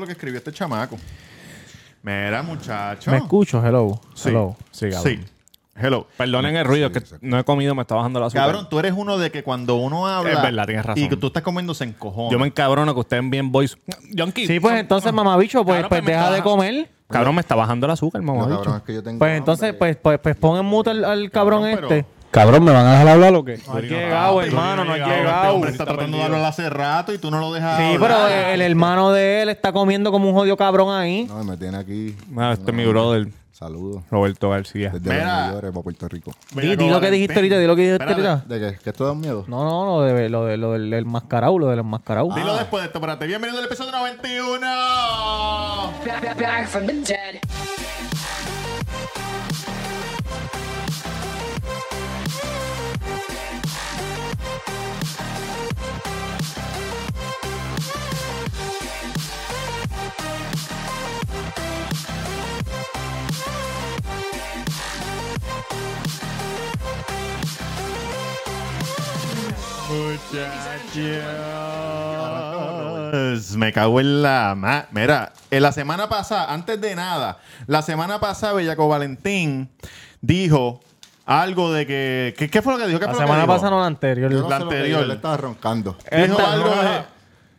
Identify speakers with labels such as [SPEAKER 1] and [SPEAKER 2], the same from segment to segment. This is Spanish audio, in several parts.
[SPEAKER 1] lo que escribió este chamaco. Mira, muchacho.
[SPEAKER 2] ¿Me escucho? Hello.
[SPEAKER 1] Sí.
[SPEAKER 2] Hello. Sí, cabrón.
[SPEAKER 1] Sí. Hello.
[SPEAKER 3] Perdonen el ruido,
[SPEAKER 4] Sí,
[SPEAKER 3] que
[SPEAKER 4] exacto.
[SPEAKER 3] no he comido, me está bajando la azúcar.
[SPEAKER 1] Cabrón, tú eres uno de que cuando uno habla.
[SPEAKER 3] Es verdad, tienes razón.
[SPEAKER 1] Y que tú estás comiendo, se encojona.
[SPEAKER 3] Yo me encabrono que ustedes bien voice. Yonki.
[SPEAKER 2] Sí, pues entonces, mamabicho, pues,
[SPEAKER 3] Cabrón,
[SPEAKER 2] pues
[SPEAKER 3] que me
[SPEAKER 2] deja
[SPEAKER 3] está
[SPEAKER 2] de comer.
[SPEAKER 3] Cabrón, me está bajando el azúcar,
[SPEAKER 4] No,
[SPEAKER 3] mamá.
[SPEAKER 4] cabrón, es que yo tengo
[SPEAKER 2] Pues entonces,
[SPEAKER 4] hambre.
[SPEAKER 2] pues, pues, pues pon en mute al, al cabrón,
[SPEAKER 1] Cabrón, pero-
[SPEAKER 2] este.
[SPEAKER 5] Cabrón, ¿me van a dejar hablar o qué?
[SPEAKER 2] No has llegado, hermano, no has
[SPEAKER 1] Este
[SPEAKER 2] llegado.
[SPEAKER 1] hombre está tratando de hablar hace rato y tú no lo dejas.
[SPEAKER 2] Sí, pero eh,
[SPEAKER 1] hablar.
[SPEAKER 2] el hermano de él está comiendo como un jodido cabrón ahí.
[SPEAKER 4] No, me tiene aquí.
[SPEAKER 3] Ah, este es mi brother,
[SPEAKER 4] Saludos.
[SPEAKER 3] Roberto García.
[SPEAKER 4] Desde
[SPEAKER 1] Mira.
[SPEAKER 4] los mayores para Puerto Rico.
[SPEAKER 1] Mira,
[SPEAKER 2] Di, di lo que dijiste
[SPEAKER 1] Valentín.
[SPEAKER 2] ahorita, di lo que dijiste
[SPEAKER 1] Espérate,
[SPEAKER 2] ahorita.
[SPEAKER 4] ¿De qué? ¿Que esto da miedo?
[SPEAKER 2] No, no, lo, de, lo, de, lo del enmascarado, lo del enmascarado.
[SPEAKER 1] Dilo después de esto, espérate. Bienvenido al episodio 91.
[SPEAKER 6] back, back, back from the dead.
[SPEAKER 1] Muchachos. Me cago en la ma. Mira, en la semana pasada, antes de nada, la semana pasada Bellaco Valentín dijo algo de que. ¿Qué, qué fue lo que dijo? ¿Qué
[SPEAKER 2] La
[SPEAKER 1] fue lo que
[SPEAKER 2] semana
[SPEAKER 1] dijo?
[SPEAKER 2] pasada no la anterior. Eh,
[SPEAKER 4] Yo no
[SPEAKER 1] La
[SPEAKER 4] sé lo que
[SPEAKER 1] anterior.
[SPEAKER 4] yo le estaba roncando.
[SPEAKER 1] Dijo
[SPEAKER 2] Esta-
[SPEAKER 1] algo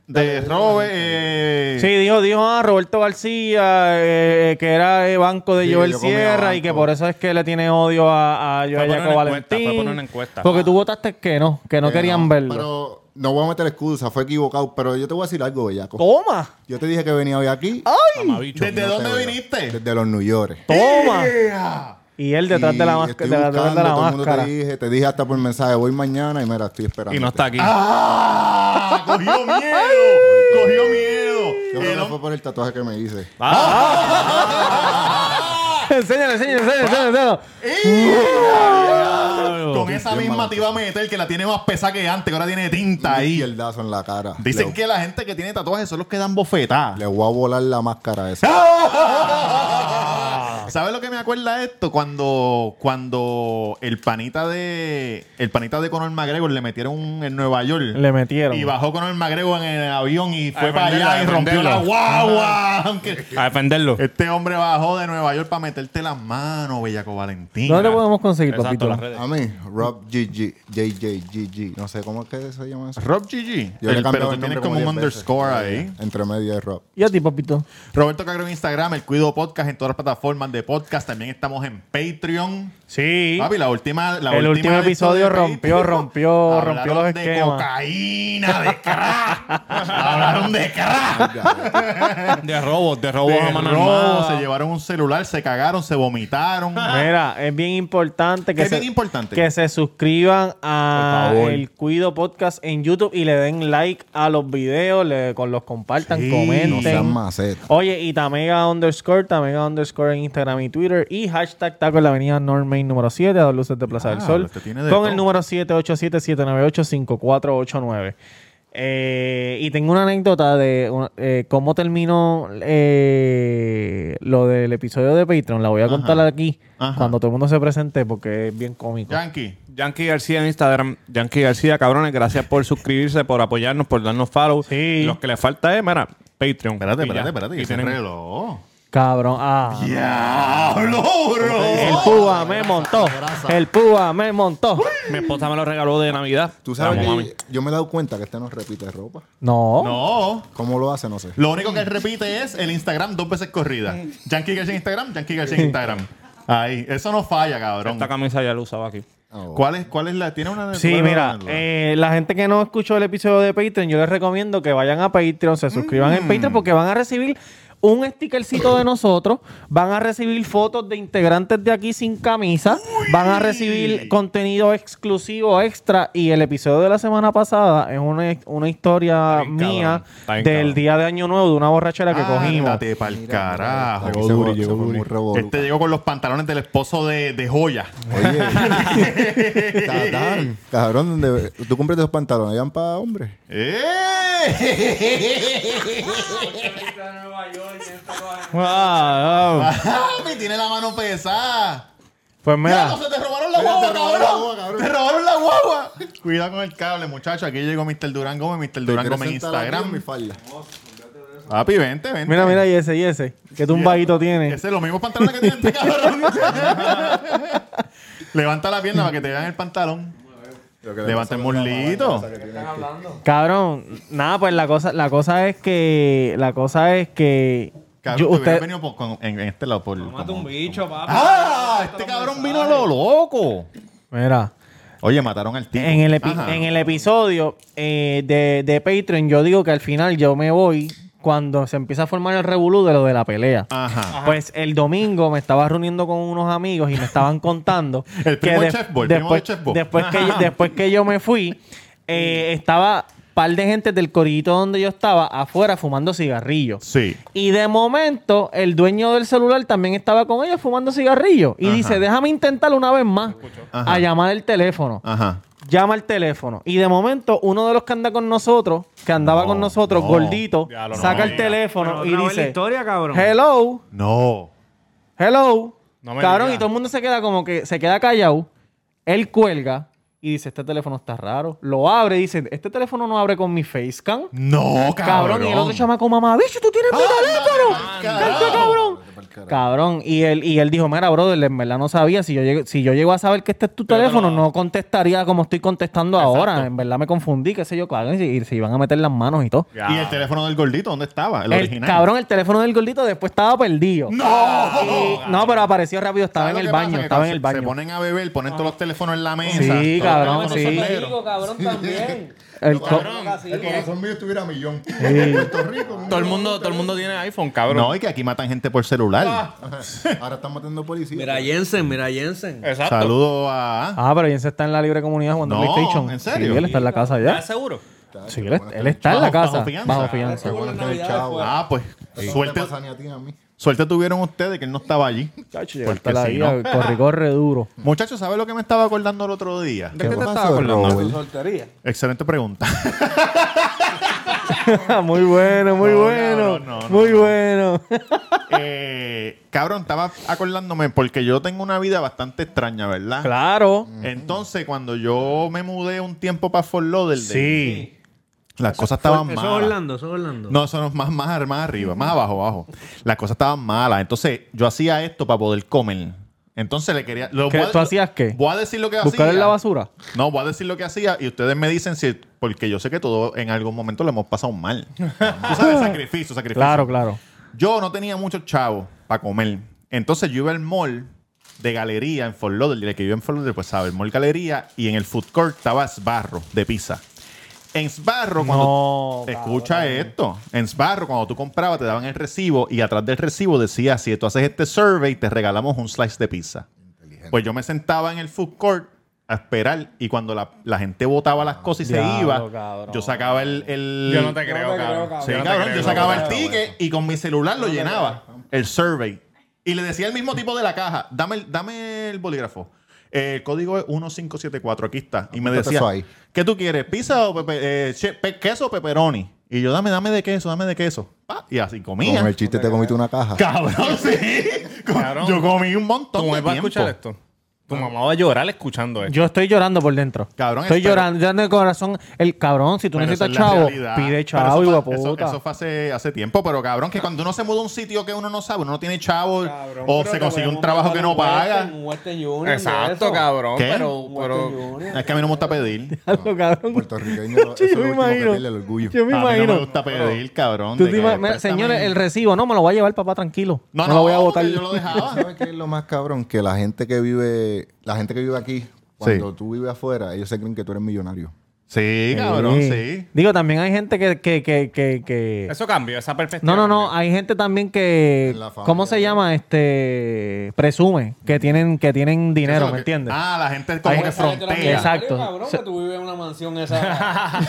[SPEAKER 1] de, de Robert. eh,
[SPEAKER 2] Sí, dijo, dijo ah, Roberto García eh, que era eh, banco de
[SPEAKER 4] Sí,
[SPEAKER 2] Joel
[SPEAKER 4] yo comía
[SPEAKER 2] Sierra
[SPEAKER 4] banco.
[SPEAKER 2] y que por eso es que le tiene odio a, a
[SPEAKER 3] Fue a
[SPEAKER 2] Joel
[SPEAKER 3] poner
[SPEAKER 2] Jacob
[SPEAKER 3] una encuesta,
[SPEAKER 2] Valentín.
[SPEAKER 3] fue a poner una encuesta.
[SPEAKER 2] Porque tú votaste que no, que no
[SPEAKER 4] Que
[SPEAKER 2] querían verlo.
[SPEAKER 4] Pero no voy a meter excusa, fue equivocado. Pero yo te voy a decir algo, bellaco.
[SPEAKER 2] Toma,
[SPEAKER 4] Yo te dije que venía hoy aquí.
[SPEAKER 2] Oh.
[SPEAKER 3] Mamabicho.
[SPEAKER 1] ¿Desde
[SPEAKER 4] No te
[SPEAKER 1] dónde
[SPEAKER 4] veo.
[SPEAKER 1] viniste?
[SPEAKER 4] Desde los New York.
[SPEAKER 2] toma. Y él detrás de la,
[SPEAKER 4] Y
[SPEAKER 2] másca-
[SPEAKER 4] estoy
[SPEAKER 2] de la- detrás de
[SPEAKER 4] buscando,
[SPEAKER 2] la
[SPEAKER 4] todo el mundo
[SPEAKER 2] máscara.
[SPEAKER 4] Te dije, te dije hasta por mensaje, voy mañana y mira, estoy esperando.
[SPEAKER 3] Y no está aquí.
[SPEAKER 1] ¡Ah! ¡Cogió miedo! ¡Cogió miedo!
[SPEAKER 4] Yo
[SPEAKER 1] El
[SPEAKER 4] creo que
[SPEAKER 1] hom-
[SPEAKER 4] fue por el tatuaje que me hice.
[SPEAKER 2] enséñale, enséñale, enséñale, enséñale.
[SPEAKER 1] Con esa
[SPEAKER 4] Bien
[SPEAKER 1] misma
[SPEAKER 4] malo.
[SPEAKER 1] te iba a meter que la tiene más pesada que antes, que ahora tiene tinta
[SPEAKER 4] Y
[SPEAKER 1] ahí.
[SPEAKER 4] el dazo en la cara.
[SPEAKER 1] Dicen
[SPEAKER 4] Le-
[SPEAKER 1] que la gente que tiene tatuajes son los que dan bofetadas.
[SPEAKER 4] Le voy a volar la máscara esa.
[SPEAKER 2] ¡Ah!
[SPEAKER 1] ¿Sabes Ah. lo que me acuerda esto? Cuando, cuando el panita de el panita de Conor McGregor le metieron en Nueva York.
[SPEAKER 2] Le metieron.
[SPEAKER 1] y bajó Conor McGregor en el avión y fue
[SPEAKER 3] A
[SPEAKER 1] para
[SPEAKER 3] defenderlo,
[SPEAKER 1] allá y
[SPEAKER 3] a
[SPEAKER 1] rompió la
[SPEAKER 3] defenderlo.
[SPEAKER 1] guagua. Aunque-
[SPEAKER 3] A defenderlo.
[SPEAKER 1] este hombre bajó de Nueva York para meterte las manos, Bellaco Valentín.
[SPEAKER 2] ¿Dónde podemos conseguir,
[SPEAKER 3] Exacto,
[SPEAKER 2] papito?
[SPEAKER 3] las redes.
[SPEAKER 4] A mí, Rob GG, JJ, GG. No sé cómo es que se llama eso.
[SPEAKER 1] Rob GG.
[SPEAKER 4] Yo le he
[SPEAKER 1] El-
[SPEAKER 4] cambiado
[SPEAKER 1] pero tú
[SPEAKER 4] el nombre
[SPEAKER 1] tienes como
[SPEAKER 4] como
[SPEAKER 1] un
[SPEAKER 4] 10 veces.
[SPEAKER 1] underscore ahí.
[SPEAKER 4] Entre media y Rob.
[SPEAKER 2] ¿Y a ti, papito?
[SPEAKER 1] Roberto Cagro en Instagram, el Cuido Podcast en todas las plataformas de podcast. También estamos en Patreon.
[SPEAKER 2] Sí.
[SPEAKER 1] Papi, la última. la
[SPEAKER 2] El
[SPEAKER 1] última
[SPEAKER 2] último
[SPEAKER 1] lista de
[SPEAKER 2] episodio
[SPEAKER 1] Patreon,
[SPEAKER 2] rompió, rompió,
[SPEAKER 1] hablaron
[SPEAKER 2] rompió los
[SPEAKER 1] de
[SPEAKER 2] esquemas.
[SPEAKER 1] cocaína, de crack. hablaron de crack.
[SPEAKER 4] Ah.
[SPEAKER 3] De robos, de robos a
[SPEAKER 1] De
[SPEAKER 3] mano
[SPEAKER 1] robo, se
[SPEAKER 3] armada.
[SPEAKER 1] llevaron un celular, se cagaron, se vomitaron.
[SPEAKER 2] Mira, es bien importante que
[SPEAKER 1] Es
[SPEAKER 2] se,
[SPEAKER 1] bien importante.
[SPEAKER 2] que se suscriban a
[SPEAKER 3] Por favor.
[SPEAKER 2] el Cuido Podcast en YouTube y le den like a los videos, le- con los compartan,
[SPEAKER 1] Sí,
[SPEAKER 4] No sean
[SPEAKER 2] comenten.
[SPEAKER 4] macetas.
[SPEAKER 2] Oye, y Tamega underscore, Tamega underscore en Instagram y Twitter. Y hashtag taco en la avenida Normain número 7, a dos luces de Plaza del
[SPEAKER 1] Ah,
[SPEAKER 2] Sol.
[SPEAKER 1] este tiene de
[SPEAKER 2] con
[SPEAKER 1] todo.
[SPEAKER 2] el número 787-798-5489. Eh, y tengo una anécdota de una- eh, cómo terminó eh, lo del episodio de Patreon. La voy a contar aquí
[SPEAKER 1] Ajá.
[SPEAKER 2] cuando todo el mundo se presente porque es bien cómico.
[SPEAKER 1] Yankee.
[SPEAKER 3] Yankee García en Instagram. Yankee García, cabrones, gracias por suscribirse, por apoyarnos, por darnos follow.
[SPEAKER 2] Sí.
[SPEAKER 3] Los que les falta es, mira,
[SPEAKER 1] Espérate,
[SPEAKER 3] Patreon. Y ya.
[SPEAKER 1] espérate, espérate.
[SPEAKER 3] Y
[SPEAKER 1] ese
[SPEAKER 3] tienen-
[SPEAKER 1] reloj.
[SPEAKER 2] Cabrón. Ah,
[SPEAKER 1] ¡Diablo,
[SPEAKER 2] el
[SPEAKER 1] bro!
[SPEAKER 2] púa me montó. El púa me montó.
[SPEAKER 3] Mi esposa me lo regaló de Navidad.
[SPEAKER 4] Tú sabes
[SPEAKER 3] Vamos,
[SPEAKER 4] que
[SPEAKER 3] mami.
[SPEAKER 4] yo me he dado cuenta que este no repite ropa.
[SPEAKER 2] No.
[SPEAKER 1] No.
[SPEAKER 4] ¿Cómo lo hace? No sé.
[SPEAKER 1] Lo único que él repite es el Instagram dos veces corrida. Yankee García en Instagram, Yankee García en Instagram. Ahí, eso no falla, cabrón.
[SPEAKER 3] Esta camisa ya la usaba aquí.
[SPEAKER 4] Oh.
[SPEAKER 1] ¿Cuál es, cuál es la? ¿Tiene una?
[SPEAKER 2] Sí,
[SPEAKER 1] cuál
[SPEAKER 2] mira,
[SPEAKER 1] es la-
[SPEAKER 2] eh, la gente que no escuchó el episodio de Patreon, yo les recomiendo que vayan a Patreon, se suscriban
[SPEAKER 3] Mm.
[SPEAKER 2] en Patreon porque van a recibir un stickercito de nosotros, van a recibir fotos de integrantes de aquí sin camisa, van a recibir contenido exclusivo extra y el episodio de la semana pasada es una, una historia
[SPEAKER 3] bien
[SPEAKER 2] mía
[SPEAKER 3] cabrón, está bien
[SPEAKER 2] del
[SPEAKER 3] cabrón. Ah,
[SPEAKER 2] día de Año Nuevo de una borrachera que cogimos.
[SPEAKER 1] Ándate Ah, pa'l carajo.
[SPEAKER 4] Aquí se fue- se fue muy revolú.
[SPEAKER 1] Este llegó con los pantalones del esposo de, de Joya.
[SPEAKER 4] Oye, Tatán, cabrón, ¿dónde- tú compras esos pantalones, ¿Iban para hombres.
[SPEAKER 1] ¡Eh!
[SPEAKER 2] Ah, ah.
[SPEAKER 1] ¡Papi, tiene la mano pesada!
[SPEAKER 2] Pues mira,
[SPEAKER 1] ¡Diablo, se te robaron la
[SPEAKER 4] Mira,
[SPEAKER 1] guagua,
[SPEAKER 4] te robaron la
[SPEAKER 1] cabrón!
[SPEAKER 4] guagua, cabrón.
[SPEAKER 1] ¡Te robaron la guagua! Cuidado con el cable, muchachos. Aquí llegó Mr. Durán Gómez, Mr. Durán
[SPEAKER 4] ¿Quieres
[SPEAKER 1] Gómez en
[SPEAKER 4] sentar aquí en mi
[SPEAKER 1] Instagram.
[SPEAKER 4] falda?
[SPEAKER 1] Papi, vente, vente.
[SPEAKER 2] Mira, mira, y ese, y ese. Qué tumbadito tiene.
[SPEAKER 1] Ese es los mismos pantalones que tiene este cabrón. Levanta la pierna para que te vean el pantalón. Levanta el musllito.
[SPEAKER 2] Cabrón, nada, pues la cosa, la cosa es que. La cosa es que.
[SPEAKER 1] Cabrón,
[SPEAKER 2] yo-
[SPEAKER 1] te hubieras
[SPEAKER 2] usted-
[SPEAKER 1] venido por- con- en, en este lado por...
[SPEAKER 3] Mata
[SPEAKER 1] como-
[SPEAKER 3] un bicho, papi.
[SPEAKER 1] ¡Ah! Este cabrón vino a lo loco.
[SPEAKER 2] Mira.
[SPEAKER 1] Oye, mataron al tipo.
[SPEAKER 2] En el, epi-
[SPEAKER 1] Ajá.
[SPEAKER 2] en el episodio eh, de, de Patreon, yo digo que al final yo me voy cuando se empieza a formar el revolú de lo de la pelea.
[SPEAKER 1] Ajá.
[SPEAKER 2] Pues el domingo me estaba reuniendo con unos amigos y me estaban contando.
[SPEAKER 1] El primo
[SPEAKER 2] que
[SPEAKER 1] de Chef Boy, el primo de
[SPEAKER 2] después,
[SPEAKER 1] Chef Boy.
[SPEAKER 2] Después que, yo- después que yo me fui, eh, estaba un par de gente del corillito donde yo estaba afuera fumando cigarrillos.
[SPEAKER 1] Sí.
[SPEAKER 2] Y de momento, el dueño del celular también estaba con ellos fumando cigarrillos. Y
[SPEAKER 1] Ajá.
[SPEAKER 2] dice, déjame intentarlo una vez más
[SPEAKER 1] Ajá. Ah.
[SPEAKER 2] a llamar el teléfono.
[SPEAKER 1] Ajá.
[SPEAKER 2] Llama al teléfono. Y de momento, uno de los que anda con nosotros, que andaba
[SPEAKER 1] No,
[SPEAKER 2] con nosotros,
[SPEAKER 1] no.
[SPEAKER 2] gordito,
[SPEAKER 1] Ya lo-
[SPEAKER 2] saca
[SPEAKER 1] no.
[SPEAKER 2] el teléfono y
[SPEAKER 3] la
[SPEAKER 2] dice,
[SPEAKER 3] historia, cabrón.
[SPEAKER 2] hello,
[SPEAKER 1] No.
[SPEAKER 2] hello.
[SPEAKER 3] No me
[SPEAKER 2] cabrón,
[SPEAKER 3] digas.
[SPEAKER 2] y todo el mundo se queda como que se queda callado. Él cuelga y dice, este teléfono está raro. Lo abre y dice, este teléfono no abre con mi facecam.
[SPEAKER 1] No, cabrón. Ah,
[SPEAKER 2] Cabrón, y el otro chamaco mamá, bicho, tú tienes mi
[SPEAKER 1] Ándale,
[SPEAKER 2] teléfono.
[SPEAKER 1] pa'l
[SPEAKER 2] Este cabrón. Cabrón, y él, y él dijo, mira, brother, en verdad no sabía. Si yo llego, si yo llego a saber que este es tu teléfono, no contestaría como estoy contestando ahora. En verdad me confundí, qué sé yo, cabrón, y se- y se iban a meter las manos y todo.
[SPEAKER 1] ¿Y el teléfono del gordito dónde estaba? El,
[SPEAKER 2] El,
[SPEAKER 1] original.
[SPEAKER 2] cabrón, el teléfono del gordito después estaba perdido.
[SPEAKER 1] ¡No!
[SPEAKER 2] Y- no, pero apareció rápido, estaba
[SPEAKER 1] ¿Sabes lo
[SPEAKER 2] en el
[SPEAKER 1] que pasa?
[SPEAKER 2] baño,
[SPEAKER 1] Que
[SPEAKER 2] estaba en
[SPEAKER 1] se-
[SPEAKER 2] el
[SPEAKER 1] Se
[SPEAKER 2] baño.
[SPEAKER 1] ponen a beber, ponen todos los teléfonos en la mesa. todos
[SPEAKER 2] Sí,
[SPEAKER 1] los
[SPEAKER 2] cabrón,
[SPEAKER 1] teléfonos son
[SPEAKER 2] sí.
[SPEAKER 1] negros.
[SPEAKER 2] El co-
[SPEAKER 4] El corazón mío estuviera a millón. Puerto Rico.
[SPEAKER 3] Todo el mundo, todo el mundo tiene iPhone, cabrón.
[SPEAKER 1] No, y que aquí matan gente por celular.
[SPEAKER 4] Ahora están matando policías.
[SPEAKER 7] Mira Jensen, mira Jensen.
[SPEAKER 3] Exacto.
[SPEAKER 1] Saludo a...
[SPEAKER 2] Ah, pero Jensen está en la libre comunidad jugando
[SPEAKER 1] No,
[SPEAKER 2] PlayStation.
[SPEAKER 1] ¿en serio?
[SPEAKER 2] Sí, él está en la casa ya.
[SPEAKER 7] ¿Estás seguro?
[SPEAKER 2] Sí, él, él está en la
[SPEAKER 1] Bajo- bajo
[SPEAKER 2] casa.
[SPEAKER 1] fianza.
[SPEAKER 2] Bajo fianza.
[SPEAKER 4] Seguro que el chavo.
[SPEAKER 1] Ah, pues.
[SPEAKER 4] Eso no te
[SPEAKER 1] Suerte,
[SPEAKER 4] pasa ni a ti ni a mí.
[SPEAKER 1] suerte tuvieron ustedes que él no estaba allí.
[SPEAKER 2] Está
[SPEAKER 1] Porque
[SPEAKER 2] la
[SPEAKER 1] si
[SPEAKER 2] vida,
[SPEAKER 1] no...
[SPEAKER 2] corre, corre duro.
[SPEAKER 1] Muchachos, ¿sabes lo que me estaba acordando el otro día?
[SPEAKER 4] ¿Qué te estaba acordando?
[SPEAKER 1] Excelente pregunta.
[SPEAKER 2] muy bueno, muy
[SPEAKER 1] No,
[SPEAKER 2] bueno.
[SPEAKER 1] cabrón, no, no,
[SPEAKER 2] muy
[SPEAKER 1] no.
[SPEAKER 2] bueno.
[SPEAKER 1] Eh, cabrón, estaba acordándome porque yo tengo una vida bastante extraña, ¿verdad?
[SPEAKER 2] claro.
[SPEAKER 1] Entonces, cuando yo me mudé un tiempo para Fort Lauderdale,
[SPEAKER 2] Sí.
[SPEAKER 1] las cosas estaban
[SPEAKER 7] Eso es
[SPEAKER 1] malas.
[SPEAKER 7] Orlando, eso es Orlando.
[SPEAKER 1] No, eso no es más, más, más arriba, más abajo, abajo. Las cosas estaban malas. Entonces, yo hacía esto para poder comer. Entonces le quería. lo
[SPEAKER 2] ¿Qué-
[SPEAKER 1] voy a-
[SPEAKER 2] tú hacías qué?
[SPEAKER 1] Voy a decir lo que hacía.
[SPEAKER 2] Buscar en la basura.
[SPEAKER 1] No, voy a decir lo que hacía y ustedes me dicen si. Porque yo sé que todo en algún momento lo hemos pasado mal. Tú sabes, sacrificio, sacrificio.
[SPEAKER 2] Claro, claro.
[SPEAKER 1] Yo no tenía muchos chavos para comer. Entonces yo iba al mall de galería en Fort Lauderdale, que yo en Fort Lauderdale, pues sabe, el mall galería, y en el food court estaba Sbarro de pizza. En Sbarro, cuando...
[SPEAKER 2] No,
[SPEAKER 1] escucha esto. En Sbarro, cuando tú comprabas, te daban el recibo y atrás del recibo decía, si tú haces este survey, te regalamos un slice de pizza. Pues yo me sentaba en el food court a esperar y cuando la, la gente botaba las cosas y se
[SPEAKER 2] Diablo,
[SPEAKER 1] iba,
[SPEAKER 2] cabrón.
[SPEAKER 1] yo sacaba el... el-
[SPEAKER 3] Yo no te creo, cabrón.
[SPEAKER 1] Sí,
[SPEAKER 3] no te
[SPEAKER 1] cabrón,
[SPEAKER 3] creo,
[SPEAKER 1] yo sacaba el ticket y con mi celular lo llenaba, el survey. Y le decía al mismo tipo de la caja, dame el, dame el bolígrafo. Eh, El código es 1574, aquí está. Y me
[SPEAKER 4] Apúntate
[SPEAKER 1] decía,
[SPEAKER 4] eso ahí.
[SPEAKER 1] ¿qué tú quieres? ¿Pizza o pepe- eh, che- pe- queso o pepperoni? Y yo, dame, dame de queso, dame de queso. Pa, y así comía.
[SPEAKER 4] Con el chiste te comiste una caja.
[SPEAKER 1] Cabrón, sí.
[SPEAKER 3] Cabrón.
[SPEAKER 1] Yo comí un montón
[SPEAKER 3] ¿Tú me
[SPEAKER 1] de
[SPEAKER 3] vas a
[SPEAKER 1] tiempo.
[SPEAKER 3] escuchar esto? Tu mamá va a llorar escuchando esto.
[SPEAKER 2] Yo estoy llorando por dentro.
[SPEAKER 1] Cabrón,
[SPEAKER 2] Estoy
[SPEAKER 1] espero-
[SPEAKER 2] llorando, llorando de corazón. El cabrón, si tú
[SPEAKER 1] Pero esa
[SPEAKER 2] necesitas
[SPEAKER 1] es la
[SPEAKER 2] chavo,
[SPEAKER 1] realidad.
[SPEAKER 2] pide
[SPEAKER 1] Pero
[SPEAKER 2] chavo y
[SPEAKER 1] eso
[SPEAKER 2] guapo.
[SPEAKER 1] fue- Eso, eso fue hace, hace tiempo, pero cabrón, que cuando uno se muda a un sitio que uno no sabe, uno no tiene chavo o se consigue un trabajo que no paga.
[SPEAKER 3] Exacto, cabrón.
[SPEAKER 1] ¿Qué?
[SPEAKER 3] Pero, pero.
[SPEAKER 1] Es que a mí no me gusta pedir.
[SPEAKER 4] Puertorriqueño, eso es
[SPEAKER 2] yo me
[SPEAKER 4] lo último que
[SPEAKER 2] imagino.
[SPEAKER 4] pele el orgullo.
[SPEAKER 2] Yo me
[SPEAKER 1] a mí no me
[SPEAKER 2] imagino.
[SPEAKER 1] gusta pedir, cabrón.
[SPEAKER 2] Tú
[SPEAKER 1] de
[SPEAKER 2] te
[SPEAKER 1] que
[SPEAKER 2] ima- mira,
[SPEAKER 1] préstame.
[SPEAKER 2] señores, el recibo no me lo va a llevar papá tranquilo.
[SPEAKER 1] No,
[SPEAKER 2] lo voy a
[SPEAKER 1] porque
[SPEAKER 2] botar.
[SPEAKER 1] Yo lo dejaba.
[SPEAKER 4] Ah, ¿Sabes qué es lo más cabrón? Que la gente que vive, la gente que vive aquí, cuando tú vives afuera, ellos se creen que tú eres millonario.
[SPEAKER 1] Sí, cabrón, sí.
[SPEAKER 2] Digo, también hay gente que, que, que, que, que-
[SPEAKER 3] Eso cambió, esa perspectiva.
[SPEAKER 2] No, no, no. Hay gente también que.
[SPEAKER 4] En la familia,
[SPEAKER 2] ¿Cómo se
[SPEAKER 4] ¿no?
[SPEAKER 2] llama? Este. Presume que tienen, que tienen
[SPEAKER 1] Eso
[SPEAKER 2] dinero,
[SPEAKER 1] es lo
[SPEAKER 2] ¿me
[SPEAKER 1] que-
[SPEAKER 2] entiendes?
[SPEAKER 1] Ah, la gente como
[SPEAKER 2] Hay-
[SPEAKER 1] que frontea.
[SPEAKER 2] Exacto.
[SPEAKER 7] Cabrón,
[SPEAKER 2] Se-
[SPEAKER 7] que tú vives en una mansión esa.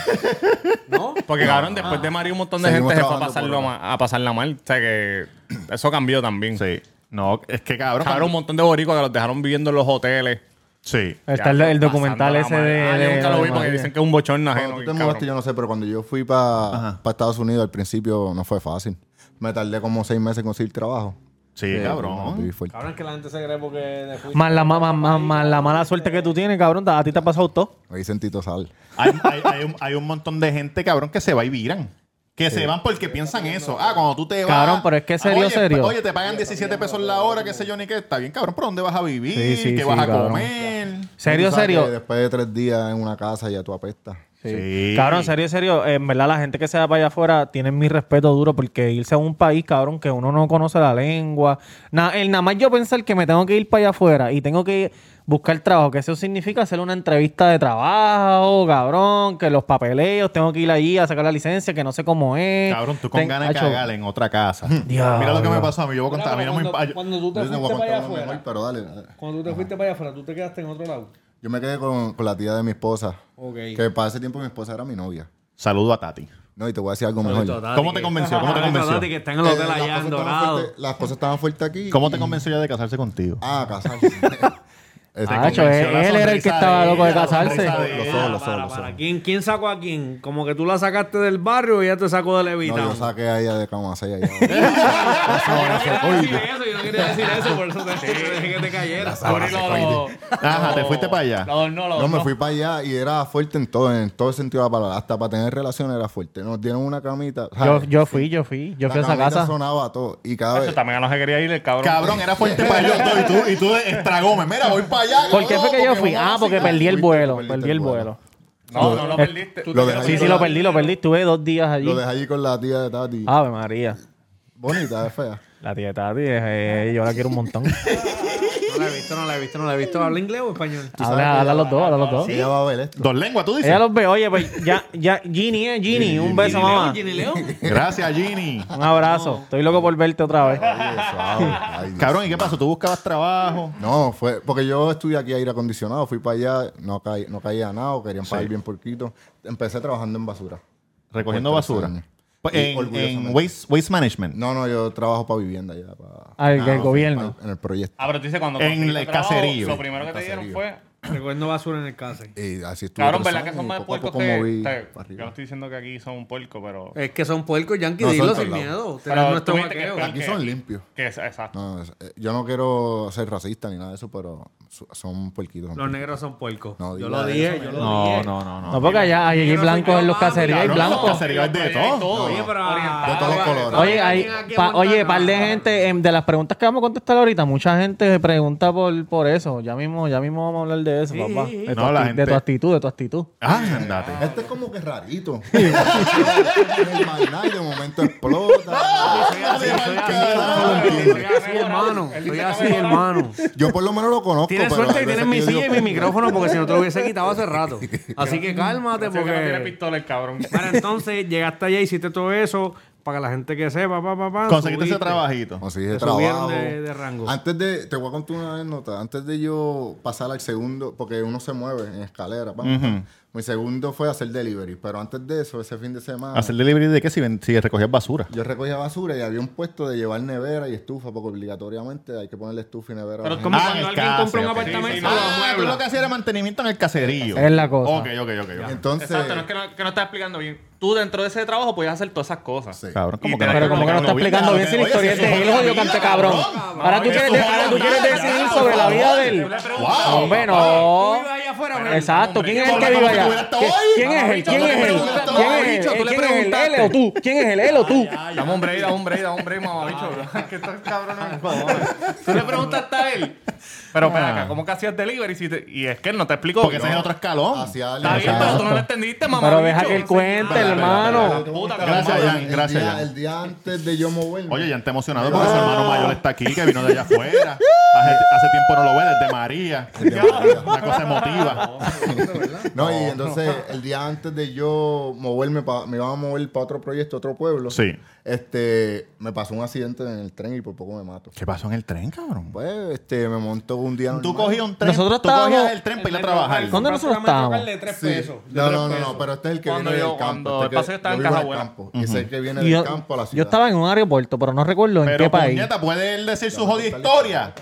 [SPEAKER 7] ¿No?
[SPEAKER 3] Porque, cabrón, después de Mario, un montón de
[SPEAKER 4] Seguimos
[SPEAKER 3] gente se fue a
[SPEAKER 4] trabajando
[SPEAKER 3] pasarlo
[SPEAKER 4] por
[SPEAKER 3] ma- a pasarla mal. O sea que. Eso cambió también.
[SPEAKER 1] Sí. No, es que cabrón.
[SPEAKER 3] Cabrón, un montón de boricos que los dejaron viviendo en los hoteles.
[SPEAKER 1] Sí.
[SPEAKER 2] Está el, el documental ese
[SPEAKER 3] Pasándola
[SPEAKER 2] de.
[SPEAKER 3] mal. Ah,
[SPEAKER 2] de-
[SPEAKER 3] yo nunca lo vi porque
[SPEAKER 2] de-
[SPEAKER 3] dicen que es un bochorno
[SPEAKER 4] Cuando
[SPEAKER 3] ajeno.
[SPEAKER 4] tú te
[SPEAKER 3] cabrón.
[SPEAKER 4] mudaste, yo no sé, pero cuando yo fui para Estados Unidos al principio no fue fácil. Me tardé como seis meses en conseguir trabajo.
[SPEAKER 1] Sí,
[SPEAKER 4] Eh, no, viví
[SPEAKER 1] cabrón.
[SPEAKER 4] fuerte.
[SPEAKER 7] Cabrón, es que la gente se cree porque. de fuchi-
[SPEAKER 2] Más la, ma- ma- ma- más la mala suerte que tú tienes, cabrón. A ti te ha pasado todo.
[SPEAKER 4] Me dicen Tito Sal.
[SPEAKER 1] Hay, hay- hay un, hay un montón de gente, cabrón, que se va y viran. Que se van porque piensan eso. Ah, cuando tú te vas. Ah,
[SPEAKER 2] Cabrón, pero es que serio,
[SPEAKER 1] oye,
[SPEAKER 2] serio.
[SPEAKER 1] Oye, te pagan 17 pesos la hora, qué sé yo, ni qué. Está bien, cabrón, pero ¿dónde vas a vivir?
[SPEAKER 2] Sí, sí,
[SPEAKER 1] ¿Qué
[SPEAKER 2] sí,
[SPEAKER 1] vas a
[SPEAKER 2] cabrón.
[SPEAKER 1] comer?
[SPEAKER 2] Serio,
[SPEAKER 4] Tú sabes que
[SPEAKER 2] serio.
[SPEAKER 4] Después de tres días en una casa ya tú apestas.
[SPEAKER 1] Sí.
[SPEAKER 2] Cabrón, serio, serio. En verdad, la gente que se va para allá afuera tienen mi respeto duro porque irse a un país, cabrón, que uno no conoce la lengua. Na- el nada más yo pensar que me tengo que ir para allá afuera y tengo que buscar trabajo, que eso significa hacer una entrevista de trabajo, cabrón, que los papeleos, tengo que ir allí a sacar la licencia, que no sé cómo es.
[SPEAKER 1] Cabrón, tú con
[SPEAKER 2] Ten-
[SPEAKER 1] ganas de
[SPEAKER 2] Hacho,
[SPEAKER 1] cagar en otra casa.
[SPEAKER 2] Diablo.
[SPEAKER 1] Mira lo que me pasó a mí. Yo voy a
[SPEAKER 7] Mira,
[SPEAKER 1] contar. A mí no me
[SPEAKER 7] cuando-
[SPEAKER 1] empaño.
[SPEAKER 7] Cuando tú te
[SPEAKER 4] Yo no voy
[SPEAKER 7] fuiste
[SPEAKER 4] a
[SPEAKER 7] para allá
[SPEAKER 4] contar una
[SPEAKER 7] afuera,
[SPEAKER 4] mejor, pero dale, dale.
[SPEAKER 7] cuando tú te fuiste para allá afuera, tú te quedaste en otro lado.
[SPEAKER 4] Yo me quedé con, con la tía de mi esposa.
[SPEAKER 7] Ok.
[SPEAKER 4] Que para ese tiempo mi esposa era mi novia.
[SPEAKER 1] Saludo a Tati.
[SPEAKER 4] No, y te voy a decir algo mejor.
[SPEAKER 1] ¿Cómo te convenció? ¿Cómo te convenció? pues,
[SPEAKER 8] que está en el hotel allá
[SPEAKER 4] Eh, las,
[SPEAKER 8] en
[SPEAKER 4] cosas estaban
[SPEAKER 8] Dorado.
[SPEAKER 4] fuertes, las cosas estaban fuertes aquí.
[SPEAKER 1] ¿Cómo te
[SPEAKER 4] y-
[SPEAKER 1] convenció ella de casarse contigo?
[SPEAKER 4] Ah, casarse. Este,
[SPEAKER 2] Ah,
[SPEAKER 1] convenció
[SPEAKER 2] Hacho, él-
[SPEAKER 1] la
[SPEAKER 2] él era el que
[SPEAKER 1] sonrisa
[SPEAKER 2] estaba
[SPEAKER 1] de
[SPEAKER 2] loco de
[SPEAKER 1] ella, la
[SPEAKER 2] casarse.
[SPEAKER 1] sonrisa de
[SPEAKER 4] Lo
[SPEAKER 1] ella.
[SPEAKER 4] soy,
[SPEAKER 8] Para,
[SPEAKER 4] lo soy,
[SPEAKER 8] para,
[SPEAKER 4] lo
[SPEAKER 8] para.
[SPEAKER 4] soy.
[SPEAKER 8] ¿Quién, ¿Quién sacó a quién? Como que tú la sacaste del barrio y ella te sacó de
[SPEAKER 4] No,
[SPEAKER 8] Levita.
[SPEAKER 4] yo saqué a ella de cama allá.
[SPEAKER 8] Yo no quería decir eso, yo no quería decir eso, por eso te, te dejé que te cayeras.
[SPEAKER 1] Ajá, te fuiste para allá.
[SPEAKER 4] No, me fui para allá y era fuerte en todo, en todo sentido de la palabra. Hasta para tener relaciones era fuerte. Nos dieron una camita.
[SPEAKER 2] Yo,
[SPEAKER 4] ¿sabes?
[SPEAKER 2] yo fui, yo fui, yo
[SPEAKER 4] La
[SPEAKER 2] fui a esa
[SPEAKER 4] camita
[SPEAKER 2] casa.
[SPEAKER 4] sonaba todo. Y cada vez.
[SPEAKER 3] También no se quería ir el cabrón.
[SPEAKER 1] Cabrón, era fuerte para ellos dos. Y tú, y tú de estragome. Mira, voy para allá.
[SPEAKER 2] ¿Por qué fue
[SPEAKER 1] cabrón,
[SPEAKER 2] que yo fui?
[SPEAKER 1] vamos a
[SPEAKER 2] Ah, porque
[SPEAKER 1] vacilar.
[SPEAKER 2] perdí el
[SPEAKER 4] Fuiste,
[SPEAKER 2] vuelo,
[SPEAKER 4] perdiste
[SPEAKER 2] perdí
[SPEAKER 4] el
[SPEAKER 2] el
[SPEAKER 4] vuelo.
[SPEAKER 2] vuelo.
[SPEAKER 3] No, no lo perdiste.
[SPEAKER 4] Lo dejé
[SPEAKER 2] Sí,
[SPEAKER 4] allí
[SPEAKER 2] sí,
[SPEAKER 4] con
[SPEAKER 2] lo
[SPEAKER 4] la-
[SPEAKER 2] perdí, lo perdí. Estuve dos días allí. Ah.
[SPEAKER 4] Lo dejé allí con la tía de Tati.
[SPEAKER 2] Ave María.
[SPEAKER 4] Bonita, es fea.
[SPEAKER 2] La tía Tati, eh, eh, yo la quiero un montón.
[SPEAKER 8] No la he visto, no la he visto, no la he visto. ¿Habla inglés o español?
[SPEAKER 2] habla, habla los dos, habla los dos.
[SPEAKER 4] Ella va a ver esto.
[SPEAKER 1] Dos lenguas, tú dices.
[SPEAKER 2] Ella los ve, oye, pues ya, ya, Ginny, eh, Ginny, un beso, mamá.
[SPEAKER 8] Ginny León.
[SPEAKER 1] Gracias, Ginny.
[SPEAKER 2] Un abrazo. Estoy loco por verte otra vez.
[SPEAKER 4] Ay, Dios, ay, Dios.
[SPEAKER 1] Cabrón, ¿y qué pasó? ¿Tú buscabas trabajo?
[SPEAKER 4] No, fue porque yo estudié aquí aire acondicionado, fui para allá, no, caí- no caía nada, o querían pagar bien porquito. Empecé trabajando en basura.
[SPEAKER 1] Recogiendo
[SPEAKER 4] Por
[SPEAKER 1] basura.
[SPEAKER 4] tres años.
[SPEAKER 1] Pues,
[SPEAKER 4] Y
[SPEAKER 1] En,
[SPEAKER 4] orgullosamente.
[SPEAKER 1] en waste, waste Management.
[SPEAKER 4] No, no, yo trabajo para vivienda ya, para,
[SPEAKER 8] Ah,
[SPEAKER 2] Al del gobierno.
[SPEAKER 4] en el proyecto.
[SPEAKER 3] Ah, pero tú dices cuando
[SPEAKER 1] En
[SPEAKER 3] conseguiste
[SPEAKER 1] el
[SPEAKER 3] trabajo,
[SPEAKER 1] caserío.
[SPEAKER 3] Lo primero que te dieron
[SPEAKER 4] Caserío.
[SPEAKER 3] fue.
[SPEAKER 8] Recogiendo basura en el case.
[SPEAKER 4] Y así estuve
[SPEAKER 3] Cabrón,
[SPEAKER 4] tres
[SPEAKER 3] ¿verdad que
[SPEAKER 4] años
[SPEAKER 3] son
[SPEAKER 4] y
[SPEAKER 3] más
[SPEAKER 4] poco a
[SPEAKER 3] puercos
[SPEAKER 4] poco
[SPEAKER 3] que.?
[SPEAKER 4] moví
[SPEAKER 3] te-
[SPEAKER 4] para
[SPEAKER 3] Yo no
[SPEAKER 4] arriba.
[SPEAKER 3] estoy diciendo que aquí son puercos, pero.
[SPEAKER 8] Es que son puercos, Yankee,
[SPEAKER 4] No, son
[SPEAKER 8] dilo
[SPEAKER 4] todos
[SPEAKER 8] sin
[SPEAKER 4] lados.
[SPEAKER 8] miedo.
[SPEAKER 3] Pero
[SPEAKER 8] Tenemos nuestro
[SPEAKER 3] tuviste que
[SPEAKER 8] vaqueo.
[SPEAKER 3] esperar.
[SPEAKER 4] Aquí
[SPEAKER 3] que-
[SPEAKER 4] son limpios.
[SPEAKER 3] Que es, exacto.
[SPEAKER 4] No, es- eh, yo no quiero ser racista ni nada de eso, pero su- son puerquitos. son
[SPEAKER 8] Los
[SPEAKER 4] puerquitos.
[SPEAKER 8] negros son puercos.
[SPEAKER 4] No,
[SPEAKER 8] yo
[SPEAKER 4] diga
[SPEAKER 8] lo
[SPEAKER 4] eso,
[SPEAKER 8] dije,
[SPEAKER 4] mira.
[SPEAKER 8] yo lo
[SPEAKER 1] No,
[SPEAKER 8] dije.
[SPEAKER 1] no, no, no.
[SPEAKER 2] No, porque allá hay, hay
[SPEAKER 8] Yo no
[SPEAKER 2] blancos
[SPEAKER 8] soy
[SPEAKER 2] en los
[SPEAKER 8] capaz,
[SPEAKER 2] caseríos, hay
[SPEAKER 8] cabrón,
[SPEAKER 1] Los
[SPEAKER 2] blancos.
[SPEAKER 1] caseríos es de
[SPEAKER 3] Pero hay
[SPEAKER 1] todo.
[SPEAKER 8] Oye, pero
[SPEAKER 4] De todos los colores.
[SPEAKER 2] Oye, hay, pa- oye, par de gente, em, de las preguntas que vamos a contestar ahorita, mucha gente se pregunta por, por eso. Ya mismo, ya mismo vamos a hablar de eso, papá.
[SPEAKER 8] sí,
[SPEAKER 2] De, tu
[SPEAKER 1] No, la
[SPEAKER 2] acti-
[SPEAKER 1] gente-
[SPEAKER 2] de tu actitud, de tu actitud.
[SPEAKER 1] Ah, andate.
[SPEAKER 4] Este es como que rarito. el maná y de momento explota.
[SPEAKER 8] Soy hermano, soy así, hermano.
[SPEAKER 4] Yo por lo menos lo conozco.
[SPEAKER 8] Tienes
[SPEAKER 4] pero
[SPEAKER 8] suerte
[SPEAKER 4] hay
[SPEAKER 8] que tienes
[SPEAKER 4] veces
[SPEAKER 8] mi
[SPEAKER 4] que yo
[SPEAKER 8] silla y
[SPEAKER 4] digo,
[SPEAKER 8] mi micrófono porque si no te lo hubiese quitado hace rato. Así que cálmate
[SPEAKER 3] Porque no tiene
[SPEAKER 8] porque...
[SPEAKER 3] pistola el cabrón.
[SPEAKER 8] Para entonces, llegaste allá, hiciste todo eso para que la gente que sepa, pa, pa, pa,
[SPEAKER 1] Conseguiste ese
[SPEAKER 8] subiste.
[SPEAKER 1] trabajito.
[SPEAKER 4] Conseguí de
[SPEAKER 8] Te subieron
[SPEAKER 4] trabajo.
[SPEAKER 8] de- de rango.
[SPEAKER 4] Antes de, te voy a contar una anécdota. Antes de yo pasar al segundo, porque uno se mueve en escalera. pam, pam. Mi segundo fue hacer delivery, pero antes de eso, ese fin de semana,
[SPEAKER 1] ¿Hacer delivery de qué si, ven- si recogías basura?
[SPEAKER 4] yo recogía basura y había un puesto de llevar nevera y estufa, porque obligatoriamente hay que ponerle estufa y nevera. a la
[SPEAKER 8] Pero
[SPEAKER 4] gente.
[SPEAKER 8] como
[SPEAKER 1] Ah, en
[SPEAKER 8] cuando
[SPEAKER 1] el
[SPEAKER 8] alguien
[SPEAKER 1] case,
[SPEAKER 8] compra un
[SPEAKER 1] ok.
[SPEAKER 8] apartamento,
[SPEAKER 3] Sí, sí,
[SPEAKER 8] lo
[SPEAKER 3] no.
[SPEAKER 1] Ah, tú
[SPEAKER 8] amuebla.
[SPEAKER 1] lo que hacías era mantenimiento en el caserío.
[SPEAKER 2] Es la cosa.
[SPEAKER 1] Ok, ok, ok. ok.
[SPEAKER 4] Entonces,
[SPEAKER 3] Exacto, no es que no, que no estás explicando bien. Tú dentro de ese trabajo podías hacer todas esas cosas.
[SPEAKER 4] Sí.
[SPEAKER 1] Cabrón,
[SPEAKER 3] Y
[SPEAKER 1] como que
[SPEAKER 3] te-
[SPEAKER 2] Pero como que no está explicando bien si la historia es de él, yo canté cabrón. Ahora tú
[SPEAKER 1] Oye,
[SPEAKER 2] quieres,
[SPEAKER 1] eso
[SPEAKER 2] ahora tú
[SPEAKER 1] joda la
[SPEAKER 2] quieres
[SPEAKER 1] vida,
[SPEAKER 2] decidir
[SPEAKER 1] cabrón.
[SPEAKER 2] sobre la vida de él.
[SPEAKER 1] Wow.
[SPEAKER 2] Hombre,
[SPEAKER 8] Tú
[SPEAKER 2] no.
[SPEAKER 8] ibas allá afuera, ¿verdad?
[SPEAKER 2] Oh. Exacto. ¿Quién es el
[SPEAKER 1] Hombre,
[SPEAKER 2] que
[SPEAKER 1] como
[SPEAKER 2] vive
[SPEAKER 1] si estuviera
[SPEAKER 2] allá?
[SPEAKER 1] hasta
[SPEAKER 2] ¿Quién-
[SPEAKER 1] hoy.
[SPEAKER 2] ¿Quién es él? ¿Quién es él?
[SPEAKER 1] Mamabicho,
[SPEAKER 2] ¿Quién es él?
[SPEAKER 8] mamabicho, tú le
[SPEAKER 2] ¿Quién es él?
[SPEAKER 8] preguntaste.
[SPEAKER 2] ¿Él o tú? ¿Quién es él? ¿Él o tú?
[SPEAKER 3] Dame hombre, dame hombre, dame hombre, mamabicho. que estás cabrón. Tú le preguntaste a él. Pero, espera acá, ¿cómo que hacías delivery? Si te- Y es que él no te explicó.
[SPEAKER 1] Ah. Porque ese es
[SPEAKER 3] No.
[SPEAKER 1] otro escalón.
[SPEAKER 4] hacia
[SPEAKER 3] Está bien, pero tú no lo entendiste, mamá.
[SPEAKER 2] Pero deja que él cuente, hermano.
[SPEAKER 3] Puta,
[SPEAKER 1] Gracias,
[SPEAKER 3] cabrón.
[SPEAKER 1] Jan. Gracias,
[SPEAKER 4] el día,
[SPEAKER 1] Jan.
[SPEAKER 4] el día antes de yo moverme.
[SPEAKER 1] Oye, ya está emocionado porque
[SPEAKER 2] Ah.
[SPEAKER 1] su hermano mayor está aquí, que vino de allá afuera. Hace, hace tiempo no lo ve, desde María. Una cosa emotiva.
[SPEAKER 4] No, y entonces el día antes de yo moverme, pa- me iba a mover para otro proyecto, otro pueblo.
[SPEAKER 1] Sí.
[SPEAKER 4] Este, me pasó un accidente en el tren y por poco me mato.
[SPEAKER 1] ¿Qué pasó en el tren, cabrón?
[SPEAKER 4] Pues, este, me montó un día.
[SPEAKER 1] Tú
[SPEAKER 4] normal.
[SPEAKER 1] cogías un tren.
[SPEAKER 2] Nosotros
[SPEAKER 1] tú cogías
[SPEAKER 2] estábamos-
[SPEAKER 1] el tren para ir a trabajar.
[SPEAKER 2] ¿Dónde nosotros estábamos?
[SPEAKER 4] Sí. No, no, no, no, pero este es el que
[SPEAKER 3] Cuando
[SPEAKER 4] viene
[SPEAKER 3] yo-
[SPEAKER 4] del campo.
[SPEAKER 3] cuando
[SPEAKER 4] este
[SPEAKER 3] el
[SPEAKER 4] que-
[SPEAKER 3] paseo estaba
[SPEAKER 4] yo
[SPEAKER 3] en
[SPEAKER 4] vivo
[SPEAKER 3] Cajabuena.
[SPEAKER 4] campo. Y es el que viene
[SPEAKER 2] Yo,
[SPEAKER 4] del campo a la ciudad.
[SPEAKER 2] yo estaba en un aeropuerto, pero no recuerdo en
[SPEAKER 1] Pero
[SPEAKER 2] qué país.
[SPEAKER 1] puñeta, ¿puede él decir su jodida historia?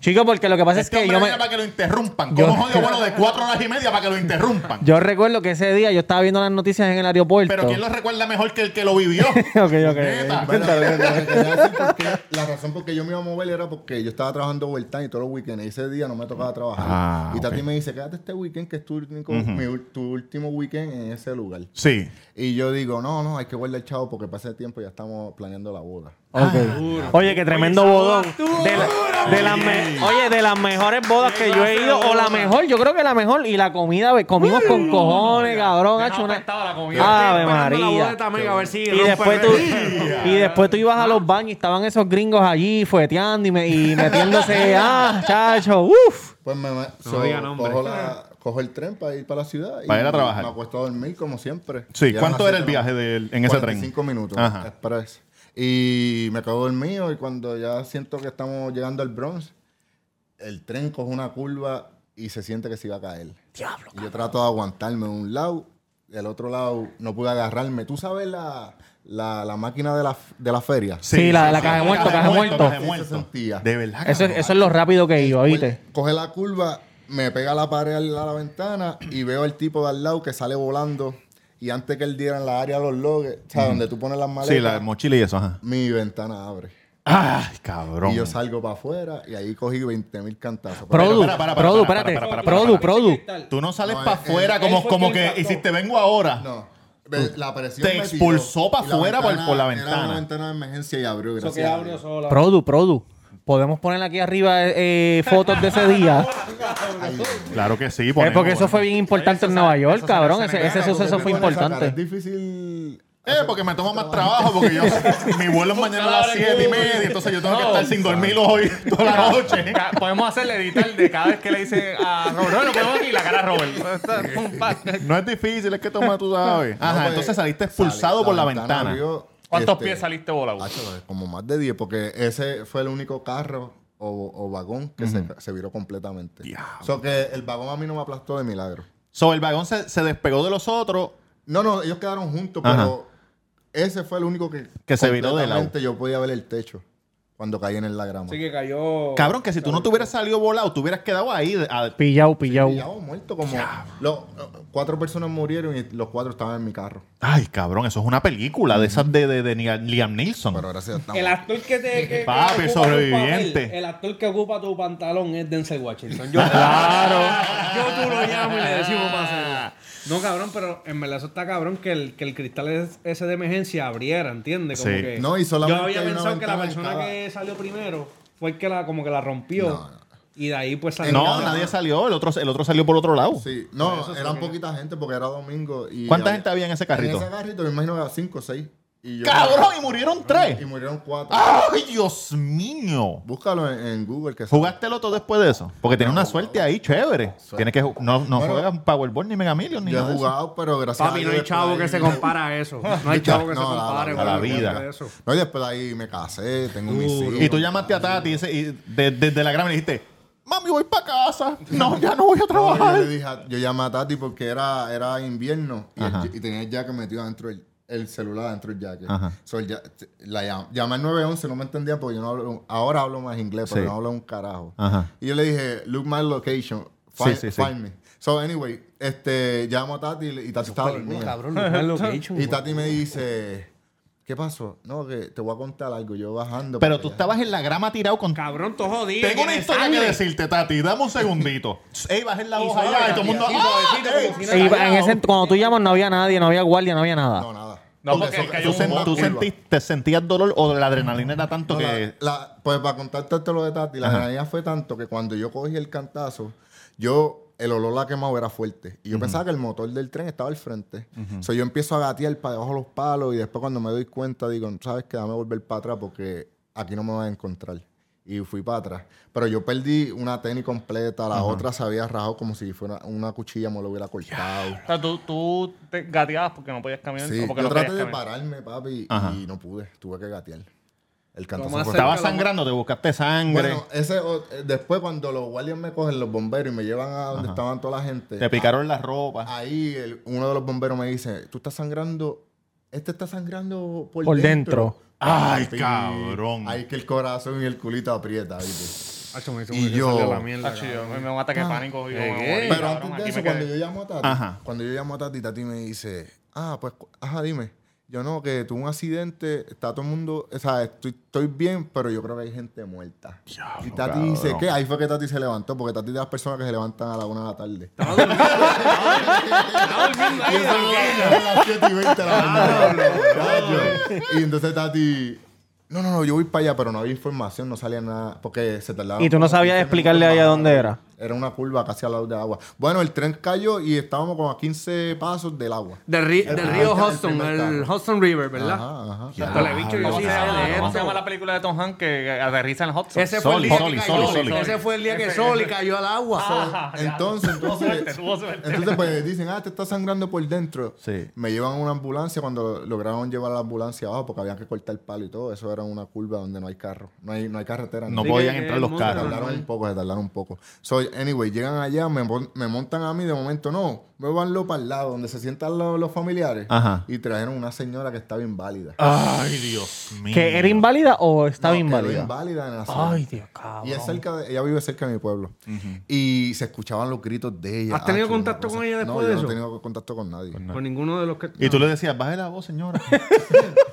[SPEAKER 2] Chico, porque lo que pasa
[SPEAKER 1] Este
[SPEAKER 2] es que
[SPEAKER 1] hombre
[SPEAKER 2] yo me...
[SPEAKER 1] viene para que lo interrumpan.
[SPEAKER 2] Yo-
[SPEAKER 1] Como jodido bueno de cuatro horas y media para que lo interrumpan.
[SPEAKER 2] Yo recuerdo que ese día yo estaba viendo las noticias en el aeropuerto.
[SPEAKER 1] Pero ¿quién lo recuerda mejor que el que lo vivió?
[SPEAKER 2] ok, ok,
[SPEAKER 1] Neta.
[SPEAKER 2] ok.
[SPEAKER 4] Bueno, lo que quería decir porque la razón por que yo me iba a mover era porque yo estaba trabajando overtime y todos los weekends. Y ese día no me tocaba trabajar.
[SPEAKER 1] Ah,
[SPEAKER 4] y Tati
[SPEAKER 1] ok.
[SPEAKER 4] me dice, quédate este weekend que es tu, único- mi ul- tu último weekend en ese lugar.
[SPEAKER 1] Sí.
[SPEAKER 4] Y yo digo, no, no, hay que guardar el chavo porque para ese tiempo ya estamos planeando la boda.
[SPEAKER 8] Ah,
[SPEAKER 2] Oye, qué tremendo bodón. De la- de las me- oye, de las mejores bodas que yo he ido, o la mejor, yo creo que la mejor, y la comida, ve, comimos con cojones, cabrón, ha hecho una...
[SPEAKER 3] apestada la comida.
[SPEAKER 2] Ave
[SPEAKER 8] Estoy esperando la boda
[SPEAKER 2] María.
[SPEAKER 8] de esta amiga, a ver si
[SPEAKER 2] Y
[SPEAKER 8] rompe Ah.
[SPEAKER 2] después,
[SPEAKER 8] el-
[SPEAKER 2] tú, y después tú ibas a los baños y estaban esos gringos allí fueteando y, me- y metiéndose. ¡Ah, chacho! ¡Uf!
[SPEAKER 4] Pues me, me- so,
[SPEAKER 8] diga nombre.
[SPEAKER 4] cojo, la- cojo el tren para ir para la ciudad. y
[SPEAKER 1] Para ir a trabajar.
[SPEAKER 4] Me acuesto a dormir como siempre.
[SPEAKER 1] Sí,
[SPEAKER 4] Y eran
[SPEAKER 1] ¿cuánto
[SPEAKER 4] las
[SPEAKER 1] era el
[SPEAKER 4] siete
[SPEAKER 1] viaje de él en ese tren?
[SPEAKER 4] 45 minutos.
[SPEAKER 1] Ajá.
[SPEAKER 4] express. Y me quedo dormido y cuando ya siento que estamos llegando al Bronx, el tren coge una curva y se siente que se iba a caer. Diablo. Yo trato de aguantarme de un lado, del otro lado no pude agarrarme. ¿Tú sabes la, la, la máquina de la, de la feria?
[SPEAKER 2] Sí, la de la caja de muerto, caja de muerto.
[SPEAKER 1] caja de
[SPEAKER 4] Sí, se sentía.
[SPEAKER 1] De verdad.
[SPEAKER 2] Eso,
[SPEAKER 1] cabrón.
[SPEAKER 2] eso es lo rápido que iba, ¿oíste?
[SPEAKER 4] Pues, Coge la curva, me pega la pared a la, a la ventana y veo al tipo de al lado que sale volando. Y antes que él diera en la área de los logs, o sea, donde tú pones las maletas,
[SPEAKER 1] Sí, la mochila y eso, ajá.
[SPEAKER 4] mi ventana abre.
[SPEAKER 1] Ay, cabrón.
[SPEAKER 4] Y yo salgo para afuera y ahí cogí 20 mil cantazos.
[SPEAKER 2] Produ,
[SPEAKER 1] para, para, para,
[SPEAKER 2] Produ,
[SPEAKER 1] para,
[SPEAKER 2] espérate.
[SPEAKER 1] para, para, para,
[SPEAKER 2] Produ,
[SPEAKER 1] para.
[SPEAKER 2] Produ.
[SPEAKER 1] Tú no sales
[SPEAKER 4] No,
[SPEAKER 1] para
[SPEAKER 4] él-
[SPEAKER 1] afuera
[SPEAKER 4] él-
[SPEAKER 1] como,
[SPEAKER 7] él fue
[SPEAKER 1] como
[SPEAKER 7] quien
[SPEAKER 1] que
[SPEAKER 7] impactó.
[SPEAKER 1] hiciste vengo ahora.
[SPEAKER 4] No. Ve- La presión
[SPEAKER 1] Te
[SPEAKER 4] me
[SPEAKER 1] expulsó pa'
[SPEAKER 4] Y la
[SPEAKER 1] afuera por-
[SPEAKER 4] ventana-
[SPEAKER 1] por la
[SPEAKER 4] Era
[SPEAKER 1] ventana.
[SPEAKER 4] una ventana de emergencia y abrió,
[SPEAKER 7] Eso
[SPEAKER 4] gracias.
[SPEAKER 7] que
[SPEAKER 4] a
[SPEAKER 7] abrió
[SPEAKER 4] Dios.
[SPEAKER 7] sola.
[SPEAKER 2] Produ, Produ. Podemos poner aquí arriba eh, fotos de ese día.
[SPEAKER 1] Claro que sí.
[SPEAKER 2] Eh,
[SPEAKER 1] ponemos,
[SPEAKER 2] porque eso
[SPEAKER 1] ponemos.
[SPEAKER 2] fue bien importante en Nueva York, cabrón. Ese, ese
[SPEAKER 4] Porque
[SPEAKER 2] suceso
[SPEAKER 4] tú
[SPEAKER 2] fue
[SPEAKER 4] pones a sacar,
[SPEAKER 2] importante.
[SPEAKER 4] Es difícil.
[SPEAKER 1] Eh, porque me toma más trabajo, porque yo, mi vuelo es mañana a las 7 y media, entonces yo tengo que estar sin dormir hoy toda la noche.
[SPEAKER 3] Ca- Podemos hacerle editar de cada vez que le dice a Robert. No, lo podemos aquí la cara a Robert. Pum, pa.
[SPEAKER 1] No es difícil, es que toma tú sabes. Ajá,
[SPEAKER 4] No, pues,
[SPEAKER 1] entonces saliste expulsado
[SPEAKER 4] salí-
[SPEAKER 1] por la ventana.
[SPEAKER 4] abrió,
[SPEAKER 3] ¿Cuántos
[SPEAKER 4] este,
[SPEAKER 3] pies saliste volado?
[SPEAKER 4] Hacho, como más de 10, porque ese fue el único carro o, o vagón que se, se viró completamente.
[SPEAKER 1] Diablo.
[SPEAKER 4] O sea, que el vagón a mí no me aplastó de milagro.
[SPEAKER 1] So, el vagón se, se despegó de los otros.
[SPEAKER 4] No, no, ellos quedaron juntos,
[SPEAKER 1] Ajá.
[SPEAKER 4] pero ese fue el único que.
[SPEAKER 1] Que se viró de lado.
[SPEAKER 4] completamente Yo podía ver el techo cuando caí en la grama.
[SPEAKER 7] Así que cayó.
[SPEAKER 1] Cabrón, que si tú no te hubieras salido volado, te hubieras quedado ahí. de- a-
[SPEAKER 2] Pillao, pillao.
[SPEAKER 4] Ya, oh, muerto como. Los, cuatro personas murieron y los cuatro estaban en mi carro.
[SPEAKER 1] Ay, cabrón, eso es una película de esas de, de, de Nia- Liam Neeson.
[SPEAKER 4] Pero gracias a
[SPEAKER 7] El actor que te. Que, que
[SPEAKER 1] Papi,
[SPEAKER 7] ocupa tu
[SPEAKER 1] sobreviviente.
[SPEAKER 7] papel, el actor que ocupa tu pantalón es Denzel Washington. Yo, claro. Yo tú lo llamo y le decimos para hacerlo.
[SPEAKER 8] No, cabrón, pero en verdad eso está cabrón que el, que el cristal es- ese de emergencia abriera, ¿entiendes? Como
[SPEAKER 1] Sí.
[SPEAKER 8] que
[SPEAKER 4] No, y solamente
[SPEAKER 8] Yo había
[SPEAKER 4] hay una
[SPEAKER 8] pensado que la
[SPEAKER 4] ventana en
[SPEAKER 8] persona
[SPEAKER 4] cada-
[SPEAKER 8] que salió primero fue el que la, como que la rompió.
[SPEAKER 4] No, no.
[SPEAKER 8] Y de ahí pues salió.
[SPEAKER 1] No, nadie salió, el otro, el otro salió por otro lado.
[SPEAKER 4] Sí, no, eran poquita gente porque era domingo. Y
[SPEAKER 1] ¿Cuánta gente había en ese carrito?
[SPEAKER 4] En ese carrito me imagino que era cinco o seis. Y yo-
[SPEAKER 1] ¡Cabrón! Y murieron tres. ¡Ah!
[SPEAKER 4] Y murieron cuatro.
[SPEAKER 1] ¡Ay, Dios mío!
[SPEAKER 4] Búscalo en, en Google. Que
[SPEAKER 1] ¿Jugaste el otro después de eso? Porque tienes una suerte ahí, chévere. Tienes que ju- no, no
[SPEAKER 4] Bueno,
[SPEAKER 1] juegas un Powerball ni Mega Million ni
[SPEAKER 4] Yo
[SPEAKER 1] nada
[SPEAKER 4] he
[SPEAKER 1] de eso.
[SPEAKER 4] jugado, pero gracias
[SPEAKER 8] Papi,
[SPEAKER 4] a
[SPEAKER 8] no
[SPEAKER 4] Dios.
[SPEAKER 8] hay chavo que
[SPEAKER 4] después
[SPEAKER 8] se
[SPEAKER 4] ahí-
[SPEAKER 8] compara a eso. No hay chavo que se
[SPEAKER 4] No, la-
[SPEAKER 8] compare
[SPEAKER 4] la-
[SPEAKER 1] la
[SPEAKER 8] con
[SPEAKER 1] vida.
[SPEAKER 8] con eso.
[SPEAKER 4] No, y después de ahí me casé, tengo mis hijos.
[SPEAKER 1] Uh, Y tú llamaste a Tati y ese- y de- desde la grama y le dijiste, mami, voy para casa. No, ya no voy a
[SPEAKER 4] No, yo,
[SPEAKER 1] trabajar.
[SPEAKER 4] le dije a- yo llamé a Tati porque era, era invierno y, el-
[SPEAKER 1] Ajá.
[SPEAKER 4] y tenía el jacket metido dentro del el celular dentro del jacket.
[SPEAKER 1] Ajá.
[SPEAKER 4] So, el ja- la llam- llamé al 911, no me entendía porque yo no hablo, ahora hablo más inglés, pero
[SPEAKER 1] Sí.
[SPEAKER 4] no hablo un carajo.
[SPEAKER 1] Ajá.
[SPEAKER 4] Y yo le dije, look my location,
[SPEAKER 1] Sí,
[SPEAKER 4] find,
[SPEAKER 1] sí, sí.
[SPEAKER 4] find me. So anyway, este, llamo a Tati y le- y Tati estaba dormida.
[SPEAKER 7] Cabrón, lo cual lo que he hecho.
[SPEAKER 4] Y Tati me dice, ¿qué pasó? No, que te voy a contar algo, yo bajando.
[SPEAKER 1] Pero
[SPEAKER 4] porque
[SPEAKER 1] tú
[SPEAKER 4] ya-
[SPEAKER 1] estabas en la grama tirado con...
[SPEAKER 8] Cabrón, todo jodido.
[SPEAKER 1] Tengo una historia que decirte, Tati. Dame un segundito. Ey, bajé la hoja
[SPEAKER 7] suave,
[SPEAKER 1] allá y todo el mundo...
[SPEAKER 7] Tati, así,
[SPEAKER 1] ¡Ah!
[SPEAKER 7] suavecito, como
[SPEAKER 1] ey,
[SPEAKER 7] si
[SPEAKER 2] Y
[SPEAKER 7] nada.
[SPEAKER 1] se
[SPEAKER 2] en
[SPEAKER 1] cayó.
[SPEAKER 2] ese, cuando tú llamas no había nadie, no había guardia, no había nada.
[SPEAKER 4] No, nada.
[SPEAKER 3] No, porque él cayó
[SPEAKER 1] ¿Tú,
[SPEAKER 3] un
[SPEAKER 1] sen-
[SPEAKER 4] moco.
[SPEAKER 1] tú sentí- te sentías dolor o la adrenalina era tanto
[SPEAKER 4] No,
[SPEAKER 1] que...
[SPEAKER 4] la- la- pues para contarte lo de Tati, la adrenalina fue tanto que cuando yo cogí el cantazo, yo, el olor a quemado era fuerte. Y yo pensaba que el motor del tren estaba al frente. O sea, yo empiezo a gatear para debajo de los palos y después cuando me doy cuenta digo, ¿sabes qué? Dame volver para atrás porque aquí no me van a encontrar. Y fui para atrás. Pero yo perdí una tenis completa, la otra se había rajado como si fuera una cuchilla, me lo hubiera cortado.
[SPEAKER 3] O sea, tú, tú te gateabas porque no podías caminar.
[SPEAKER 4] Sí,
[SPEAKER 3] o porque
[SPEAKER 4] yo
[SPEAKER 3] no
[SPEAKER 4] traté
[SPEAKER 3] querías
[SPEAKER 4] de
[SPEAKER 3] caminar.
[SPEAKER 4] pararme, papi, y no pude. Tuve que gatear. El cantazo
[SPEAKER 7] más
[SPEAKER 4] fue
[SPEAKER 7] cerca
[SPEAKER 1] Estaba sangrando, te buscaste sangre.
[SPEAKER 4] Bueno, ese, o- eh, después cuando los guardias me cogen, los bomberos, y me llevan a donde estaban toda la gente,
[SPEAKER 7] ah,
[SPEAKER 1] te picaron la ropa.
[SPEAKER 4] ahí el- uno de los bomberos me dice, tú estás sangrando, este está sangrando por,
[SPEAKER 2] Por
[SPEAKER 4] dentro.
[SPEAKER 2] dentro.
[SPEAKER 1] Ay,
[SPEAKER 4] Papi,
[SPEAKER 1] cabrón.
[SPEAKER 4] Ahí que el corazón y el culito aprieta, ¿viste?
[SPEAKER 8] Acho, me hizo-
[SPEAKER 4] Y
[SPEAKER 8] me
[SPEAKER 4] yo-
[SPEAKER 8] salió la mierda,
[SPEAKER 3] Ah, sí, yo,
[SPEAKER 8] cabrón.
[SPEAKER 3] me mata que pánico. y yo,
[SPEAKER 8] Eh,
[SPEAKER 3] me morí,
[SPEAKER 4] Pero
[SPEAKER 3] cabrón,
[SPEAKER 4] antes
[SPEAKER 3] aquí
[SPEAKER 4] de eso,
[SPEAKER 3] me
[SPEAKER 4] cuando
[SPEAKER 3] quedé.
[SPEAKER 4] yo llamo a Tati,
[SPEAKER 1] Ajá.
[SPEAKER 4] cuando yo llamo a Tati, Tati me dice, ah, pues, cu- ajá, dime. Yo no, que tuve un accidente, está todo el mundo, o sea, estoy, estoy bien, pero yo creo que hay gente muerta. y Tati
[SPEAKER 1] cabrón.
[SPEAKER 4] dice, ¿qué? Ahí fue que Tati se levantó, porque Tati es de las personas que se levantan a la una de la tarde. Y eso fue a las 7 y 20 de la mañana. Cacho. Y entonces Tati, no, no, no, yo voy para allá, pero no había información, no salía nada, porque se tardaba.
[SPEAKER 2] Y tú no sabías explicarle ahí a dónde era.
[SPEAKER 4] Era una curva casi al lado de agua. Bueno, el tren cayó y estábamos como a 15 pasos del agua.
[SPEAKER 7] Del, ri- del
[SPEAKER 4] El primer
[SPEAKER 7] río
[SPEAKER 4] carro,
[SPEAKER 7] Hudson,
[SPEAKER 4] el
[SPEAKER 7] el,
[SPEAKER 4] primer carro.
[SPEAKER 7] Hudson River, ¿verdad?
[SPEAKER 4] Ajá, ajá.
[SPEAKER 7] Huele bicho, yo
[SPEAKER 3] ¿Cómo
[SPEAKER 7] sí
[SPEAKER 3] se
[SPEAKER 7] sé de
[SPEAKER 3] llama- ¿Cómo se
[SPEAKER 7] esto.
[SPEAKER 3] llama la película de Tom Hanks que aterriza en el Hudson?
[SPEAKER 7] Ese fue el
[SPEAKER 1] Soli,
[SPEAKER 7] día
[SPEAKER 1] Soli,
[SPEAKER 7] que
[SPEAKER 1] Soli,
[SPEAKER 7] cayó.
[SPEAKER 1] Soli.
[SPEAKER 7] Ese fue el día que Soli cayó al agua.
[SPEAKER 4] Entonces,
[SPEAKER 3] suerte,
[SPEAKER 4] entonces,
[SPEAKER 3] Ah, tuvo suerte.
[SPEAKER 4] entonces pues dicen, ah, te está sangrando por dentro.
[SPEAKER 1] Sí.
[SPEAKER 4] Me llevan a una ambulancia cuando lograron llevar la ambulancia abajo porque había que cortar el palo y todo. Eso era una curva donde no hay carro, no hay, no hay carretera.
[SPEAKER 1] No
[SPEAKER 4] hay-
[SPEAKER 1] podían entrar los
[SPEAKER 4] Se
[SPEAKER 1] carros.
[SPEAKER 4] tardaron un poco, se tardaron un poco. So, anyway, llegan allá, me, mon- me montan a mí de momento, no, me van lo para el lado, donde se sientan lo- los familiares.
[SPEAKER 1] Ajá.
[SPEAKER 4] Y trajeron una señora que estaba inválida.
[SPEAKER 1] Ay, Dios mío.
[SPEAKER 2] ¿Que era inválida o estaba
[SPEAKER 4] No, quedó
[SPEAKER 2] inválida?
[SPEAKER 4] inválida en la zona.
[SPEAKER 2] Ay, Dios, cabrón.
[SPEAKER 4] Y es cerca de- ella vive cerca de mi pueblo. Y se escuchaban los gritos de ella.
[SPEAKER 8] ¿Has tenido
[SPEAKER 4] Hacho, una
[SPEAKER 8] contacto
[SPEAKER 4] cosa-
[SPEAKER 8] con ella después
[SPEAKER 4] no,
[SPEAKER 8] de
[SPEAKER 4] yo
[SPEAKER 8] eso?
[SPEAKER 4] No he tenido contacto con nadie.
[SPEAKER 8] Con ninguno de los que.
[SPEAKER 1] Y tú le decías, baje la voz, señora.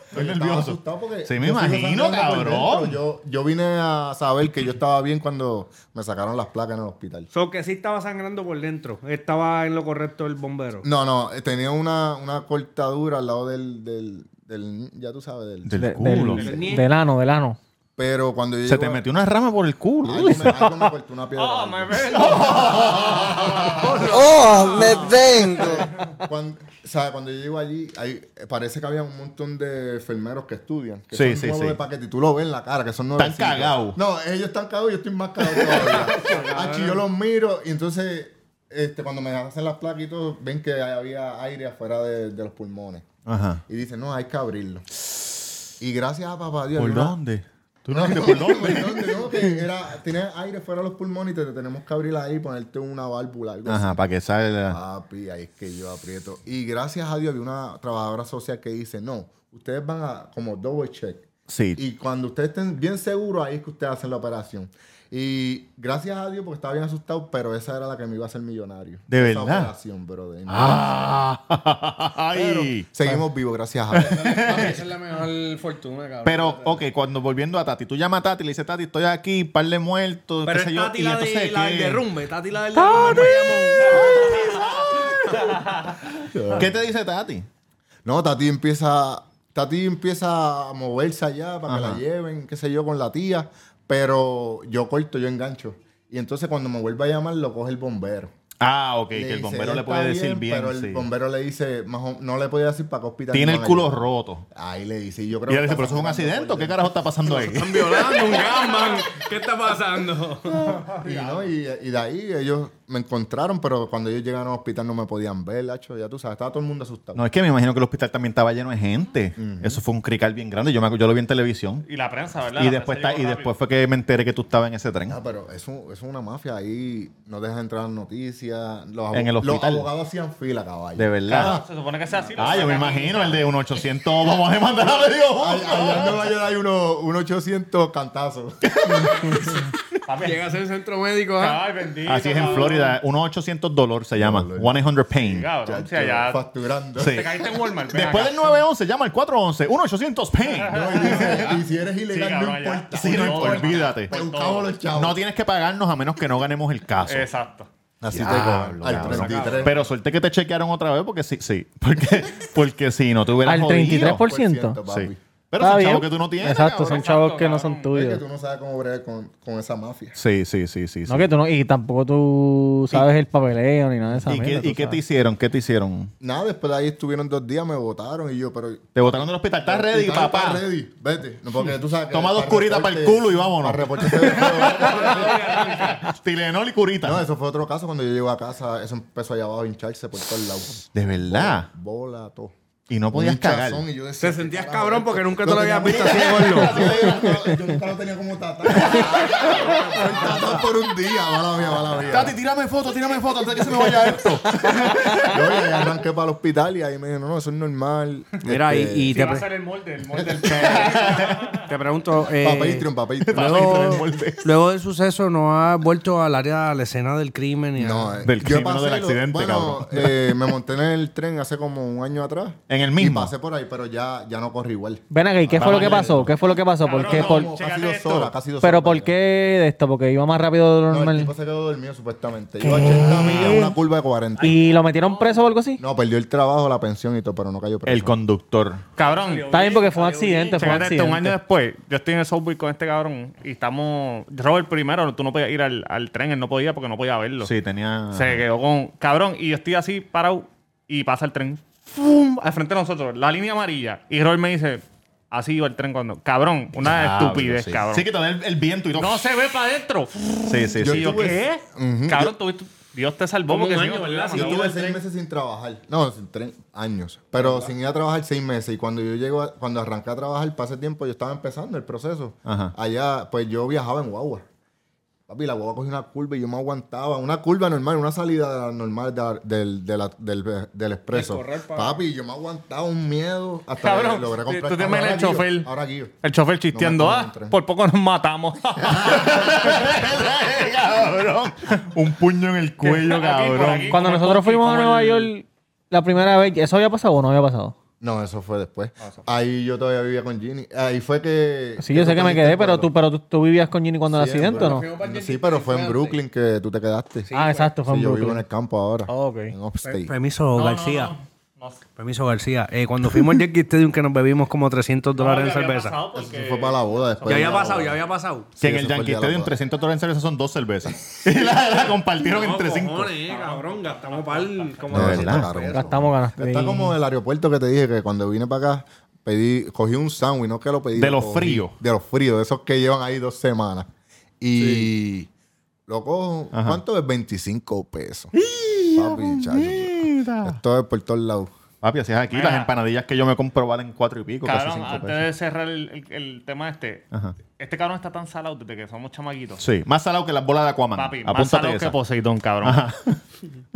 [SPEAKER 1] Estoy nervioso. Sí, me
[SPEAKER 4] yo sigo
[SPEAKER 1] imagino,
[SPEAKER 4] sangrando por dentro.
[SPEAKER 1] cabrón.
[SPEAKER 4] Yo, yo vine a saber que yo estaba bien cuando me sacaron las placas en el hospital.
[SPEAKER 8] So que sí estaba sangrando por dentro. Estaba en lo correcto el bombero.
[SPEAKER 4] No, no, eh, tenía una, una cortadura al lado del, del, del- ya tú sabes, del...
[SPEAKER 1] Del
[SPEAKER 2] De-
[SPEAKER 1] culo.
[SPEAKER 2] del, del ano, del ano.
[SPEAKER 4] Pero cuando yo
[SPEAKER 1] Se
[SPEAKER 4] llego
[SPEAKER 1] te
[SPEAKER 4] a-
[SPEAKER 1] metió una rama por el culo.
[SPEAKER 4] Algo me, algo me cortó una piedra.
[SPEAKER 3] Oh, my bad.
[SPEAKER 9] ¡Oh, me vengo!
[SPEAKER 4] cuando, o sea, cuando yo llego allí, hay- eh, parece que había un montón de enfermeros que estudian. Que
[SPEAKER 1] Sí,
[SPEAKER 4] son
[SPEAKER 1] sí,
[SPEAKER 4] nuevos
[SPEAKER 1] sí.
[SPEAKER 4] de paquete. Y tú lo ves en la cara, que son nuevos.
[SPEAKER 1] Están cagados.
[SPEAKER 4] No, ellos están cagados yo estoy más cagado todavía. Hacho, yo los miro y entonces, este, cuando me hacen las placas y todo, ven que había aire afuera de, de los pulmones.
[SPEAKER 1] Ajá.
[SPEAKER 4] Y dicen, no, hay que abrirlo. Y gracias a papá Dios.
[SPEAKER 1] ¿Por
[SPEAKER 4] ¿no?
[SPEAKER 1] dónde? ¿Tú no
[SPEAKER 4] No,
[SPEAKER 1] dijiste
[SPEAKER 4] no,
[SPEAKER 1] por dónde?
[SPEAKER 4] por dónde, no, que era, tenía aire fuera de los pulmones y te, te tenemos que abrir ahí y ponerte una válvula, algo así.
[SPEAKER 1] Ajá, para que
[SPEAKER 4] Ah.
[SPEAKER 1] salga.
[SPEAKER 4] Papi, ahí es que yo aprieto. Y gracias a Dios había una trabajadora social que dice, no, ustedes van a como double check.
[SPEAKER 1] Sí.
[SPEAKER 4] Y cuando ustedes estén bien seguros, ahí es que ustedes hacen la operación. Y gracias a Dios, porque estaba bien asustado, pero esa era la que me iba a hacer millonario.
[SPEAKER 1] ¿De
[SPEAKER 4] Esa
[SPEAKER 1] verdad? Ah,
[SPEAKER 4] operación, brother. Pero
[SPEAKER 1] ¡Ay!
[SPEAKER 4] seguimos vivos, gracias a Dios.
[SPEAKER 7] Esa es la mejor fortuna, cabrón.
[SPEAKER 1] Pero, ok, cuando volviendo a Tati, tú llamas a Tati y le dices, Tati, estoy aquí, par de muertos,
[SPEAKER 7] Pero
[SPEAKER 1] qué sé
[SPEAKER 7] es
[SPEAKER 1] yo.
[SPEAKER 7] Tati
[SPEAKER 1] Y
[SPEAKER 7] la, de,
[SPEAKER 1] entonces,
[SPEAKER 7] la del
[SPEAKER 1] ¿qué?
[SPEAKER 7] derrumbe. Tati la del
[SPEAKER 2] ¡Tati!
[SPEAKER 1] ¿Qué te dice Tati?
[SPEAKER 4] No, Tati empieza, Tati empieza a moverse allá para
[SPEAKER 1] Ajá.
[SPEAKER 4] que la lleven, qué sé yo, con la tía. Pero yo corto, yo engancho. Y entonces cuando me vuelve a llamar, lo coge el bombero.
[SPEAKER 1] Ah, ok, que el
[SPEAKER 4] dice,
[SPEAKER 1] bombero
[SPEAKER 4] "Él
[SPEAKER 1] le
[SPEAKER 4] está
[SPEAKER 1] puede decir bien.
[SPEAKER 4] Pero el
[SPEAKER 1] sí.
[SPEAKER 4] bombero le dice, más o- no le podía decir para qué hospital.
[SPEAKER 1] Tiene
[SPEAKER 4] me
[SPEAKER 1] el
[SPEAKER 4] van a
[SPEAKER 1] culo
[SPEAKER 4] llevar".
[SPEAKER 1] roto.
[SPEAKER 4] Ahí le dice, y yo creo
[SPEAKER 1] Y él dice,
[SPEAKER 4] está
[SPEAKER 1] pero eso es un
[SPEAKER 4] sangrando
[SPEAKER 1] accidente,
[SPEAKER 4] por
[SPEAKER 1] ¿o ¿qué carajo está pasando ahí?
[SPEAKER 7] Están violando un gunman. ¿Qué está pasando?
[SPEAKER 4] dentro". Y, ¿no? y, y de ahí ellos me encontraron, pero cuando ellos llegaron al hospital no me podían ver, hacho, ya tú sabes, estaba todo el mundo asustado.
[SPEAKER 1] No, es que me imagino que el hospital también estaba lleno de gente. Eso fue un crical bien grande. Yo, me, acu- yo lo vi en televisión.
[SPEAKER 3] Y la prensa, ¿verdad?
[SPEAKER 1] Y
[SPEAKER 3] La
[SPEAKER 1] después,
[SPEAKER 3] prensa
[SPEAKER 1] ta- y
[SPEAKER 3] llegó
[SPEAKER 1] después fue que me enteré que tú estabas en ese tren.
[SPEAKER 4] Ah, pero eso, eso es una mafia, ahí no dejan entrar noticias. Los, abo-
[SPEAKER 1] En el
[SPEAKER 4] los
[SPEAKER 1] hospital.
[SPEAKER 4] abogados hacían fila, caballo.
[SPEAKER 1] De
[SPEAKER 3] rápido.
[SPEAKER 1] verdad.
[SPEAKER 3] Se supone que sea así.
[SPEAKER 1] Ah, yo me
[SPEAKER 3] Sacan-
[SPEAKER 1] imagino el de un 800 vamos a demandar a medio
[SPEAKER 4] Ay-
[SPEAKER 1] mundo.
[SPEAKER 4] Allá en Nueva York hay unos unos 800 cantazos.
[SPEAKER 3] Papi,
[SPEAKER 7] Llega a ser el centro médico. ¿ah?
[SPEAKER 3] Ay, bendito.
[SPEAKER 1] Así es en
[SPEAKER 3] cabrón.
[SPEAKER 1] Florida. 1-800 dolor se llama.
[SPEAKER 4] Dolor.
[SPEAKER 1] 1-800 pain.
[SPEAKER 3] Cabrón, si
[SPEAKER 4] Chacho,
[SPEAKER 3] allá.
[SPEAKER 4] Facturando.
[SPEAKER 1] Sí.
[SPEAKER 3] Te caíste en este Walmart. ven
[SPEAKER 1] Después
[SPEAKER 3] acá.
[SPEAKER 1] del 911 llama al 411. 1-800 pain.
[SPEAKER 4] No, y, dice, y si eres
[SPEAKER 3] Sí,
[SPEAKER 4] ilegal,
[SPEAKER 3] cabrón,
[SPEAKER 4] no Pues,
[SPEAKER 3] allá.
[SPEAKER 4] importa.
[SPEAKER 1] Sí, no importa, olvídate.
[SPEAKER 4] Te buscamos los chavos.
[SPEAKER 1] No tienes que pagarnos a menos que no ganemos el caso.
[SPEAKER 3] Exacto.
[SPEAKER 4] Así
[SPEAKER 1] Diablo,
[SPEAKER 4] te
[SPEAKER 1] cabrón.
[SPEAKER 4] cobran. Ah, Al 33.
[SPEAKER 1] Pero suerte que te chequearon otra vez porque sí, sí. Porque, porque si no, te hubieras
[SPEAKER 2] Al
[SPEAKER 1] jodido.
[SPEAKER 2] 33%.
[SPEAKER 4] papi.
[SPEAKER 1] Sí. Pero son chavos que tú no tienes.
[SPEAKER 2] Exacto,
[SPEAKER 1] cabrón.
[SPEAKER 2] son chavos que no
[SPEAKER 3] Exacto,
[SPEAKER 2] son
[SPEAKER 4] Es que
[SPEAKER 2] tuyos.
[SPEAKER 4] tú no sabes cómo bregar con, con esa mafia.
[SPEAKER 1] Sí, sí, sí, sí. sí.
[SPEAKER 2] No, que tú no, y tampoco tú sabes el papeleo ni nada de esa
[SPEAKER 1] ¿Y,
[SPEAKER 2] mierda,
[SPEAKER 1] qué,
[SPEAKER 2] tú
[SPEAKER 1] y qué te
[SPEAKER 2] sabes.
[SPEAKER 1] hicieron? ¿Qué te hicieron?
[SPEAKER 4] Nada, después de ahí estuvieron dos días, me votaron y yo, pero.
[SPEAKER 1] Te botaron del hospital. ¿Estás ready,
[SPEAKER 4] Está-
[SPEAKER 1] papá?
[SPEAKER 4] está ready, vete. No, porque tú sabes que
[SPEAKER 1] Toma dos
[SPEAKER 4] para
[SPEAKER 1] curitas
[SPEAKER 4] reporte-
[SPEAKER 1] pa'l culo y vámonos.
[SPEAKER 4] para reporte se ve feo.
[SPEAKER 1] Tilenol y curita.
[SPEAKER 4] no, eso fue otro caso cuando yo llego a casa. Eso empezó allá abajo a hincharse por todos lados.
[SPEAKER 1] De verdad.
[SPEAKER 4] Bola, todo.
[SPEAKER 1] Y no podías
[SPEAKER 4] un
[SPEAKER 1] cagar.
[SPEAKER 4] hinchazón, y yo decía,
[SPEAKER 8] Te sentías
[SPEAKER 4] "Carajo,
[SPEAKER 8] cabrón
[SPEAKER 4] esto".
[SPEAKER 8] porque nunca te lo habías visto
[SPEAKER 4] tenía-
[SPEAKER 8] así de gordo.
[SPEAKER 4] Yo- Yo nunca lo tenía como tata. Tata por un día, mala mía, mala mía.
[SPEAKER 1] Tati, tírame foto, tírame foto antes de que se me vaya esto.
[SPEAKER 4] Yo ya arranqué para el hospital y ahí me dijeron, no, no, eso es normal.
[SPEAKER 5] Mira, y,
[SPEAKER 4] Este,
[SPEAKER 5] y
[SPEAKER 3] Si
[SPEAKER 5] te,
[SPEAKER 3] va a
[SPEAKER 5] pre-
[SPEAKER 3] ser el molde, el molde del
[SPEAKER 5] te pregunto. eh,
[SPEAKER 4] Pa' Patreon, pa' Patreon.
[SPEAKER 5] luego, luego del suceso, ¿no has vuelto al área, a la escena del crimen? Y a-
[SPEAKER 4] No, eh,
[SPEAKER 1] Del
[SPEAKER 4] yo
[SPEAKER 1] crimen,
[SPEAKER 4] pasé
[SPEAKER 1] no del
[SPEAKER 4] lo-
[SPEAKER 1] accidente, cabrón.
[SPEAKER 4] Bueno, eh, me monté en el tren hace como un año atrás.
[SPEAKER 1] En el mismo.
[SPEAKER 4] Y pasé por ahí, pero ya, ya no corrí igual.
[SPEAKER 2] Ven aquí, ¿qué fue lo que
[SPEAKER 1] Vamos,
[SPEAKER 2] pasó? ¿Qué fue lo que pasó? ¿Por
[SPEAKER 3] Cabrón,
[SPEAKER 2] qué?
[SPEAKER 3] no,
[SPEAKER 2] Por-
[SPEAKER 3] no,
[SPEAKER 4] Casi
[SPEAKER 3] Chécate
[SPEAKER 4] dos
[SPEAKER 3] esto.
[SPEAKER 4] horas, casi dos
[SPEAKER 2] ¿Pero
[SPEAKER 4] horas
[SPEAKER 2] por
[SPEAKER 4] para
[SPEAKER 2] qué de esto? Porque iba más rápido de lo
[SPEAKER 4] llegar. No, el tipo
[SPEAKER 2] normal.
[SPEAKER 4] se quedó dormido supuestamente. Iba a 80 millas, una curva de 40.
[SPEAKER 2] ¿Y lo metieron preso o algo así?
[SPEAKER 4] No, perdió el trabajo, la pensión y todo, pero no cayó preso.
[SPEAKER 1] El conductor.
[SPEAKER 3] Cabrón.
[SPEAKER 2] Está bien porque fue un accidente, fue un
[SPEAKER 3] Chécate esto, un año
[SPEAKER 2] accidente.
[SPEAKER 3] después, yo estoy en el Subway con este cabrón y estamos... Robert primero, tú no podías ir al, al tren, él no podía porque no podía verlo.
[SPEAKER 1] Sí, Ah. tenía.
[SPEAKER 3] Se quedó con... Cabrón, y yo estoy así parado y pasa el tren. ¡Fum! Al frente de nosotros, la línea amarilla. Y Robert me dice, así iba el tren cuando... Cabrón, una
[SPEAKER 1] Diablo,
[SPEAKER 3] estupidez,
[SPEAKER 1] sí.
[SPEAKER 3] cabrón.
[SPEAKER 1] Sí, que te da el, el viento y todo.
[SPEAKER 3] No se ve para adentro.
[SPEAKER 1] Sí, sí,
[SPEAKER 4] Yo
[SPEAKER 1] sí.
[SPEAKER 3] Y yo,
[SPEAKER 4] tuve-
[SPEAKER 3] Este, ¿qué?
[SPEAKER 4] Ujú.
[SPEAKER 3] Cabrón, tú- tú- Dios te salvó
[SPEAKER 7] Como
[SPEAKER 3] porque
[SPEAKER 7] un
[SPEAKER 3] si
[SPEAKER 7] año,
[SPEAKER 3] Ah, no-
[SPEAKER 7] ¿verdad?
[SPEAKER 4] Yo
[SPEAKER 7] Sin
[SPEAKER 4] tuve seis meses sin trabajar. No, sin tres años. Pero sin ir a trabajar seis meses. Y cuando yo llego, a- cuando arranqué a trabajar, para ese tiempo yo estaba empezando el proceso.
[SPEAKER 1] Ajá.
[SPEAKER 4] Allá, pues yo viajaba en guagua. Papi, la guagua cogía una curva y yo me aguantaba. Una curva normal, una salida de la normal de la- del, de la- del, del expreso. Papi, yo me aguantaba un miedo hasta
[SPEAKER 3] Cabrón,
[SPEAKER 4] que logré
[SPEAKER 3] tú- tú
[SPEAKER 4] comprar.
[SPEAKER 3] te
[SPEAKER 4] Ahora
[SPEAKER 3] imaginas el
[SPEAKER 4] guío,
[SPEAKER 3] chofer.
[SPEAKER 4] Ahora guío.
[SPEAKER 3] El chofer chisteando,
[SPEAKER 4] No me
[SPEAKER 3] ah,
[SPEAKER 4] encuentro.
[SPEAKER 3] por poco nos matamos.
[SPEAKER 1] cabrón. Un puño en el cuello,
[SPEAKER 3] Aquí, por aquí.
[SPEAKER 1] cabrón.
[SPEAKER 2] Cuando
[SPEAKER 3] como
[SPEAKER 2] nosotros
[SPEAKER 3] aquí,
[SPEAKER 2] fuimos a
[SPEAKER 3] como
[SPEAKER 2] Nueva
[SPEAKER 3] el-
[SPEAKER 2] York la primera vez, ¿eso había pasado o no había pasado?
[SPEAKER 4] No, eso fue después. Ahí yo todavía vivía con Ginny. Ahí fue que.
[SPEAKER 2] Sí, yo sé que me quedé, pero tú,
[SPEAKER 4] Sí,
[SPEAKER 2] pero tú, tú vivías con Ginny cuando el
[SPEAKER 4] en
[SPEAKER 2] accidente, ¿o ¿no?
[SPEAKER 4] Brooklyn. Sí, pero fue en Brooklyn que tú te quedaste.
[SPEAKER 2] Ah, exacto, fue
[SPEAKER 4] Sí,
[SPEAKER 2] en
[SPEAKER 4] yo vivo en
[SPEAKER 2] Brooklyn.
[SPEAKER 4] el campo ahora.
[SPEAKER 5] Ah, ok.
[SPEAKER 4] En Upstate.
[SPEAKER 5] Permiso, García. Permiso, García. Eh, cuando fuimos al Yankee Stadium, que nos bebimos como 300 dólares en cerveza.
[SPEAKER 4] Eso fue para la boda después.
[SPEAKER 5] Ya
[SPEAKER 4] de
[SPEAKER 5] había
[SPEAKER 4] la
[SPEAKER 5] pasado,
[SPEAKER 4] boda.
[SPEAKER 5] ya había pasado.
[SPEAKER 1] Que en
[SPEAKER 4] Sí,
[SPEAKER 1] el
[SPEAKER 4] eso fue el
[SPEAKER 1] Yankee
[SPEAKER 4] día de la
[SPEAKER 1] Stadium
[SPEAKER 4] boda.
[SPEAKER 1] 300 dólares en cerveza son dos cervezas. y la, la compartieron entre cinco.
[SPEAKER 8] Cojones, eh, cabrón, gastamos pal como
[SPEAKER 4] No,
[SPEAKER 8] de
[SPEAKER 4] eso está
[SPEAKER 1] verdad.
[SPEAKER 4] caro.
[SPEAKER 2] Gastamos ganas.
[SPEAKER 4] Está
[SPEAKER 2] Sí.
[SPEAKER 4] como el aeropuerto que te dije que cuando vine para acá pedí, cogí un sándwich, no que lo pedí.
[SPEAKER 1] De
[SPEAKER 4] lo
[SPEAKER 1] los
[SPEAKER 4] cogí.
[SPEAKER 1] fríos.
[SPEAKER 4] De los fríos, de esos que llevan ahí dos semanas. Y lo cojo.
[SPEAKER 1] Ajá.
[SPEAKER 4] ¿Cuánto es? 25 pesos. Papi, chacho. Esto es por todos lados.
[SPEAKER 1] Papi, así es aquí. Las
[SPEAKER 3] Mira.
[SPEAKER 1] empanadillas que yo me compro valen cuatro y pico, casi
[SPEAKER 3] Cabrón,
[SPEAKER 1] cinco
[SPEAKER 3] antes
[SPEAKER 1] pesos.
[SPEAKER 3] de cerrar el, el- el tema este,
[SPEAKER 1] Ajá.
[SPEAKER 3] este cabrón está tan salado desde que somos chamaguitos.
[SPEAKER 1] Sí, más salado que las bolas de Aquaman.
[SPEAKER 3] Papi, más
[SPEAKER 1] Apúntate
[SPEAKER 3] salado
[SPEAKER 1] esa.
[SPEAKER 3] que Poseidón, cabrón.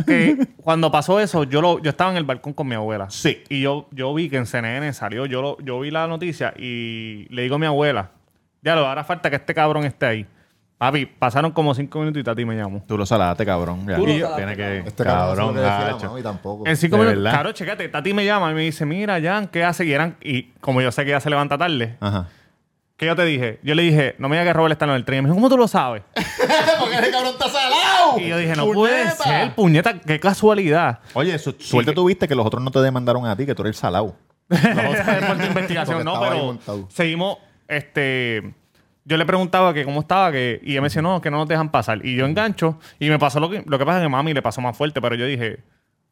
[SPEAKER 3] Que cuando pasó eso, yo lo, yo estaba en el balcón con mi abuela.
[SPEAKER 1] Sí.
[SPEAKER 3] Y yo, yo vi que en CNN salió, yo, lo, yo vi la noticia y le digo a mi abuela, ya lo hará falta que este cabrón esté ahí. Papi, pasaron como cinco minutos y Tati me llamó.
[SPEAKER 1] Tú lo salaste, cabrón. Ya.
[SPEAKER 7] Tú lo
[SPEAKER 1] Y yo-
[SPEAKER 7] salaste,
[SPEAKER 1] Tiene que...
[SPEAKER 4] Este
[SPEAKER 1] cabrón, ah,
[SPEAKER 4] cabrón, no se lo decía a la
[SPEAKER 1] gacho.
[SPEAKER 4] mami tampoco.
[SPEAKER 3] En cinco
[SPEAKER 1] ¿De
[SPEAKER 3] minutos.
[SPEAKER 1] verdad?
[SPEAKER 3] Claro, checate. Tati me llama y me dice, mira, Jan, ¿qué hace? Y, eran, y como yo sé que ella se levanta tarde,
[SPEAKER 1] Ajá.
[SPEAKER 3] ¿qué yo te dije? Yo le dije, no me digas que Robert está en el tren. Y me dijo, ¿cómo tú lo sabes?
[SPEAKER 1] Porque ese cabrón está salado.
[SPEAKER 3] Y yo dije, no puede ser, puñeta, qué casualidad.
[SPEAKER 1] Oye, su- suerte tuviste que los otros no te demandaron a ti, que tú eres el salado.
[SPEAKER 3] por tu investigación,
[SPEAKER 4] Porque
[SPEAKER 3] no,
[SPEAKER 4] estaba ahí
[SPEAKER 3] pero
[SPEAKER 4] montado.
[SPEAKER 3] seguimos, este... Yo le preguntaba que cómo estaba, que, y él me decía, no, que no nos dejan pasar. Y yo engancho, y me pasó lo que, lo que pasa es que mami le pasó más fuerte, pero yo dije,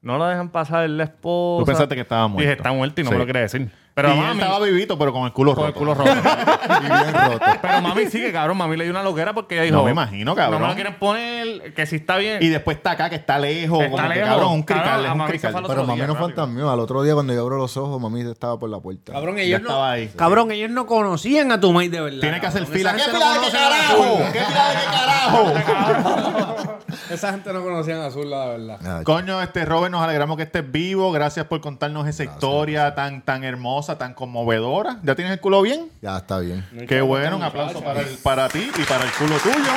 [SPEAKER 3] no lo dejan pasar él la esposa.
[SPEAKER 1] Tú pensaste que estaba muerto.
[SPEAKER 3] Dije, está muerto y no
[SPEAKER 1] Sí.
[SPEAKER 3] me lo quería decir.
[SPEAKER 1] Pero
[SPEAKER 3] Pero
[SPEAKER 1] y él
[SPEAKER 3] mami,
[SPEAKER 1] estaba vivito, pero con el culo
[SPEAKER 3] con el
[SPEAKER 1] roto.
[SPEAKER 3] culo roto.
[SPEAKER 4] Y bien roto.
[SPEAKER 3] Pero mami sí que cabrón, mami le dio una loquera porque ella dijo.
[SPEAKER 1] No me imagino, cabrón.
[SPEAKER 3] No me lo quieren poner, que si está bien.
[SPEAKER 1] Y después está acá, que está lejos.
[SPEAKER 3] Está
[SPEAKER 1] como que,
[SPEAKER 3] lejos.
[SPEAKER 1] cabrón, un
[SPEAKER 3] Cabrón,
[SPEAKER 1] crical.
[SPEAKER 3] a
[SPEAKER 1] es un
[SPEAKER 3] mami se
[SPEAKER 1] crical.
[SPEAKER 3] fue al otro
[SPEAKER 4] Pero mami
[SPEAKER 3] día,
[SPEAKER 4] no
[SPEAKER 3] rápido.
[SPEAKER 4] fantasmeó. Al otro día cuando yo abro los ojos, mami estaba por la puerta.
[SPEAKER 8] Cabrón,
[SPEAKER 1] Ya
[SPEAKER 8] ellos no.
[SPEAKER 1] estaba ahí.
[SPEAKER 5] Cabrón, ellos no conocían a tu maíz de verdad.
[SPEAKER 1] Tiene que hacer
[SPEAKER 5] cabrón.
[SPEAKER 1] fila.
[SPEAKER 5] Esa
[SPEAKER 1] ¿Qué
[SPEAKER 5] gente
[SPEAKER 1] fila
[SPEAKER 5] no
[SPEAKER 1] de qué
[SPEAKER 5] conoce a
[SPEAKER 1] carajo?
[SPEAKER 5] Azul.
[SPEAKER 1] ¿Qué fila de qué
[SPEAKER 3] Este
[SPEAKER 1] carajo?
[SPEAKER 8] Esa gente no conocían azul, la verdad.
[SPEAKER 4] Ah,
[SPEAKER 1] Coño, este Robert, nos alegramos que estés vivo. Gracias por contarnos esa historia tan tan hermosa, tan conmovedora. ¿Ya tienes el culo bien?
[SPEAKER 4] Ya está bien.
[SPEAKER 1] Qué bueno, un aplauso para, el- para ti y para el culo tuyo.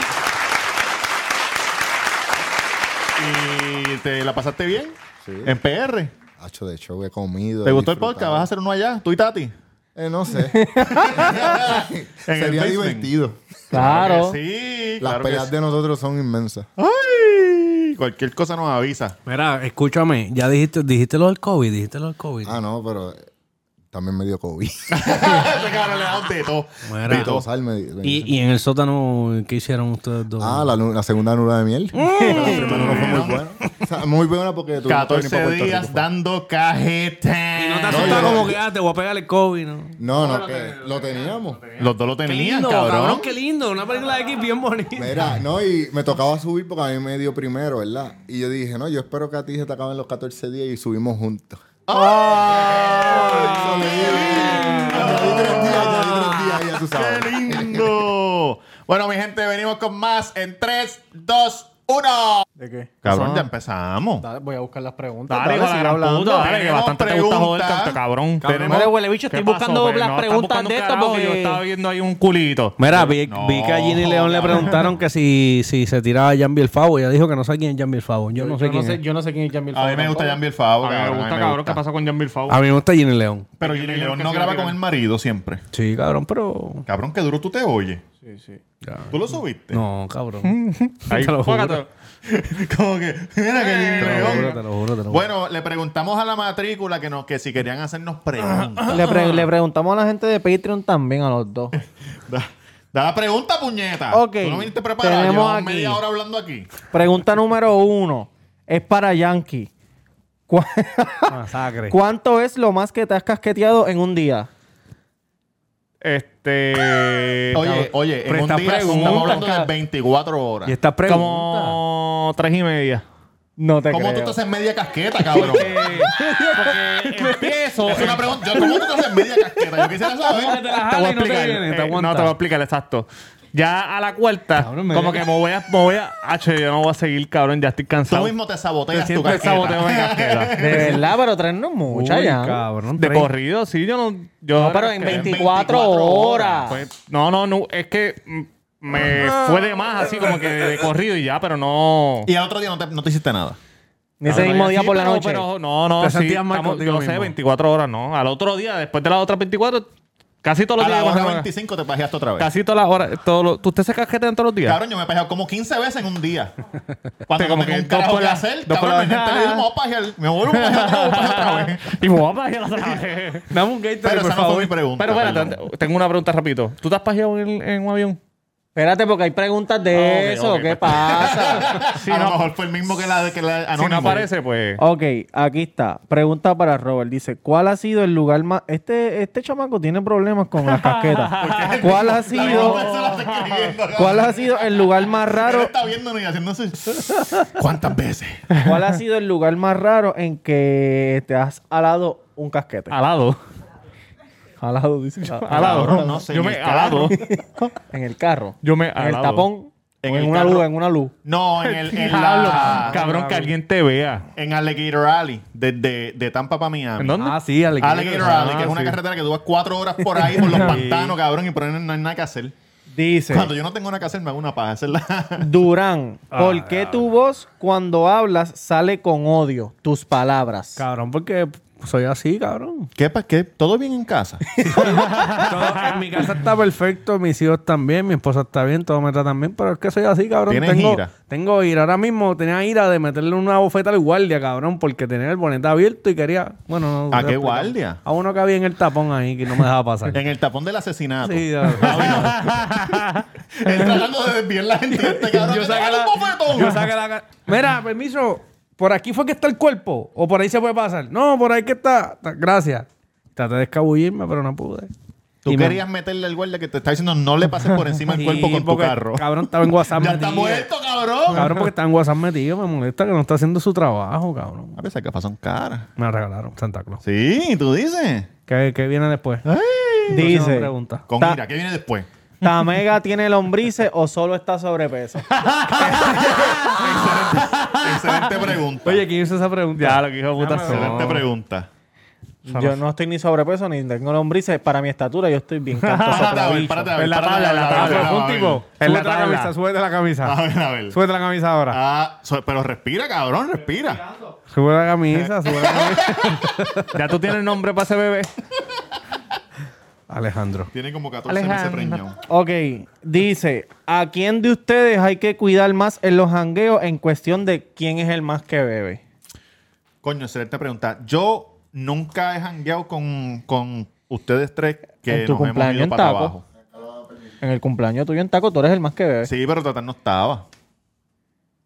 [SPEAKER 1] ¿Y te la pasaste bien?
[SPEAKER 4] Sí.
[SPEAKER 1] En PR.
[SPEAKER 4] Hacho de show, he comido.
[SPEAKER 1] ¿Te
[SPEAKER 4] he
[SPEAKER 1] gustó el
[SPEAKER 4] disfrutado.
[SPEAKER 1] podcast? ¿Vas a hacer uno allá? ¿Tú y Tati?
[SPEAKER 4] Eh, no sé.
[SPEAKER 1] En el
[SPEAKER 4] Sería
[SPEAKER 1] basement.
[SPEAKER 4] divertido.
[SPEAKER 2] Claro.
[SPEAKER 1] Sí,
[SPEAKER 4] Las
[SPEAKER 1] claro que
[SPEAKER 4] peleas
[SPEAKER 1] sí.
[SPEAKER 4] de nosotros son inmensas.
[SPEAKER 1] ¡Ay! Cualquier cosa nos avisa.
[SPEAKER 5] Mira, escúchame, ya dijiste, dijiste lo del COVID, dijiste lo del COVID.
[SPEAKER 4] Ah, no, pero eh, también me dio COVID.
[SPEAKER 1] Ese cabrón le da de todo.
[SPEAKER 5] Mira.
[SPEAKER 1] De todo.
[SPEAKER 4] Tosar me dio-
[SPEAKER 5] y, y en el sótano, ¿qué hicieron ustedes dos?
[SPEAKER 4] Ah, la, nu- la segunda luna de miel. Pero la primera no fue muy buena. O sea, muy buena porque tuvimos que
[SPEAKER 1] 14
[SPEAKER 4] venir para Puerto
[SPEAKER 1] días
[SPEAKER 4] Rico.
[SPEAKER 1] dando cajete.
[SPEAKER 5] y no te
[SPEAKER 4] no,
[SPEAKER 5] asustas
[SPEAKER 4] yo-
[SPEAKER 5] como que, ah, te voy a pegar el COVID, ¿no?
[SPEAKER 4] No, no, que lo teníamos.
[SPEAKER 1] Los dos lo
[SPEAKER 5] Qué
[SPEAKER 1] tenían,
[SPEAKER 5] lindo, cabrón.
[SPEAKER 1] cabrón.
[SPEAKER 5] qué lindo. Una película de X bien bonita.
[SPEAKER 4] Mira, no, y me tocaba subir porque a mí me dio primero, ¿verdad? Y yo dije, no, yo espero que a ti se te acaben los 14 días y subimos juntos. Añadí tres días, añadí tres días, ya tú sabes.
[SPEAKER 1] ¡Qué lindo! bueno, mi gente, venimos con más en 3, 2, 1.
[SPEAKER 2] ¿De qué?
[SPEAKER 1] Cabrón, ya empezamos.
[SPEAKER 2] Dale, Ah, voy a buscar las preguntas.
[SPEAKER 3] Dale, hijo de
[SPEAKER 2] sigue
[SPEAKER 3] la gran
[SPEAKER 2] hablando.
[SPEAKER 3] puta, dale, que
[SPEAKER 1] Tenemos
[SPEAKER 3] bastante te gusta joder,
[SPEAKER 1] preguntas.
[SPEAKER 3] tanto cabrón. Tenemos-
[SPEAKER 2] Mira, huele bicho, estoy
[SPEAKER 3] ¿Qué pasó,
[SPEAKER 2] buscando
[SPEAKER 3] pues?
[SPEAKER 2] las
[SPEAKER 3] No, estás
[SPEAKER 2] preguntas
[SPEAKER 3] buscando
[SPEAKER 2] de
[SPEAKER 3] un
[SPEAKER 2] esto
[SPEAKER 3] carajo,
[SPEAKER 2] porque-
[SPEAKER 3] Yo estaba viendo ahí un culito.
[SPEAKER 5] Mira, vi,
[SPEAKER 1] No,
[SPEAKER 5] vi que a Ginny León le preguntaron que si, si se tiraba a Jambi el Favo. Ella dijo que no sabe quién es Jambi el Favo. Yo no sé quién es.
[SPEAKER 2] yo no sé quién es Jamil
[SPEAKER 1] A mí me gusta Jan Favo.
[SPEAKER 3] A mí me
[SPEAKER 1] cabrón,
[SPEAKER 3] gusta, cabrón, ¿qué pasó con Jan Bilfau?
[SPEAKER 5] A mí me gusta Ginny León.
[SPEAKER 1] Pero Jimmy León no graba con el marido siempre.
[SPEAKER 5] Sí, cabrón, pero...
[SPEAKER 1] Cabrón, qué duro tú te oyes.
[SPEAKER 5] Ya.
[SPEAKER 1] ¿Tú lo subiste?
[SPEAKER 5] No, cabrón.
[SPEAKER 3] Ahí,
[SPEAKER 5] te lo juro.
[SPEAKER 3] fócate.
[SPEAKER 1] Como que, mira que Jimmy
[SPEAKER 5] Te lo
[SPEAKER 1] León.
[SPEAKER 5] juro, te lo juro, te lo juro.
[SPEAKER 1] Bueno, le preguntamos a la matrícula que, nos, que si querían hacernos preguntas.
[SPEAKER 2] Le, pre- le preguntamos a la gente de Patreon también, a los dos.
[SPEAKER 1] da, da la pregunta, puñeta.
[SPEAKER 2] Ok,
[SPEAKER 1] Tú no viniste preparado.
[SPEAKER 2] tenemos
[SPEAKER 1] Llevamos
[SPEAKER 2] aquí.
[SPEAKER 1] media hora hablando aquí.
[SPEAKER 2] Pregunta número uno. Es para Yankee. ¿Cu-
[SPEAKER 5] Masacre.
[SPEAKER 2] ¿Cuánto es lo más que te has casqueteado en un día?
[SPEAKER 3] Este.
[SPEAKER 1] Oye, oye, en
[SPEAKER 5] pero
[SPEAKER 1] un día
[SPEAKER 5] esta pregunta,
[SPEAKER 1] estamos hablando de
[SPEAKER 5] cara.
[SPEAKER 1] 24
[SPEAKER 5] Y
[SPEAKER 1] horas.
[SPEAKER 3] este
[SPEAKER 5] estas preguntas...
[SPEAKER 3] Como tres y media.
[SPEAKER 2] No te
[SPEAKER 1] ¿Cómo tú
[SPEAKER 2] creo.
[SPEAKER 1] te haces media casqueta, cabrón?
[SPEAKER 3] Empiezo.
[SPEAKER 1] es una pregunta. Yo, ¿Cómo tú te haces media casqueta? Yo quisiera saber.
[SPEAKER 3] Te voy a
[SPEAKER 5] y no te
[SPEAKER 3] explicar.
[SPEAKER 5] viene,
[SPEAKER 3] eh,
[SPEAKER 5] te
[SPEAKER 3] no,
[SPEAKER 5] aguanta.
[SPEAKER 3] te voy a explicar, exacto. Ya a la cuarta,
[SPEAKER 5] Cabrón, me
[SPEAKER 3] como que
[SPEAKER 5] viene.
[SPEAKER 3] me voy a. Me voy a H, yo no voy a seguir, cabrón, ya estoy
[SPEAKER 1] Tú
[SPEAKER 3] cansado.
[SPEAKER 1] mismo te
[SPEAKER 3] Te
[SPEAKER 1] saboteas tu
[SPEAKER 3] siempre
[SPEAKER 1] casqueta.
[SPEAKER 3] saboteo mi casquera.
[SPEAKER 2] De verdad, pero tres no es
[SPEAKER 5] Uy,
[SPEAKER 2] mucha ya.
[SPEAKER 5] cabrón.
[SPEAKER 3] De
[SPEAKER 5] tres.
[SPEAKER 3] corrido, sí, yo no. Yo
[SPEAKER 2] No, pero en 24 horas.
[SPEAKER 3] Pues, no, no, no, es que mm, me fue de más así como que de corrido y ya, pero no.
[SPEAKER 1] Y al otro día no te, no te hiciste nada.
[SPEAKER 2] Ni ese mismo día
[SPEAKER 3] Sí,
[SPEAKER 2] por la
[SPEAKER 3] pero-
[SPEAKER 2] noche.
[SPEAKER 3] Pero, no, no,
[SPEAKER 5] Te
[SPEAKER 3] sí,
[SPEAKER 5] sentías mal
[SPEAKER 3] estamos-
[SPEAKER 5] contigo
[SPEAKER 3] yo sé,
[SPEAKER 5] mismo.
[SPEAKER 3] 24 horas, no. Al otro día, después de las otras 24, casi todos los
[SPEAKER 1] A la
[SPEAKER 3] días. yo me
[SPEAKER 1] hora
[SPEAKER 3] jugaba.
[SPEAKER 1] 25 te pajeaste otra vez.
[SPEAKER 3] Casi todas las horas. Todos los, ¿Usted se casquetean todos los días?
[SPEAKER 1] Cabrón, yo me he pajeado como 15 veces en un día. Cuando
[SPEAKER 3] Te como
[SPEAKER 1] no tengo
[SPEAKER 3] que
[SPEAKER 1] un
[SPEAKER 3] dos
[SPEAKER 1] carajo
[SPEAKER 3] por
[SPEAKER 1] que
[SPEAKER 3] la-
[SPEAKER 1] hacer,
[SPEAKER 3] dos por
[SPEAKER 1] cabrón,
[SPEAKER 3] la-
[SPEAKER 1] en el teléfono me voy a pajear. Me vuelvo a pajear otra vez, voy a pajear otra vez.
[SPEAKER 3] y me voy a pajear otra vez.
[SPEAKER 5] Dame un Gatorade,
[SPEAKER 1] Pero
[SPEAKER 5] por
[SPEAKER 1] esa no fue mi
[SPEAKER 5] favor.
[SPEAKER 1] pregunta.
[SPEAKER 3] Pero espérate,
[SPEAKER 1] perdón.
[SPEAKER 3] tengo una pregunta rapidito. ¿Tú te has pajeado en, en un avión?
[SPEAKER 2] Espérate, porque hay preguntas de
[SPEAKER 3] Ah, ok,
[SPEAKER 2] eso.
[SPEAKER 3] ok,
[SPEAKER 2] ¿Qué
[SPEAKER 3] pues.
[SPEAKER 2] pasa?
[SPEAKER 3] Si
[SPEAKER 1] a lo
[SPEAKER 3] no,
[SPEAKER 1] mejor fue el mismo que la, que la
[SPEAKER 3] si
[SPEAKER 1] anónimo.
[SPEAKER 3] no aparece, pues.
[SPEAKER 2] ok, aquí está. Pregunta para Robert. Dice, ¿cuál ha sido el lugar más... Este, este chamaco tiene problemas con las casquetas. ¿Cuál ha
[SPEAKER 1] La misma
[SPEAKER 2] sido...
[SPEAKER 1] persona está escribiendo,
[SPEAKER 2] ¿Cuál ha sido el lugar más
[SPEAKER 1] Él
[SPEAKER 2] raro?
[SPEAKER 1] está viéndonos y haciéndose. ¿Cuántas veces?
[SPEAKER 2] ¿Cuál ha sido el lugar más raro en que te has alado un casquete?
[SPEAKER 3] Alado.
[SPEAKER 2] Ah. Alado, dice.
[SPEAKER 1] Cabrón, no sé,
[SPEAKER 3] Yo
[SPEAKER 1] en
[SPEAKER 3] me
[SPEAKER 1] el carro.
[SPEAKER 3] alado.
[SPEAKER 2] En el carro.
[SPEAKER 3] Yo me
[SPEAKER 2] En el
[SPEAKER 3] alado.
[SPEAKER 2] tapón.
[SPEAKER 1] En
[SPEAKER 2] o En,
[SPEAKER 1] el
[SPEAKER 2] una
[SPEAKER 1] carro.
[SPEAKER 2] luz, en una luz.
[SPEAKER 1] No, en el. En,
[SPEAKER 3] Diablo.
[SPEAKER 1] la,
[SPEAKER 3] Cabrón, que alguien te vea.
[SPEAKER 1] en Alligator Alley, desde de Tampa para Miami.
[SPEAKER 3] ¿En dónde?
[SPEAKER 5] Ah, sí, Alligator.
[SPEAKER 1] Alligator
[SPEAKER 5] Ah,
[SPEAKER 1] Alley, que es una
[SPEAKER 5] sí.
[SPEAKER 1] carretera que tú vas cuatro horas por ahí por los pantanos, cabrón, y por ahí no hay nada que hacer.
[SPEAKER 2] Dice.
[SPEAKER 1] Cuando yo no tengo nada que hacer, me hago una paja. Esa es la-
[SPEAKER 2] Durán, ¿por qué tu voz cuando hablas sale con odio? Tus palabras.
[SPEAKER 5] Cabrón, porque soy así, cabrón.
[SPEAKER 1] ¿Qué, pa- qué? ¿Todo bien en casa?
[SPEAKER 5] Todo- en mi casa está perfecto, mis hijos están bien, mi esposa está bien, todo me tratan bien, pero es que soy así, cabrón.
[SPEAKER 1] ¿Tienes
[SPEAKER 5] tengo,
[SPEAKER 1] ira?
[SPEAKER 5] Tengo ira. Ahora mismo tenía ira de meterle una bofeta al guardia, cabrón, porque tenía el bonete abierto y quería... Bueno, no,
[SPEAKER 1] ¿A qué
[SPEAKER 5] explicamos.
[SPEAKER 1] guardia?
[SPEAKER 5] A uno que había en el tapón ahí, que no me dejaba pasar.
[SPEAKER 1] En el tapón del asesinato.
[SPEAKER 5] Sí, cabrón.
[SPEAKER 1] Él tratando de desviar la gente. Este cabrón
[SPEAKER 5] Yo
[SPEAKER 1] que
[SPEAKER 5] saqué
[SPEAKER 1] te da
[SPEAKER 5] la-
[SPEAKER 1] un bofetón.
[SPEAKER 5] yo saqué la ca- Mira, permiso. Por aquí fue que está el cuerpo. O por ahí se puede pasar. No, por ahí que está. Ta- Gracias. Traté de escabullirme, pero no pude.
[SPEAKER 1] Tú
[SPEAKER 5] Y me-
[SPEAKER 1] querías meterle al guardia que te está diciendo no le pases por encima del
[SPEAKER 5] Sí,
[SPEAKER 1] cuerpo con tu
[SPEAKER 5] porque,
[SPEAKER 1] carro.
[SPEAKER 5] Cabrón, estaba en WhatsApp
[SPEAKER 1] Ya está
[SPEAKER 5] metido.
[SPEAKER 1] muerto, cabrón.
[SPEAKER 5] Cabrón, porque estaba en WhatsApp metido. Me molesta que no está haciendo su trabajo, cabrón.
[SPEAKER 1] A veces que pasan cara.
[SPEAKER 5] Me la regalaron, Santa Claus.
[SPEAKER 1] Sí, tú dices.
[SPEAKER 5] ¿Qué, qué viene después?
[SPEAKER 2] Ah,
[SPEAKER 1] Ay.
[SPEAKER 5] Próxima
[SPEAKER 2] Dice.
[SPEAKER 5] pregunta.
[SPEAKER 1] Con
[SPEAKER 2] Ta-
[SPEAKER 1] ira, ¿qué viene después?
[SPEAKER 2] ¿Tamega tiene lombrices o solo está sobrepeso?
[SPEAKER 1] Excelente pregunta.
[SPEAKER 5] Oye, ¿quién hizo esa pregunta?
[SPEAKER 3] Ya, lo que hijo de puta
[SPEAKER 1] Excelente
[SPEAKER 3] son.
[SPEAKER 1] pregunta.
[SPEAKER 2] yo no estoy ni sobrepeso ni tengo lombrices. Para mi estatura, yo estoy bien. canto
[SPEAKER 1] Párate a ver,
[SPEAKER 2] soprobicho.
[SPEAKER 1] párate a ver.
[SPEAKER 5] En la
[SPEAKER 1] párate a
[SPEAKER 5] tabla, en
[SPEAKER 1] ver,
[SPEAKER 5] la
[SPEAKER 1] a ver,
[SPEAKER 5] tabla.
[SPEAKER 1] a
[SPEAKER 5] Fue un
[SPEAKER 1] ver.
[SPEAKER 5] tipo.
[SPEAKER 3] En la
[SPEAKER 5] Súbete la
[SPEAKER 3] tabla.
[SPEAKER 5] camisa, súbete la camisa.
[SPEAKER 1] Ah, A ver, a ver.
[SPEAKER 5] Súbete la camisa ahora.
[SPEAKER 1] Ah, so- pero respira, cabrón, respira.
[SPEAKER 5] Sube la camisa, sube la camisa.
[SPEAKER 3] Ya tú tienes nombre para ese bebé.
[SPEAKER 5] Alejandro.
[SPEAKER 1] Tiene como 14 meses preñón.
[SPEAKER 3] Alejandro.
[SPEAKER 2] Ok, dice, ¿a quién de ustedes hay que cuidar más en los jangueos en cuestión de quién es el más que bebe?
[SPEAKER 1] Coño, excelente pregunta. Yo nunca he jangueado con, con ustedes tres que
[SPEAKER 2] En tu
[SPEAKER 1] nos hemos
[SPEAKER 2] cumpleaños
[SPEAKER 1] ido
[SPEAKER 2] en
[SPEAKER 1] para
[SPEAKER 2] taco.
[SPEAKER 1] abajo.
[SPEAKER 2] En el cumpleaños tuyo en taco, tú eres el más que bebe.
[SPEAKER 1] Sí, pero Tatán no estaba.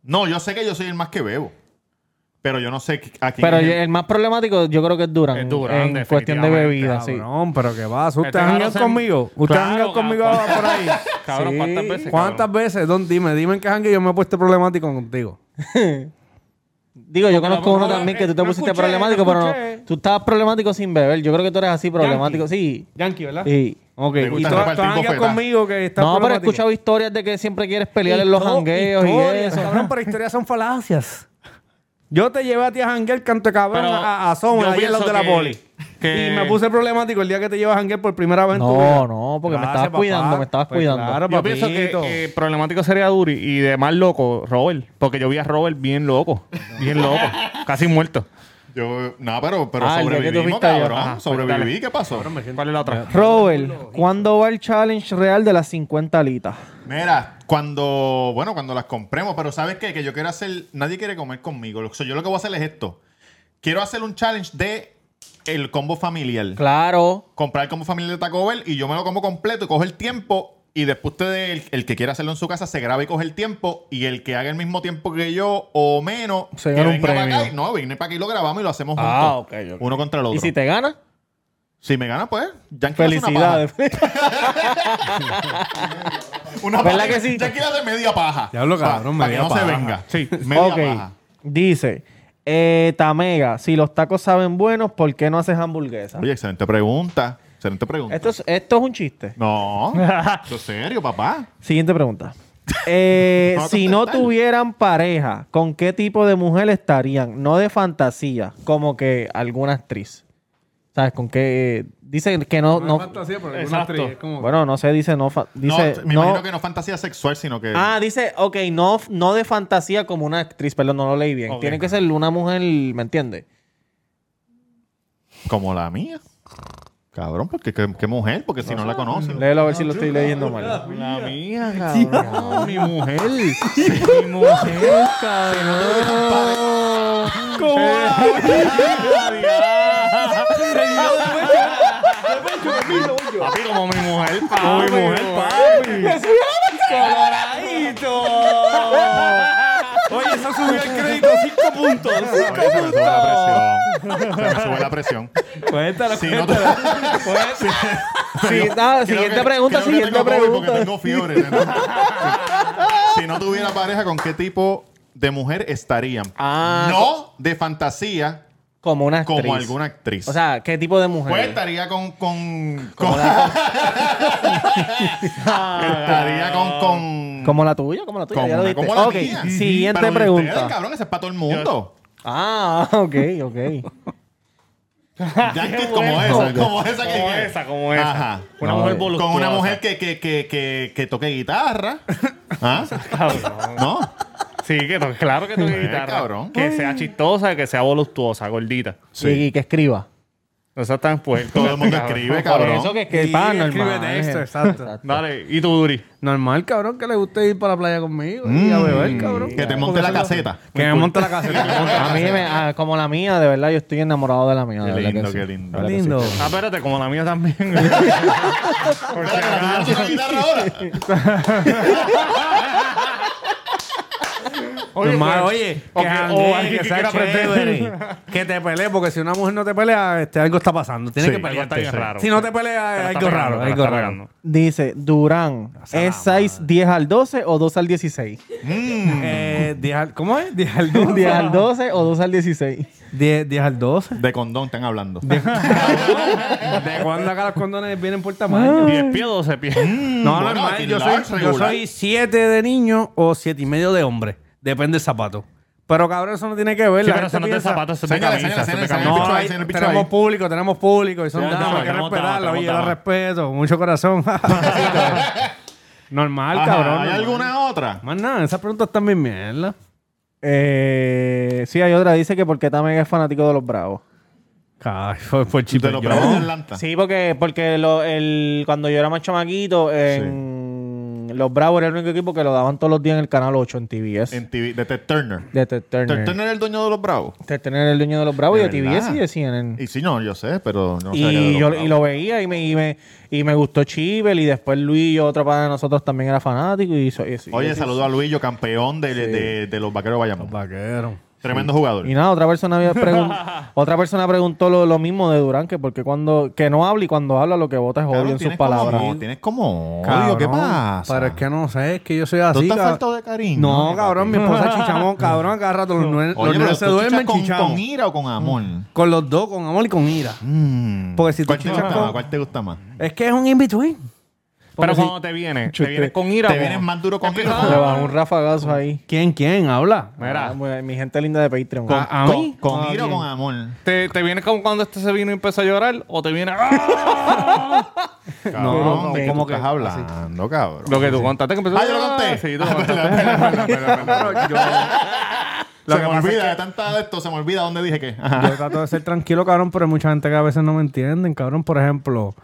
[SPEAKER 1] No, yo sé que yo soy el más que bebo. Pero yo no sé qui- a quién.
[SPEAKER 2] Pero
[SPEAKER 1] es
[SPEAKER 2] el,
[SPEAKER 1] el-
[SPEAKER 2] el más problemático yo creo que es Durán.
[SPEAKER 3] Es Durán,
[SPEAKER 2] en cuestión de
[SPEAKER 3] definitivamente,
[SPEAKER 2] bebida, sí.
[SPEAKER 5] Cabrón, pero que va.
[SPEAKER 3] Este
[SPEAKER 5] ¿Ustedes han
[SPEAKER 3] cabrón
[SPEAKER 5] ido
[SPEAKER 3] se-
[SPEAKER 5] conmigo? ¿Ustedes han
[SPEAKER 3] Claro,
[SPEAKER 5] ido conmigo
[SPEAKER 3] cabrón.
[SPEAKER 5] por ahí?
[SPEAKER 3] Cabrón, ¿cuántas veces,
[SPEAKER 5] ¿Cuántas
[SPEAKER 3] cabrón?
[SPEAKER 5] veces? Don, dime, dime en qué hangue yo me he puesto problemático contigo.
[SPEAKER 2] Digo, yo conozco
[SPEAKER 5] lo
[SPEAKER 2] uno
[SPEAKER 5] mejor,
[SPEAKER 2] también
[SPEAKER 5] eh,
[SPEAKER 2] que tú te
[SPEAKER 5] lo
[SPEAKER 2] pusiste
[SPEAKER 5] escuché,
[SPEAKER 2] problemático,
[SPEAKER 5] lo
[SPEAKER 2] pero
[SPEAKER 5] escuché.
[SPEAKER 2] no. Tú estabas problemático sin beber. Yo creo que tú eres así problemático. Sí.
[SPEAKER 5] Yankee, ¿verdad?
[SPEAKER 2] Sí.
[SPEAKER 5] Ok.
[SPEAKER 1] Me
[SPEAKER 5] Y
[SPEAKER 1] gusta
[SPEAKER 5] tú, tú
[SPEAKER 1] repartir
[SPEAKER 5] hangueas
[SPEAKER 1] bofetadas.
[SPEAKER 5] conmigo que está
[SPEAKER 2] no, pero he
[SPEAKER 5] problemático.
[SPEAKER 2] escuchado historias de que siempre quieres pelear en los
[SPEAKER 5] Histo-
[SPEAKER 2] jangueos y
[SPEAKER 5] historias,
[SPEAKER 2] eso.
[SPEAKER 5] Cabrón, pero historias son falacias. Yo te llevé a ti a janguear, canto de cabrón, a, a Soma,
[SPEAKER 3] yo
[SPEAKER 5] ahí al lado de
[SPEAKER 3] pienso
[SPEAKER 5] la
[SPEAKER 3] que-
[SPEAKER 5] poli.
[SPEAKER 3] que-
[SPEAKER 5] Y me puse problemático el día que te llevas a janguear por primera vez en tu vida.
[SPEAKER 2] No, no, porque me
[SPEAKER 5] Gracias,
[SPEAKER 2] estabas
[SPEAKER 5] papá.
[SPEAKER 2] cuidando, me estabas
[SPEAKER 5] Pues
[SPEAKER 2] cuidando.
[SPEAKER 5] Claro,
[SPEAKER 3] Yo pienso que,
[SPEAKER 5] papito.
[SPEAKER 3] que problemático sería Duri y de más loco, Robert. Porque yo vi a Robert bien loco. Bien loco. casi muerto.
[SPEAKER 1] Yo, no, pero, pero
[SPEAKER 2] Ah, el día que tú
[SPEAKER 1] sobrevivimos,
[SPEAKER 2] fuiste allá.
[SPEAKER 1] cabrón.
[SPEAKER 2] Ajá, pues
[SPEAKER 1] sobreviví, ¿qué pasó?
[SPEAKER 3] ¿Cuál es la otra?
[SPEAKER 2] Robert, ¿cuándo va el challenge real de las 50 alitas?
[SPEAKER 1] Mira, cuando, bueno, cuando las compremos, pero ¿sabes qué? Que yo quiero hacer, nadie quiere comer conmigo. Lo- so, yo lo que voy a hacer es esto. Quiero hacer un challenge de el combo familiar.
[SPEAKER 2] Claro.
[SPEAKER 1] Comprar el combo familiar de Taco Bell y yo me lo como completo, cojo el tiempo y después usted, el, el que quiera hacerlo en su casa, se graba y coge el tiempo y el que haga el mismo tiempo que yo o menos,
[SPEAKER 2] Se
[SPEAKER 1] que
[SPEAKER 2] gana un
[SPEAKER 1] venga para
[SPEAKER 2] premio.
[SPEAKER 1] acá y- no, viene para aquí y lo grabamos y lo hacemos juntos.
[SPEAKER 2] Ah, ok, ok.
[SPEAKER 1] Uno contra el otro.
[SPEAKER 2] ¿Y si
[SPEAKER 1] Si,
[SPEAKER 2] te ganas?
[SPEAKER 1] me gana, pues, Yankee le hace una paja.
[SPEAKER 2] Felicidades.
[SPEAKER 1] Una
[SPEAKER 2] ¿Verdad
[SPEAKER 1] paja.
[SPEAKER 2] que sí?
[SPEAKER 1] Yankee le hace media paja.
[SPEAKER 5] Diablo, cabrón,
[SPEAKER 1] Para que
[SPEAKER 5] media
[SPEAKER 1] no se
[SPEAKER 5] paja.
[SPEAKER 1] venga. Sí, media
[SPEAKER 2] ok.
[SPEAKER 1] paja.
[SPEAKER 2] Dice, eh, Tamega, si los tacos saben buenos, ¿por qué no haces hamburguesas?
[SPEAKER 1] Oye, excelente pregunta. Excelente pregunta.
[SPEAKER 2] Esto es, esto es un chiste.
[SPEAKER 1] No. ¿Esto es serio, papá?
[SPEAKER 2] Siguiente pregunta. Eh,
[SPEAKER 1] Vamos a
[SPEAKER 2] si no
[SPEAKER 1] contestar.
[SPEAKER 2] tuvieran pareja, ¿con qué tipo de mujer estarían? No de fantasía, como que alguna actriz. ¿Sabes? Con qué. Dicen que no.
[SPEAKER 5] No,
[SPEAKER 2] no-
[SPEAKER 5] es fantasía, pero es una
[SPEAKER 3] Exacto.
[SPEAKER 5] actriz, es como-
[SPEAKER 2] bueno, no sé, dice no. fa- dice,
[SPEAKER 1] no, me
[SPEAKER 2] no-
[SPEAKER 1] imagino que no fantasía sexual, sino que.
[SPEAKER 2] Ah, dice, ok, no, no de fantasía como una actriz, perdón, no lo leí bien.
[SPEAKER 3] Ok.
[SPEAKER 2] Tiene que ser una mujer, ¿me entiendes?
[SPEAKER 1] Como la mía. Cabrón, porque qué, qué mujer, porque si no la conocen.
[SPEAKER 2] Léelo a ver si lo estoy leyendo mal.
[SPEAKER 3] La mía, cabrón. mi mujer. mi mujer, cabrón. ¿Cómo Papi, como mi mujer, papi. Como mi mujer, papi.
[SPEAKER 5] Oye, eso subió el crédito 5 puntos.
[SPEAKER 1] Se me sube la presión. Se me sube la presión.
[SPEAKER 5] Cuéntalo.
[SPEAKER 1] Si no te-
[SPEAKER 2] Pues, Sí, nada, siguiente
[SPEAKER 1] Creo que- creo
[SPEAKER 2] pregunta,
[SPEAKER 1] que
[SPEAKER 2] siguiente
[SPEAKER 1] tengo COVID
[SPEAKER 2] pregunta.
[SPEAKER 1] Porque tengo fiebre. nena. si, si no tuviera pareja, ¿con qué tipo de mujer estarían?
[SPEAKER 2] Ah.
[SPEAKER 1] No de fantasía
[SPEAKER 2] Como una actriz.
[SPEAKER 1] como alguna actriz.
[SPEAKER 2] O sea, ¿qué tipo de mujer?
[SPEAKER 1] Pues estaría con. con, con- estaría con. con
[SPEAKER 2] Como la tuya, como la tuya.
[SPEAKER 1] con
[SPEAKER 2] ya lo
[SPEAKER 1] una
[SPEAKER 2] diste.
[SPEAKER 1] como la
[SPEAKER 2] ok,
[SPEAKER 1] mía.
[SPEAKER 2] siguiente
[SPEAKER 1] Pero de
[SPEAKER 2] pregunta.
[SPEAKER 1] ustedes, cabrón, ese es para todo el mundo.
[SPEAKER 2] Ah, ok, ok.
[SPEAKER 1] Yankees como esa, como esa que
[SPEAKER 3] Como
[SPEAKER 1] que-
[SPEAKER 3] esa, como esa.
[SPEAKER 1] Ajá.
[SPEAKER 3] Una mujer voluptuosa.
[SPEAKER 1] Con una mujer que, que, que, que, que toque guitarra. ¿Ah? ¿No?
[SPEAKER 3] Sí, que to- claro que toque
[SPEAKER 1] Eh,
[SPEAKER 3] guitarra.
[SPEAKER 1] cabrón.
[SPEAKER 3] Que sea chistosa, que sea voluptuosa, gordita.
[SPEAKER 2] Y que escriba.
[SPEAKER 3] Eso está en puerto.
[SPEAKER 1] Todo el mundo escribe, cabrón.
[SPEAKER 2] Por eso que, que eh.
[SPEAKER 5] Sí,
[SPEAKER 2] pa, normal.
[SPEAKER 5] escribe texto, exacto.
[SPEAKER 3] Dale, ¿y tú, Duri?
[SPEAKER 5] Normal, cabrón, que le guste ir para la playa conmigo
[SPEAKER 2] Mm.
[SPEAKER 5] y a beber, cabrón.
[SPEAKER 1] Que te monte la caseta.
[SPEAKER 5] Que me monte la casa.
[SPEAKER 2] A mí, me- ah, como la mía, de verdad, yo estoy enamorado de la mía.
[SPEAKER 1] Qué
[SPEAKER 2] de verdad que
[SPEAKER 1] lindo,
[SPEAKER 2] sí.
[SPEAKER 1] qué lindo.
[SPEAKER 2] De verdad que
[SPEAKER 5] Lindo.
[SPEAKER 2] sí.
[SPEAKER 3] Ah, espérate, como la mía también.
[SPEAKER 1] Espera, que la tuya toca guitarra ahora.
[SPEAKER 5] Oye, Normal, oye,
[SPEAKER 3] o
[SPEAKER 5] que,
[SPEAKER 3] que-
[SPEAKER 5] janguee,
[SPEAKER 3] o alguien
[SPEAKER 5] que
[SPEAKER 3] que
[SPEAKER 5] sea
[SPEAKER 3] quiera aprender.
[SPEAKER 5] chévere, que te pelee, porque si una mujer no te pelea, este, algo está pasando. Tienes
[SPEAKER 1] Sí.
[SPEAKER 5] que
[SPEAKER 3] Algo
[SPEAKER 5] pelear.
[SPEAKER 3] está bien raro.
[SPEAKER 5] Si no te pelea,
[SPEAKER 3] Te
[SPEAKER 5] es
[SPEAKER 3] la está pegando,
[SPEAKER 5] algo raro.
[SPEAKER 3] te la
[SPEAKER 5] Algo
[SPEAKER 3] está
[SPEAKER 5] raro.
[SPEAKER 3] pegando.
[SPEAKER 2] Dice, Durán, ¿es 6 10 al 12 o 2 al 16?
[SPEAKER 3] Mm.
[SPEAKER 5] Eh, 10 al- ¿Cómo es? 10 al 12.
[SPEAKER 2] 10 al 12 o 2 al 16.
[SPEAKER 5] 10, 10 al 12.
[SPEAKER 1] De condón están hablando.
[SPEAKER 3] Ah,
[SPEAKER 5] ¿De cuándo acá los condones vienen por tamaño?
[SPEAKER 3] 10 pies, 12 pies.
[SPEAKER 5] No,
[SPEAKER 1] Bueno,
[SPEAKER 5] normal.
[SPEAKER 1] aquí
[SPEAKER 5] Yo
[SPEAKER 1] large,
[SPEAKER 5] soy, yo
[SPEAKER 1] regular.
[SPEAKER 5] soy 7 de niño o 7 y medio de hombre. Depende del zapato. Pero cabrón, eso no tiene que ver.
[SPEAKER 3] Sí,
[SPEAKER 5] la
[SPEAKER 3] pero
[SPEAKER 5] gente
[SPEAKER 3] eso no es de
[SPEAKER 5] piensa-
[SPEAKER 3] zapatos, eso es de
[SPEAKER 1] Señores,
[SPEAKER 3] camisa. eso es de
[SPEAKER 1] señores, señores,
[SPEAKER 3] camisa.
[SPEAKER 5] No,
[SPEAKER 1] bicho ahí,
[SPEAKER 5] hay-
[SPEAKER 1] tiene bicho
[SPEAKER 5] tenemos
[SPEAKER 1] ahí.
[SPEAKER 5] público, tenemos público y son
[SPEAKER 3] Tenemos
[SPEAKER 5] damas,
[SPEAKER 3] damas,
[SPEAKER 5] hay que
[SPEAKER 3] tenemos
[SPEAKER 5] respetarla.
[SPEAKER 3] damas,
[SPEAKER 5] Oye, yo
[SPEAKER 3] tenemos
[SPEAKER 5] la respeto, con mucho corazón. normal,
[SPEAKER 1] Ajá,
[SPEAKER 5] cabrón.
[SPEAKER 1] ¿Hay
[SPEAKER 5] normal.
[SPEAKER 1] alguna otra?
[SPEAKER 5] Más nada, esas preguntas están bien mierda.
[SPEAKER 2] Eh, sí, hay otra. Dice que porque Tamega es fanático de los Bravos.
[SPEAKER 5] Ay, fue, fue
[SPEAKER 1] Te lo pregunto de Atlanta.
[SPEAKER 2] Sí, porque, porque lo- el, cuando yo era más chamaquito, en los Bravos era el único equipo que lo daban todos los días en el canal 8 en TBS.
[SPEAKER 1] En TV, de Ted Turner.
[SPEAKER 2] de Ted
[SPEAKER 1] Ted
[SPEAKER 2] Turner.
[SPEAKER 1] Turner es el dueño de los Bravos.
[SPEAKER 2] Ted Turner era el dueño de los
[SPEAKER 5] Ah,
[SPEAKER 2] Bravos y de
[SPEAKER 1] ¿De verdad?
[SPEAKER 2] TBS y de CNN.
[SPEAKER 1] Y sí, no, yo sé, pero no sabía de
[SPEAKER 2] y,
[SPEAKER 1] los
[SPEAKER 2] yo,
[SPEAKER 1] Bravos.
[SPEAKER 2] y lo veía y me, y me, y me gustó Chivel y después Luis, otro padre de nosotros, también era fanático. Y, so- y- y-
[SPEAKER 1] Oye,
[SPEAKER 2] y-
[SPEAKER 1] saludo a Luillo, campeón de, de, de los vaqueros de Bayamón.
[SPEAKER 5] Vaquero.
[SPEAKER 1] Tremendo jugador.
[SPEAKER 2] Y nada, otra persona había pregun- otra persona preguntó lo, lo mismo de Durán, que porque cuando que no habla y cuando habla lo que vota es odio
[SPEAKER 1] Cabrón,
[SPEAKER 2] en sus
[SPEAKER 1] tienes como-
[SPEAKER 2] palabras.
[SPEAKER 1] tienes como odio.
[SPEAKER 5] Cabrón,
[SPEAKER 1] ¿Qué
[SPEAKER 2] Ah,
[SPEAKER 1] pasa?
[SPEAKER 5] Pero es que no sé, es que yo soy así.
[SPEAKER 1] ¿Tú estás
[SPEAKER 5] cab-
[SPEAKER 1] falto de cariño?
[SPEAKER 5] No, cabrón, mi esposa chichamos, cabrón, a cada rato. Los nue-
[SPEAKER 1] Oye,
[SPEAKER 5] los
[SPEAKER 1] pero
[SPEAKER 5] nenes se
[SPEAKER 1] ¿tú chichas
[SPEAKER 5] duermen,
[SPEAKER 1] con,
[SPEAKER 5] chichamos.
[SPEAKER 1] con ira o con amor?
[SPEAKER 5] Con los dos, con amor y con ira.
[SPEAKER 1] Mm.
[SPEAKER 5] Porque si tú
[SPEAKER 1] ¿Cuál te
[SPEAKER 5] chichas
[SPEAKER 1] gusta
[SPEAKER 5] con-
[SPEAKER 1] más? ¿Cuál te gusta más?
[SPEAKER 5] Es que es un in-between.
[SPEAKER 3] Pero cuando te viene, te viene con ira.
[SPEAKER 1] ¿Te
[SPEAKER 3] o-
[SPEAKER 1] vienes más duro con ira?
[SPEAKER 2] Le bajó un rafagazo ahí.
[SPEAKER 5] ¿Quién, quién? Habla.
[SPEAKER 3] Mira.
[SPEAKER 2] Ah, bueno, mi gente linda de Patreon.
[SPEAKER 5] Con-
[SPEAKER 2] Ah,
[SPEAKER 5] ¿A
[SPEAKER 1] ¿Con,
[SPEAKER 5] mí?
[SPEAKER 1] con
[SPEAKER 5] Ah,
[SPEAKER 1] ira o
[SPEAKER 5] bien.
[SPEAKER 1] con amor?
[SPEAKER 3] ¿Te, te viene como cuando este se vino y empezó a llorar? ¿O te viene.? ¡Ah!
[SPEAKER 1] Cabrón,
[SPEAKER 5] no,
[SPEAKER 1] ¿de qué
[SPEAKER 5] ¿cómo
[SPEAKER 1] tú
[SPEAKER 5] que?
[SPEAKER 1] estás hablando, cabrón?
[SPEAKER 3] Lo que tú contaste que empezó
[SPEAKER 1] Ah, yo lo conté.
[SPEAKER 3] Sí, tú
[SPEAKER 1] Ah,
[SPEAKER 3] contaste.
[SPEAKER 1] perdón, perdón, perdón, perdón.
[SPEAKER 3] Pero yo-
[SPEAKER 1] Se
[SPEAKER 3] Lo
[SPEAKER 1] me
[SPEAKER 3] que pasa
[SPEAKER 1] olvida
[SPEAKER 3] es que-
[SPEAKER 1] de tanta de esto, se me olvida dónde dije que. Ajá.
[SPEAKER 5] Yo trato de ser tranquilo, cabrón, pero hay mucha gente que a veces no me entienden, cabrón. Por ejemplo,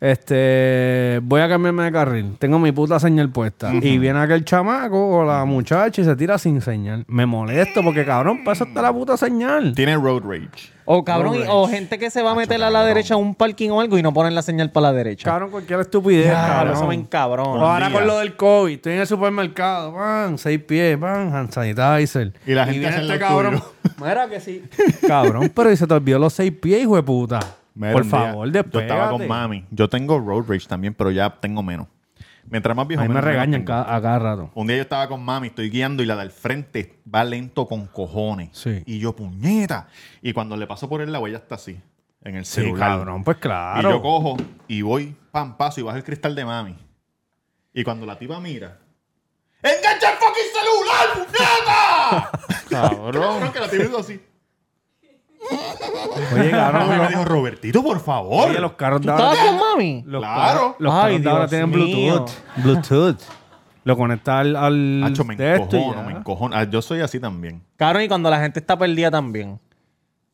[SPEAKER 5] este, voy a cambiarme de carril. Tengo mi puta señal puesta. Y viene aquel chamaco o la muchacha y se tira sin señal. Me molesto porque, cabrón, pasa hasta la puta señal.
[SPEAKER 1] Tiene road rage.
[SPEAKER 2] O cabrón, y- o gente que se va a meter a la derecha a un parking o algo y no ponen la señal para la derecha.
[SPEAKER 5] Cabrón, cualquier estupidez,
[SPEAKER 2] Cabrón,
[SPEAKER 5] cabrón.
[SPEAKER 2] eso me encabrón.
[SPEAKER 5] O ahora
[SPEAKER 1] día.
[SPEAKER 5] con lo del COVID, estoy en el supermercado, van, seis pies, van, hand sanitizer.
[SPEAKER 1] Y la gente
[SPEAKER 5] viene
[SPEAKER 1] hace
[SPEAKER 5] este
[SPEAKER 1] lo
[SPEAKER 5] cabrón. Mira que sí. Cabrón, pero y se te olvidó los seis pies, hijo de puta.
[SPEAKER 1] Mira,
[SPEAKER 5] Por
[SPEAKER 1] un día,
[SPEAKER 5] favor,
[SPEAKER 1] Yo
[SPEAKER 5] después.
[SPEAKER 1] estaba con mami. Yo tengo road rage también, pero ya tengo menos. Mientras más viejo.
[SPEAKER 5] A mí me
[SPEAKER 1] menos
[SPEAKER 5] regañan
[SPEAKER 1] tengo.
[SPEAKER 5] ca- a cada rato.
[SPEAKER 1] Un día yo estaba con mami, estoy guiando y la del frente va lento con cojones.
[SPEAKER 5] Sí.
[SPEAKER 1] Y yo, puñeta. Y cuando le paso por el lado, ella está así, en el
[SPEAKER 5] Sí,
[SPEAKER 1] celular.
[SPEAKER 5] cabrón, pues
[SPEAKER 1] Y yo
[SPEAKER 5] claro.
[SPEAKER 1] cojo y voy, pam, paso y bajo el cristal de mami. Y cuando la tipa mira, ¡engancha el fucking celular, puñeta! Cabrón, que la tipa hizo así.
[SPEAKER 5] Oye, cabrón,
[SPEAKER 1] Mami me
[SPEAKER 5] los-
[SPEAKER 1] dijo, Robertito, por favor.
[SPEAKER 5] oye, los carros de ahora
[SPEAKER 2] ¿Estabas
[SPEAKER 5] tienen-
[SPEAKER 2] con mami?
[SPEAKER 5] los
[SPEAKER 1] Claro.
[SPEAKER 5] carros- Los
[SPEAKER 2] Ay,
[SPEAKER 5] carros de ahora
[SPEAKER 2] Dios
[SPEAKER 5] tienen
[SPEAKER 2] mío.
[SPEAKER 5] Bluetooth. Bluetooth. Lo conecta al, al
[SPEAKER 1] Hacho, me
[SPEAKER 5] de esto y
[SPEAKER 1] encojono,
[SPEAKER 5] ya.
[SPEAKER 1] me encojono. Ah, yo soy así también.
[SPEAKER 2] Cabrón, y cuando la gente está perdida también.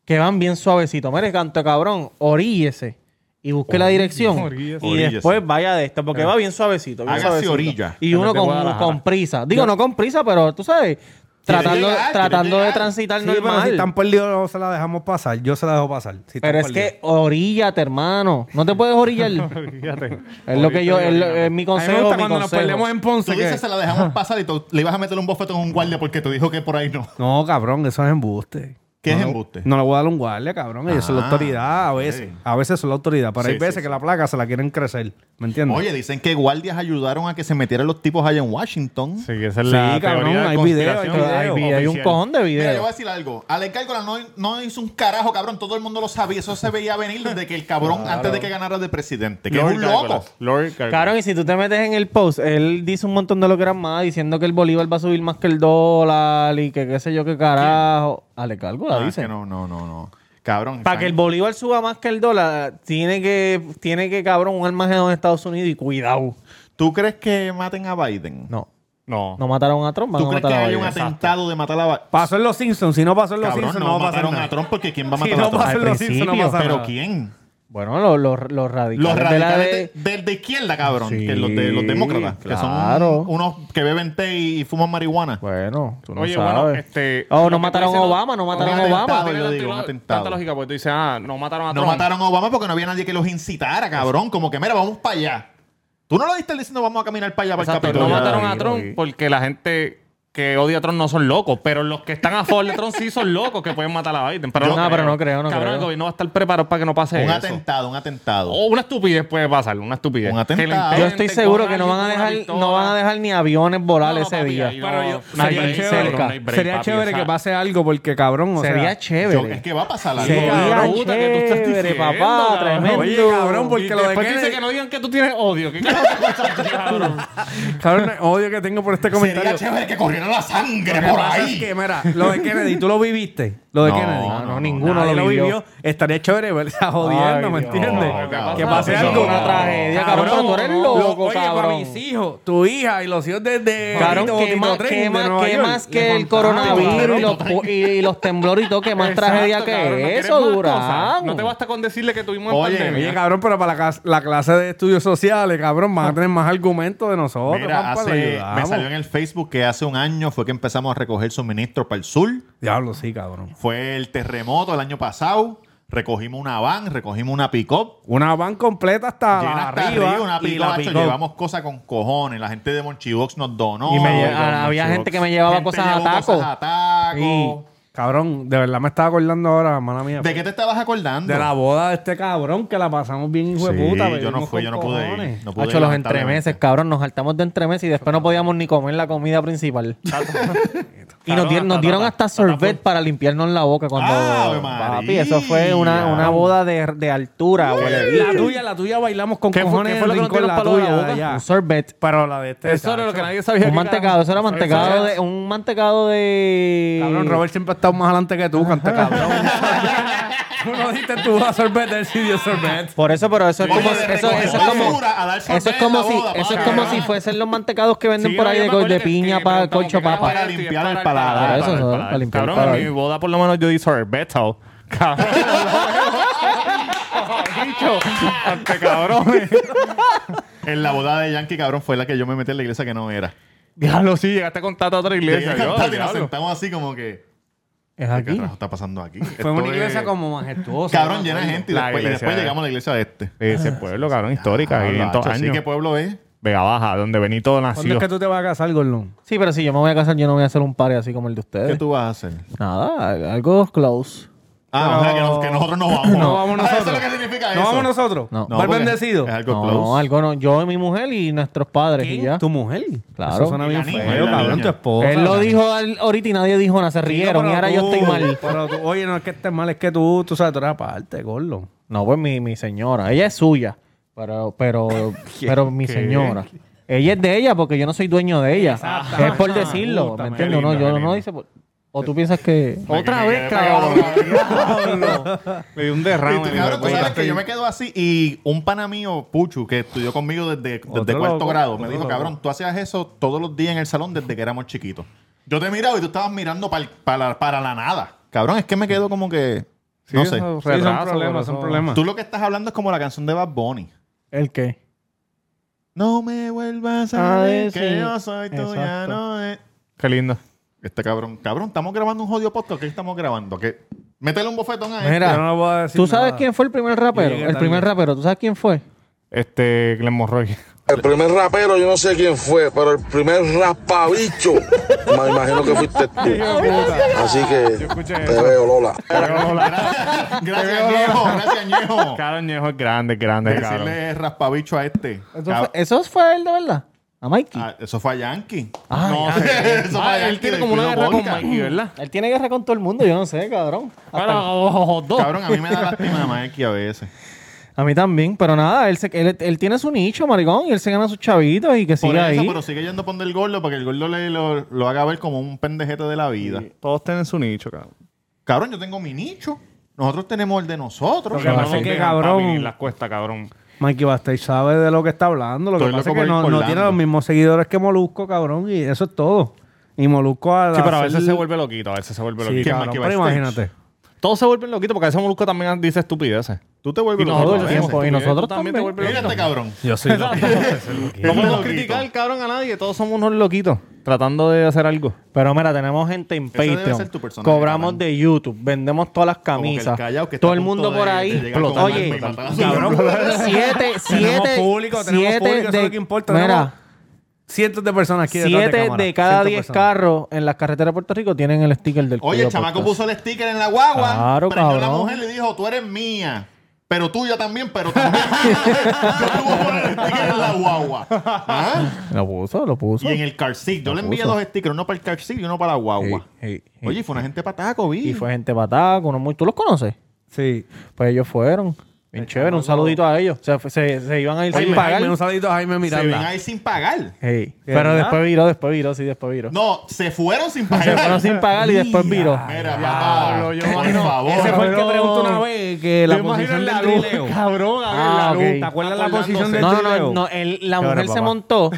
[SPEAKER 2] Que van bien suavecito. Mire, canto cabrón, oríllese. Y busque la dirección.
[SPEAKER 3] oríllese.
[SPEAKER 2] Y
[SPEAKER 1] Oríllese.
[SPEAKER 2] después vaya de esto,
[SPEAKER 5] Ah.
[SPEAKER 2] porque va bien suavecito. Bien
[SPEAKER 1] Hágase
[SPEAKER 2] suavecito.
[SPEAKER 1] orilla.
[SPEAKER 2] Y uno
[SPEAKER 3] vez de
[SPEAKER 2] con,
[SPEAKER 3] Guadalajara.
[SPEAKER 2] con prisa. Digo, no con prisa, pero tú sabes. Tratando,
[SPEAKER 1] llegar,
[SPEAKER 2] tratando
[SPEAKER 1] quieres
[SPEAKER 2] de
[SPEAKER 1] llegar.
[SPEAKER 2] transitar
[SPEAKER 5] Sí, pero si
[SPEAKER 2] normal.
[SPEAKER 5] están perdidos, no se la dejamos pasar. Yo se la dejo pasar. Si
[SPEAKER 2] Pero
[SPEAKER 5] están
[SPEAKER 2] es
[SPEAKER 5] perdidos.
[SPEAKER 2] que oríllate, hermano. No te puedes orillar.
[SPEAKER 3] Fíjate.
[SPEAKER 2] es lo que yo, es, lo- es mi
[SPEAKER 5] A mí me
[SPEAKER 2] consejo,
[SPEAKER 5] gusta
[SPEAKER 2] mi
[SPEAKER 5] cuando nos
[SPEAKER 2] consejo.
[SPEAKER 5] perdemos en
[SPEAKER 1] Tú
[SPEAKER 5] Ponce. que-
[SPEAKER 1] dices, se la dejamos pasar y tú le ibas a meter un bofetón a un guardia porque te dijo que por ahí no.
[SPEAKER 5] No, cabrón, eso es embuste.
[SPEAKER 1] ¿Qué
[SPEAKER 5] No
[SPEAKER 1] es
[SPEAKER 5] le-
[SPEAKER 1] embuste?
[SPEAKER 5] No le voy a dar un guardia, cabrón. Ellos son la
[SPEAKER 1] Ah,
[SPEAKER 5] autoridad a veces.
[SPEAKER 1] ok.
[SPEAKER 5] A veces son la autoridad. Pero
[SPEAKER 1] Sí,
[SPEAKER 5] hay veces
[SPEAKER 1] sí, sí.
[SPEAKER 5] que la placa se la quieren crecer. ¿Me entiendes?
[SPEAKER 1] Oye, dicen que guardias ayudaron a que se metieran los tipos allá en Washington.
[SPEAKER 3] Sí, esa es
[SPEAKER 5] Sí,
[SPEAKER 3] la
[SPEAKER 5] cabrón,
[SPEAKER 3] teoría de
[SPEAKER 5] hay video, hay
[SPEAKER 3] conspiración
[SPEAKER 5] video.
[SPEAKER 2] Hay, vi- hay un
[SPEAKER 3] oficial.
[SPEAKER 2] cojón de
[SPEAKER 1] Mira, yo voy
[SPEAKER 2] videos.
[SPEAKER 1] a decir algo. Alec Cárcola no, no hizo un carajo, cabrón. Todo el mundo lo sabía. Eso se veía venir desde que el cabrón, antes de que ganara de presidente. Que
[SPEAKER 3] Lord
[SPEAKER 1] es un
[SPEAKER 3] Gárgolas.
[SPEAKER 1] loco.
[SPEAKER 3] Lord Gárgolas.
[SPEAKER 2] Cabrón, y si tú te metes en el post, él dice un montón de lo que era más, diciendo que el bolívar va a subir más que el dólar y que qué sé yo qué carajo. Ale, calcula,
[SPEAKER 1] Ah, es
[SPEAKER 2] dice.
[SPEAKER 1] que no, no, no, no. Cabrón.
[SPEAKER 2] Para que el bolívar suba más que el dólar, tiene que, tiene que cabrón, un almacén en Estados Unidos y cuidado.
[SPEAKER 1] ¿Tú crees que maten a Biden?
[SPEAKER 2] No,
[SPEAKER 3] No.
[SPEAKER 2] no mataron a Trump, van
[SPEAKER 1] ¿Tú
[SPEAKER 2] a
[SPEAKER 1] crees
[SPEAKER 2] matar
[SPEAKER 1] que
[SPEAKER 2] a
[SPEAKER 1] haya un
[SPEAKER 2] Biden.
[SPEAKER 1] atentado de matar a Biden?
[SPEAKER 5] Pasó en los Simpsons. Si no pasó en los
[SPEAKER 1] Cabrón,
[SPEAKER 5] Simpsons,
[SPEAKER 1] no,
[SPEAKER 5] no va a pasar
[SPEAKER 1] mataron
[SPEAKER 5] nada.
[SPEAKER 1] a Trump porque ¿quién va a
[SPEAKER 5] Si
[SPEAKER 1] matar a
[SPEAKER 5] no
[SPEAKER 1] Trump?
[SPEAKER 5] pasó en
[SPEAKER 2] Al
[SPEAKER 5] los Simpsons, no
[SPEAKER 2] principio,
[SPEAKER 5] pasa
[SPEAKER 1] ¿Pero
[SPEAKER 5] nada.
[SPEAKER 1] quién?
[SPEAKER 2] Bueno, los, los, los radicales.
[SPEAKER 1] Los
[SPEAKER 2] de la
[SPEAKER 1] radicales
[SPEAKER 2] de-
[SPEAKER 1] de, de- de izquierda, cabrón. Que los, de, los demócratas. Que
[SPEAKER 2] claro.
[SPEAKER 1] son unos que beben té y fuman marihuana.
[SPEAKER 2] Bueno, tú no
[SPEAKER 3] Oye,
[SPEAKER 2] sabes.
[SPEAKER 3] bueno, este.
[SPEAKER 2] Oh, no
[SPEAKER 3] lo que
[SPEAKER 2] mataron
[SPEAKER 3] dicen-
[SPEAKER 2] a Obama, no mataron
[SPEAKER 1] un
[SPEAKER 2] a Obama.
[SPEAKER 1] atentado, yo
[SPEAKER 3] Tiene
[SPEAKER 1] digo, un
[SPEAKER 3] tanta-
[SPEAKER 1] atentado.
[SPEAKER 3] Tanta lógica, porque tú dices, ah, no mataron a
[SPEAKER 1] No
[SPEAKER 3] Trump.
[SPEAKER 1] mataron a Obama porque no había nadie que los incitara, cabrón. Como que, mira, vamos para allá. Tú no lo diste diciendo vamos a caminar para allá, para
[SPEAKER 3] Exacto,
[SPEAKER 1] el
[SPEAKER 3] no
[SPEAKER 1] Capitolio.
[SPEAKER 3] mataron a Trump porque la gente que odia a Trump no son locos, pero los que están a favor de Trump sí son locos que pueden matar a Biden. Pero
[SPEAKER 2] No, pero no creo, no
[SPEAKER 3] Cabrón,
[SPEAKER 2] creo.
[SPEAKER 3] el gobierno va a estar preparado para que no pase
[SPEAKER 1] Un
[SPEAKER 3] eso.
[SPEAKER 1] atentado, un atentado.
[SPEAKER 3] O una estupidez puede pasar, una estupidez.
[SPEAKER 1] Un
[SPEAKER 3] Que le
[SPEAKER 1] atentado.
[SPEAKER 3] intenten
[SPEAKER 2] Yo estoy
[SPEAKER 3] con
[SPEAKER 2] seguro que no
[SPEAKER 3] alguien
[SPEAKER 2] van a
[SPEAKER 3] con una
[SPEAKER 2] dejar,
[SPEAKER 3] pistola.
[SPEAKER 2] no van a dejar ni aviones volar
[SPEAKER 3] No,
[SPEAKER 2] ese
[SPEAKER 3] papi,
[SPEAKER 2] día.
[SPEAKER 3] ahí no-
[SPEAKER 5] Pero yo-
[SPEAKER 3] no hay
[SPEAKER 5] sería
[SPEAKER 3] break,
[SPEAKER 5] chévere,
[SPEAKER 3] cabrón, no hay break,
[SPEAKER 5] sería
[SPEAKER 3] papi,
[SPEAKER 5] chévere
[SPEAKER 3] o sea,
[SPEAKER 5] que pase algo porque, cabrón, o
[SPEAKER 2] Sería
[SPEAKER 5] sea,
[SPEAKER 1] Yo-
[SPEAKER 2] chévere.
[SPEAKER 1] es que va a pasar algo.
[SPEAKER 2] Sería
[SPEAKER 3] cabrón, puta, que tú estás
[SPEAKER 2] chévere,
[SPEAKER 3] diciendo,
[SPEAKER 2] papá,
[SPEAKER 3] cabrón.
[SPEAKER 2] tremendo.
[SPEAKER 5] Oye, cabrón, porque
[SPEAKER 3] Y
[SPEAKER 5] lo de
[SPEAKER 3] después dice
[SPEAKER 5] Kennedy-
[SPEAKER 3] que no digan que tú tienes odio. ¿Qué carajo te pasa, cabrón?
[SPEAKER 5] cabrón, el odio que tengo por este comentario.
[SPEAKER 1] Sería chévere que corriera la sangre
[SPEAKER 5] Lo que
[SPEAKER 1] por
[SPEAKER 5] pasa es
[SPEAKER 1] ahí.
[SPEAKER 5] que, mira, lo de Kennedy, tú lo viviste. Lo de
[SPEAKER 1] No,
[SPEAKER 5] Kennedy.
[SPEAKER 1] no, no,
[SPEAKER 2] ninguno
[SPEAKER 5] nadie
[SPEAKER 2] lo vivió.
[SPEAKER 5] Estaría chévere ver esa jodiendo,
[SPEAKER 2] Ay,
[SPEAKER 5] ¿me
[SPEAKER 2] Dios.
[SPEAKER 5] entiendes?
[SPEAKER 1] No, cabrón.
[SPEAKER 5] que pase
[SPEAKER 1] Eso
[SPEAKER 5] algo.
[SPEAKER 1] es una
[SPEAKER 2] tragedia, cabrón, tú eres
[SPEAKER 5] no.
[SPEAKER 2] loco,
[SPEAKER 5] Oye, para
[SPEAKER 2] cabrón.
[SPEAKER 5] mis hijos, tu hija y los hijos de. de
[SPEAKER 2] Cabrón,
[SPEAKER 5] Botito,
[SPEAKER 2] Eh, ¿qué
[SPEAKER 5] Botito
[SPEAKER 2] más,
[SPEAKER 5] Tren
[SPEAKER 2] qué
[SPEAKER 5] de
[SPEAKER 2] más-
[SPEAKER 5] Nueva
[SPEAKER 2] qué
[SPEAKER 5] York?
[SPEAKER 2] más
[SPEAKER 5] Le
[SPEAKER 2] que el
[SPEAKER 5] contaba,
[SPEAKER 2] coronavirus y
[SPEAKER 5] cabrón.
[SPEAKER 2] los, pu- y, y los temblores y todo? ¿Qué más tragedia
[SPEAKER 3] Exacto, cabrón, no
[SPEAKER 2] que
[SPEAKER 3] quieres
[SPEAKER 2] eso,
[SPEAKER 3] más cosas.
[SPEAKER 2] Durán?
[SPEAKER 3] No te basta con decirle que tuvimos
[SPEAKER 1] Oye,
[SPEAKER 3] pandemia.
[SPEAKER 5] Oye, cabrón, pero para la, cas- la clase de estudios sociales, cabrón, van a tener más argumentos de nosotros.
[SPEAKER 1] Mira,
[SPEAKER 5] papá,
[SPEAKER 1] hace,
[SPEAKER 5] le
[SPEAKER 1] me
[SPEAKER 5] ayudamos.
[SPEAKER 1] salió en el Facebook que hace un año fue que empezamos a recoger suministros para el sur.
[SPEAKER 5] Diablo, sí, cabrón.
[SPEAKER 1] Fue el terremoto el año pasado. Recogimos una van, recogimos una pick-up.
[SPEAKER 5] Una van completa
[SPEAKER 2] Ah,
[SPEAKER 5] hasta,
[SPEAKER 1] Llena hasta
[SPEAKER 5] arriba.
[SPEAKER 1] arriba, una
[SPEAKER 5] y
[SPEAKER 1] pick-up,
[SPEAKER 5] la
[SPEAKER 1] macho,
[SPEAKER 5] pick-up.
[SPEAKER 1] llevamos cosas con cojones. La gente de Monchibox nos donó.
[SPEAKER 2] Y me
[SPEAKER 1] Ay,
[SPEAKER 2] lle- ah,
[SPEAKER 1] con
[SPEAKER 2] había
[SPEAKER 1] Monchibox.
[SPEAKER 2] gente que me llevaba
[SPEAKER 1] Gente
[SPEAKER 2] cosas a
[SPEAKER 1] llevó
[SPEAKER 2] taco.
[SPEAKER 1] cosas a taco.
[SPEAKER 2] Sí.
[SPEAKER 5] Cabrón, de verdad me estaba acordando ahora, mala mía.
[SPEAKER 1] ¿De qué te estabas acordando?
[SPEAKER 5] De la boda de este cabrón que la pasamos bien, hijo de
[SPEAKER 1] Sí,
[SPEAKER 5] puta.
[SPEAKER 1] yo no
[SPEAKER 5] bebimos
[SPEAKER 1] fui, yo no
[SPEAKER 5] con
[SPEAKER 1] pude
[SPEAKER 5] cojones.
[SPEAKER 1] ir. No pude
[SPEAKER 2] Hacho,
[SPEAKER 1] ir,
[SPEAKER 2] los
[SPEAKER 1] lamentablemente.
[SPEAKER 2] entremeses, cabrón. Nos saltamos de entremeses y después no podíamos ni comer la comida principal. y nos, dieron- nos dieron hasta sorbet para limpiarnos la boca cuando...
[SPEAKER 1] ¡Ave
[SPEAKER 2] Papi, eso fue una,
[SPEAKER 1] María!
[SPEAKER 2] una boda de, de altura, huele bicho.
[SPEAKER 5] La tuya, la tuya bailamos con
[SPEAKER 3] ¿Qué fue-
[SPEAKER 5] cojones
[SPEAKER 3] qué fue
[SPEAKER 5] en
[SPEAKER 3] lo
[SPEAKER 5] el
[SPEAKER 3] que nos
[SPEAKER 5] rincón, la
[SPEAKER 3] dieron palo a la
[SPEAKER 5] tuya
[SPEAKER 3] boca?
[SPEAKER 5] de allá.
[SPEAKER 2] Un sorbet.
[SPEAKER 5] Pero la de este.
[SPEAKER 3] Eso era lo que
[SPEAKER 5] chacho.
[SPEAKER 3] nadie sabía.
[SPEAKER 2] Un
[SPEAKER 3] que era.
[SPEAKER 2] mantecado. Eso era mantecado de...
[SPEAKER 3] Eso
[SPEAKER 2] Un mantecado de...
[SPEAKER 5] Cabrón, Robert siempre ha estado más adelante que tú, canta cabrón. tú no diste tú a sorbet, él sí dio sorbet.
[SPEAKER 2] Por eso, pero eso es
[SPEAKER 1] Oye,
[SPEAKER 2] como...
[SPEAKER 1] de
[SPEAKER 2] Eso,
[SPEAKER 1] recoger
[SPEAKER 2] eso es como...
[SPEAKER 1] basura a dar sorbet
[SPEAKER 2] Eso es
[SPEAKER 1] en
[SPEAKER 2] como
[SPEAKER 1] la
[SPEAKER 2] si,
[SPEAKER 1] boda,
[SPEAKER 2] eso es
[SPEAKER 1] papi.
[SPEAKER 2] como si fuesen los mantecados que venden
[SPEAKER 3] Sí,
[SPEAKER 2] por ahí
[SPEAKER 3] yo
[SPEAKER 2] de,
[SPEAKER 3] me
[SPEAKER 2] gol
[SPEAKER 3] acuerdo
[SPEAKER 2] de
[SPEAKER 3] que-
[SPEAKER 2] piña,
[SPEAKER 3] que
[SPEAKER 2] pa,
[SPEAKER 3] preguntaban,
[SPEAKER 2] cocho,
[SPEAKER 3] ¿qué era
[SPEAKER 2] papa.
[SPEAKER 1] para
[SPEAKER 3] esto? Y es
[SPEAKER 1] limpiar el
[SPEAKER 2] paladar. Eso,
[SPEAKER 3] para el
[SPEAKER 2] eso,
[SPEAKER 3] paladar.
[SPEAKER 2] para limpiar el
[SPEAKER 3] Cabrón, en
[SPEAKER 2] paladar.
[SPEAKER 3] mi boda por lo menos yo di sorbetado. Cabrón. Bicho, ante cabrones.
[SPEAKER 1] En la boda de Yankee, cabrón, fue la que yo me metí en la iglesia que no era.
[SPEAKER 3] Diablo, sí, llegaste con Tato a otra iglesia.
[SPEAKER 1] Llegué a
[SPEAKER 3] Yo,
[SPEAKER 1] cantar y nos
[SPEAKER 3] diablo.
[SPEAKER 1] sentamos así como que...
[SPEAKER 5] Es
[SPEAKER 1] ¿Qué carajo está pasando aquí?
[SPEAKER 5] Fue una iglesia como majestuosa.
[SPEAKER 1] Cabrón,
[SPEAKER 5] ¿no?
[SPEAKER 1] llena de gente y
[SPEAKER 3] La
[SPEAKER 1] después, y
[SPEAKER 3] iglesia
[SPEAKER 1] después
[SPEAKER 3] de-
[SPEAKER 1] llegamos a la iglesia de este.
[SPEAKER 3] Ese pueblo, cabrón, histórica,
[SPEAKER 1] Ah,
[SPEAKER 3] 500
[SPEAKER 1] macho, Así
[SPEAKER 3] años.
[SPEAKER 1] que pueblo es...
[SPEAKER 3] Vega Baja, donde Benito
[SPEAKER 5] ¿Cuándo
[SPEAKER 3] nació.
[SPEAKER 5] es que tú te vas a casar, Gordon?
[SPEAKER 2] Sí, pero si yo me voy a casar, yo no voy a hacer un party así como el de
[SPEAKER 1] ¿Qué
[SPEAKER 2] ustedes.
[SPEAKER 1] tú vas a hacer?
[SPEAKER 2] Nada, algo close.
[SPEAKER 1] Ah, o sea, que, nos- que nosotros no vamos.
[SPEAKER 5] No vamos
[SPEAKER 1] Ah,
[SPEAKER 5] nosotros.
[SPEAKER 1] ¿Eso es lo que significa eso?
[SPEAKER 5] ¿No vamos nosotros?
[SPEAKER 2] No.
[SPEAKER 5] No.
[SPEAKER 1] No, porque
[SPEAKER 5] bendecido?
[SPEAKER 1] Es algo
[SPEAKER 2] No,
[SPEAKER 1] close.
[SPEAKER 2] no, algo no. Yo y mi mujer y nuestros padres y ya.
[SPEAKER 5] ¿Tu mujer?
[SPEAKER 2] Claro.
[SPEAKER 5] Eso suena
[SPEAKER 1] Y la
[SPEAKER 5] bien
[SPEAKER 1] niña,
[SPEAKER 5] feo,
[SPEAKER 1] y la
[SPEAKER 5] cabrón,
[SPEAKER 1] niña.
[SPEAKER 5] tu esposa.
[SPEAKER 2] Él lo dijo al- ahorita y nadie dijo nada, se rieron y
[SPEAKER 5] pero
[SPEAKER 2] ahora yo
[SPEAKER 5] tú-
[SPEAKER 2] estoy mal.
[SPEAKER 5] Pero tú, oye, no es que estés mal, es que tú, tú sabes, tú eres aparte, Gordon.
[SPEAKER 2] No, pues mi, mi señora, ella es suya, pero pero pero mi señora. Ella es de ella porque yo no soy dueño de ella. Es por decirlo, ¿me entiendes? No,
[SPEAKER 3] Qué
[SPEAKER 2] yo
[SPEAKER 3] lindo,
[SPEAKER 2] no
[SPEAKER 3] qué
[SPEAKER 2] dice por- o tú piensas que otra vez, cabrón.
[SPEAKER 3] Le dio un derrame.
[SPEAKER 1] Tú,
[SPEAKER 3] hijo de
[SPEAKER 1] cabrón, tú
[SPEAKER 3] puta.
[SPEAKER 1] sabes que pues, yo me quedo así y un pana mío, Puchu, que estudió conmigo desde, desde
[SPEAKER 5] Otro
[SPEAKER 1] cuarto
[SPEAKER 5] loco,
[SPEAKER 1] grado, me
[SPEAKER 5] otro
[SPEAKER 1] dijo,
[SPEAKER 5] loco.
[SPEAKER 1] cabrón, tú hacías eso todos los días en el salón desde que éramos chiquitos. Yo te miraba y tú estabas mirando pa'l- para, la- para la nada. Cabrón, es que me quedo como que... no sé.
[SPEAKER 3] eso-
[SPEAKER 5] Sí, son
[SPEAKER 3] Retraso,
[SPEAKER 5] problemas,
[SPEAKER 3] corazón.
[SPEAKER 5] son problemas.
[SPEAKER 1] Tú lo que estás hablando es como la canción de Bad Bunny.
[SPEAKER 2] ¿El qué?
[SPEAKER 1] No me vuelvas
[SPEAKER 2] Ah,
[SPEAKER 1] a decir
[SPEAKER 2] sí.
[SPEAKER 1] que yo soy tuya,
[SPEAKER 2] Exacto.
[SPEAKER 1] no es...
[SPEAKER 3] Qué lindo.
[SPEAKER 1] Este cabrón, cabrón, estamos grabando un jodido podcast. ¿Qué estamos grabando? ¿Qué? Métele un bofetón a él.
[SPEAKER 5] Yo
[SPEAKER 2] Mira,
[SPEAKER 5] no le voy a decir
[SPEAKER 2] ¿tú sabes
[SPEAKER 5] nada.
[SPEAKER 2] quién fue el primer rapero?
[SPEAKER 5] Llegué
[SPEAKER 2] El primer
[SPEAKER 5] tarde.
[SPEAKER 2] rapero, ¿tú sabes quién fue?
[SPEAKER 3] Este, Glenn Morroy.
[SPEAKER 9] El primer rapero, yo no sé quién fue, pero el primer rapabicho, me imagino que fuiste tú. Así que
[SPEAKER 3] escuché
[SPEAKER 9] te
[SPEAKER 3] eso.
[SPEAKER 9] veo, Lola.
[SPEAKER 1] Gracias, gracias, Ñejo. Gracias, Ñejo.
[SPEAKER 3] Caro Ñejo es grande, grande, cabrón.
[SPEAKER 1] Decirle raspabicho a este.
[SPEAKER 2] ¿Eso
[SPEAKER 1] Cab-
[SPEAKER 2] fue, eso fue él de verdad? ¿A Mikey?
[SPEAKER 1] Ah, eso fue a Yankee.
[SPEAKER 2] Ah,
[SPEAKER 1] no,
[SPEAKER 2] Yankee.
[SPEAKER 1] sé. Eso fue a
[SPEAKER 3] Ah,
[SPEAKER 1] Yankee
[SPEAKER 3] él tiene
[SPEAKER 1] de
[SPEAKER 3] como una
[SPEAKER 1] Cuido
[SPEAKER 3] guerra con
[SPEAKER 1] Vodka.
[SPEAKER 3] Mikey, ¿verdad?
[SPEAKER 2] Él tiene guerra con todo el mundo, yo no sé, cabrón. Hasta-
[SPEAKER 3] Bueno, dos.
[SPEAKER 1] Cabrón, a mí me da lástima a Mikey a veces.
[SPEAKER 2] A mí también, pero nada, él, se- él, él tiene su nicho, maricón, y él se gana sus chavitos y que
[SPEAKER 1] Por
[SPEAKER 2] siga
[SPEAKER 1] eso,
[SPEAKER 2] ahí.
[SPEAKER 1] pero sigue yendo a poner el gordo para que el gordo le, lo, lo haga ver como un pendejete de la vida.
[SPEAKER 3] Todos tienen su nicho, cabrón.
[SPEAKER 1] Cabrón, yo tengo mi nicho. Nosotros tenemos el de nosotros.
[SPEAKER 5] Lo que pasa es que, cabrón,
[SPEAKER 3] Las cuesta, cabrón.
[SPEAKER 5] Mikey Bastage sabe de lo que está hablando. Lo que
[SPEAKER 1] Estoy
[SPEAKER 5] pasa es
[SPEAKER 1] loco por
[SPEAKER 5] que
[SPEAKER 1] ir
[SPEAKER 5] no,
[SPEAKER 1] por
[SPEAKER 5] no
[SPEAKER 1] Lando.
[SPEAKER 5] tiene los mismos seguidores que Molusco, cabrón, y eso es todo. Y Molusco a
[SPEAKER 3] Sí, pero a veces
[SPEAKER 5] hacer-
[SPEAKER 3] se vuelve loquito, a veces se vuelve
[SPEAKER 5] Sí,
[SPEAKER 3] loquito.
[SPEAKER 5] cabrón,
[SPEAKER 1] Mikey
[SPEAKER 5] pero
[SPEAKER 1] Bastage?
[SPEAKER 5] imagínate.
[SPEAKER 3] Todos se vuelven loquitos porque a veces Molusco también dice estupideces.
[SPEAKER 1] Tú te vuelves
[SPEAKER 3] Y
[SPEAKER 1] loco
[SPEAKER 3] nosotros
[SPEAKER 1] a
[SPEAKER 2] el
[SPEAKER 1] veces.
[SPEAKER 2] tiempo, y nosotros
[SPEAKER 3] Tú
[SPEAKER 2] también.
[SPEAKER 3] te vuelves
[SPEAKER 1] Mira
[SPEAKER 3] loquito.
[SPEAKER 1] este cabrón.
[SPEAKER 5] Yo soy
[SPEAKER 3] No podemos
[SPEAKER 1] loquito.
[SPEAKER 3] criticar, cabrón, a nadie. Todos somos unos loquitos tratando de hacer algo.
[SPEAKER 2] Pero mira, tenemos gente en
[SPEAKER 1] debe
[SPEAKER 2] Patreon,
[SPEAKER 1] ser tu personaje,
[SPEAKER 2] cobramos
[SPEAKER 1] cabrón.
[SPEAKER 2] de YouTube, vendemos todas las
[SPEAKER 1] Como que el
[SPEAKER 2] camisas,
[SPEAKER 1] callao que está
[SPEAKER 2] todo el
[SPEAKER 1] a punto
[SPEAKER 2] mundo por
[SPEAKER 1] de-
[SPEAKER 2] ahí.
[SPEAKER 1] de llegar con
[SPEAKER 2] Oye,
[SPEAKER 1] un arma y matar a
[SPEAKER 2] cabrón,
[SPEAKER 1] su-
[SPEAKER 2] siete,
[SPEAKER 5] Tenemos
[SPEAKER 2] siete,
[SPEAKER 5] público, tenemos
[SPEAKER 2] siete
[SPEAKER 5] público, eso es
[SPEAKER 2] de-
[SPEAKER 5] lo que importa. tenemos
[SPEAKER 2] Mira,
[SPEAKER 5] cientos de personas aquí detrás
[SPEAKER 2] siete
[SPEAKER 5] cámara,
[SPEAKER 2] de cada
[SPEAKER 5] cientos
[SPEAKER 2] diez
[SPEAKER 5] personas.
[SPEAKER 2] carros en las carreteras de Puerto Rico tienen el sticker del
[SPEAKER 1] Oye,
[SPEAKER 2] Cuido
[SPEAKER 1] el chamaco
[SPEAKER 2] Podcast.
[SPEAKER 1] puso el sticker en la guagua.
[SPEAKER 2] pues, Claro,
[SPEAKER 1] prendió a la
[SPEAKER 2] cabrón.
[SPEAKER 1] mujer y le dijo, tú eres mía. Pero tuya también, pero también. yo te voy a poner el sticker en la guagua. ¿Ah?
[SPEAKER 2] Lo puso, lo puso.
[SPEAKER 1] Y en el car seat. Yo le envié
[SPEAKER 2] puso.
[SPEAKER 1] dos stickers, uno para el car seat y uno para la guagua.
[SPEAKER 2] Ey, ey, ey.
[SPEAKER 1] Oye, fue una gente pataco, vi.
[SPEAKER 2] Y fue gente patada, uno muy... ¿Tú los conoces?
[SPEAKER 5] Mm. Sí.
[SPEAKER 2] Pues ellos fueron. Bien chévere, un saludito a ellos. Se, fue- se, se iban a ir sin
[SPEAKER 5] Oye,
[SPEAKER 2] pagar.
[SPEAKER 5] Jaime, un saludito a Jaime
[SPEAKER 1] se ven
[SPEAKER 5] Miranda.
[SPEAKER 1] ahí sin pagar.
[SPEAKER 2] Ey, Pero
[SPEAKER 5] ¿Verdad?
[SPEAKER 2] después viró, después viró, sí, después viró.
[SPEAKER 1] No, se fueron sin pagar.
[SPEAKER 2] Se fueron sin pagar y después viró.
[SPEAKER 1] Mira, papá. por favor.
[SPEAKER 5] Ese fue el que
[SPEAKER 2] Cabrón.
[SPEAKER 5] preguntó una vez que la posición del trileo.
[SPEAKER 3] Cabrón, a ver,
[SPEAKER 2] Ah,
[SPEAKER 3] la luz.
[SPEAKER 2] ok.
[SPEAKER 5] ¿Te acuerdas la posición del
[SPEAKER 2] No, no,
[SPEAKER 5] trileo?
[SPEAKER 2] no, no, él- la
[SPEAKER 5] Qué
[SPEAKER 2] mujer
[SPEAKER 5] bueno,
[SPEAKER 2] se
[SPEAKER 5] papá.
[SPEAKER 2] montó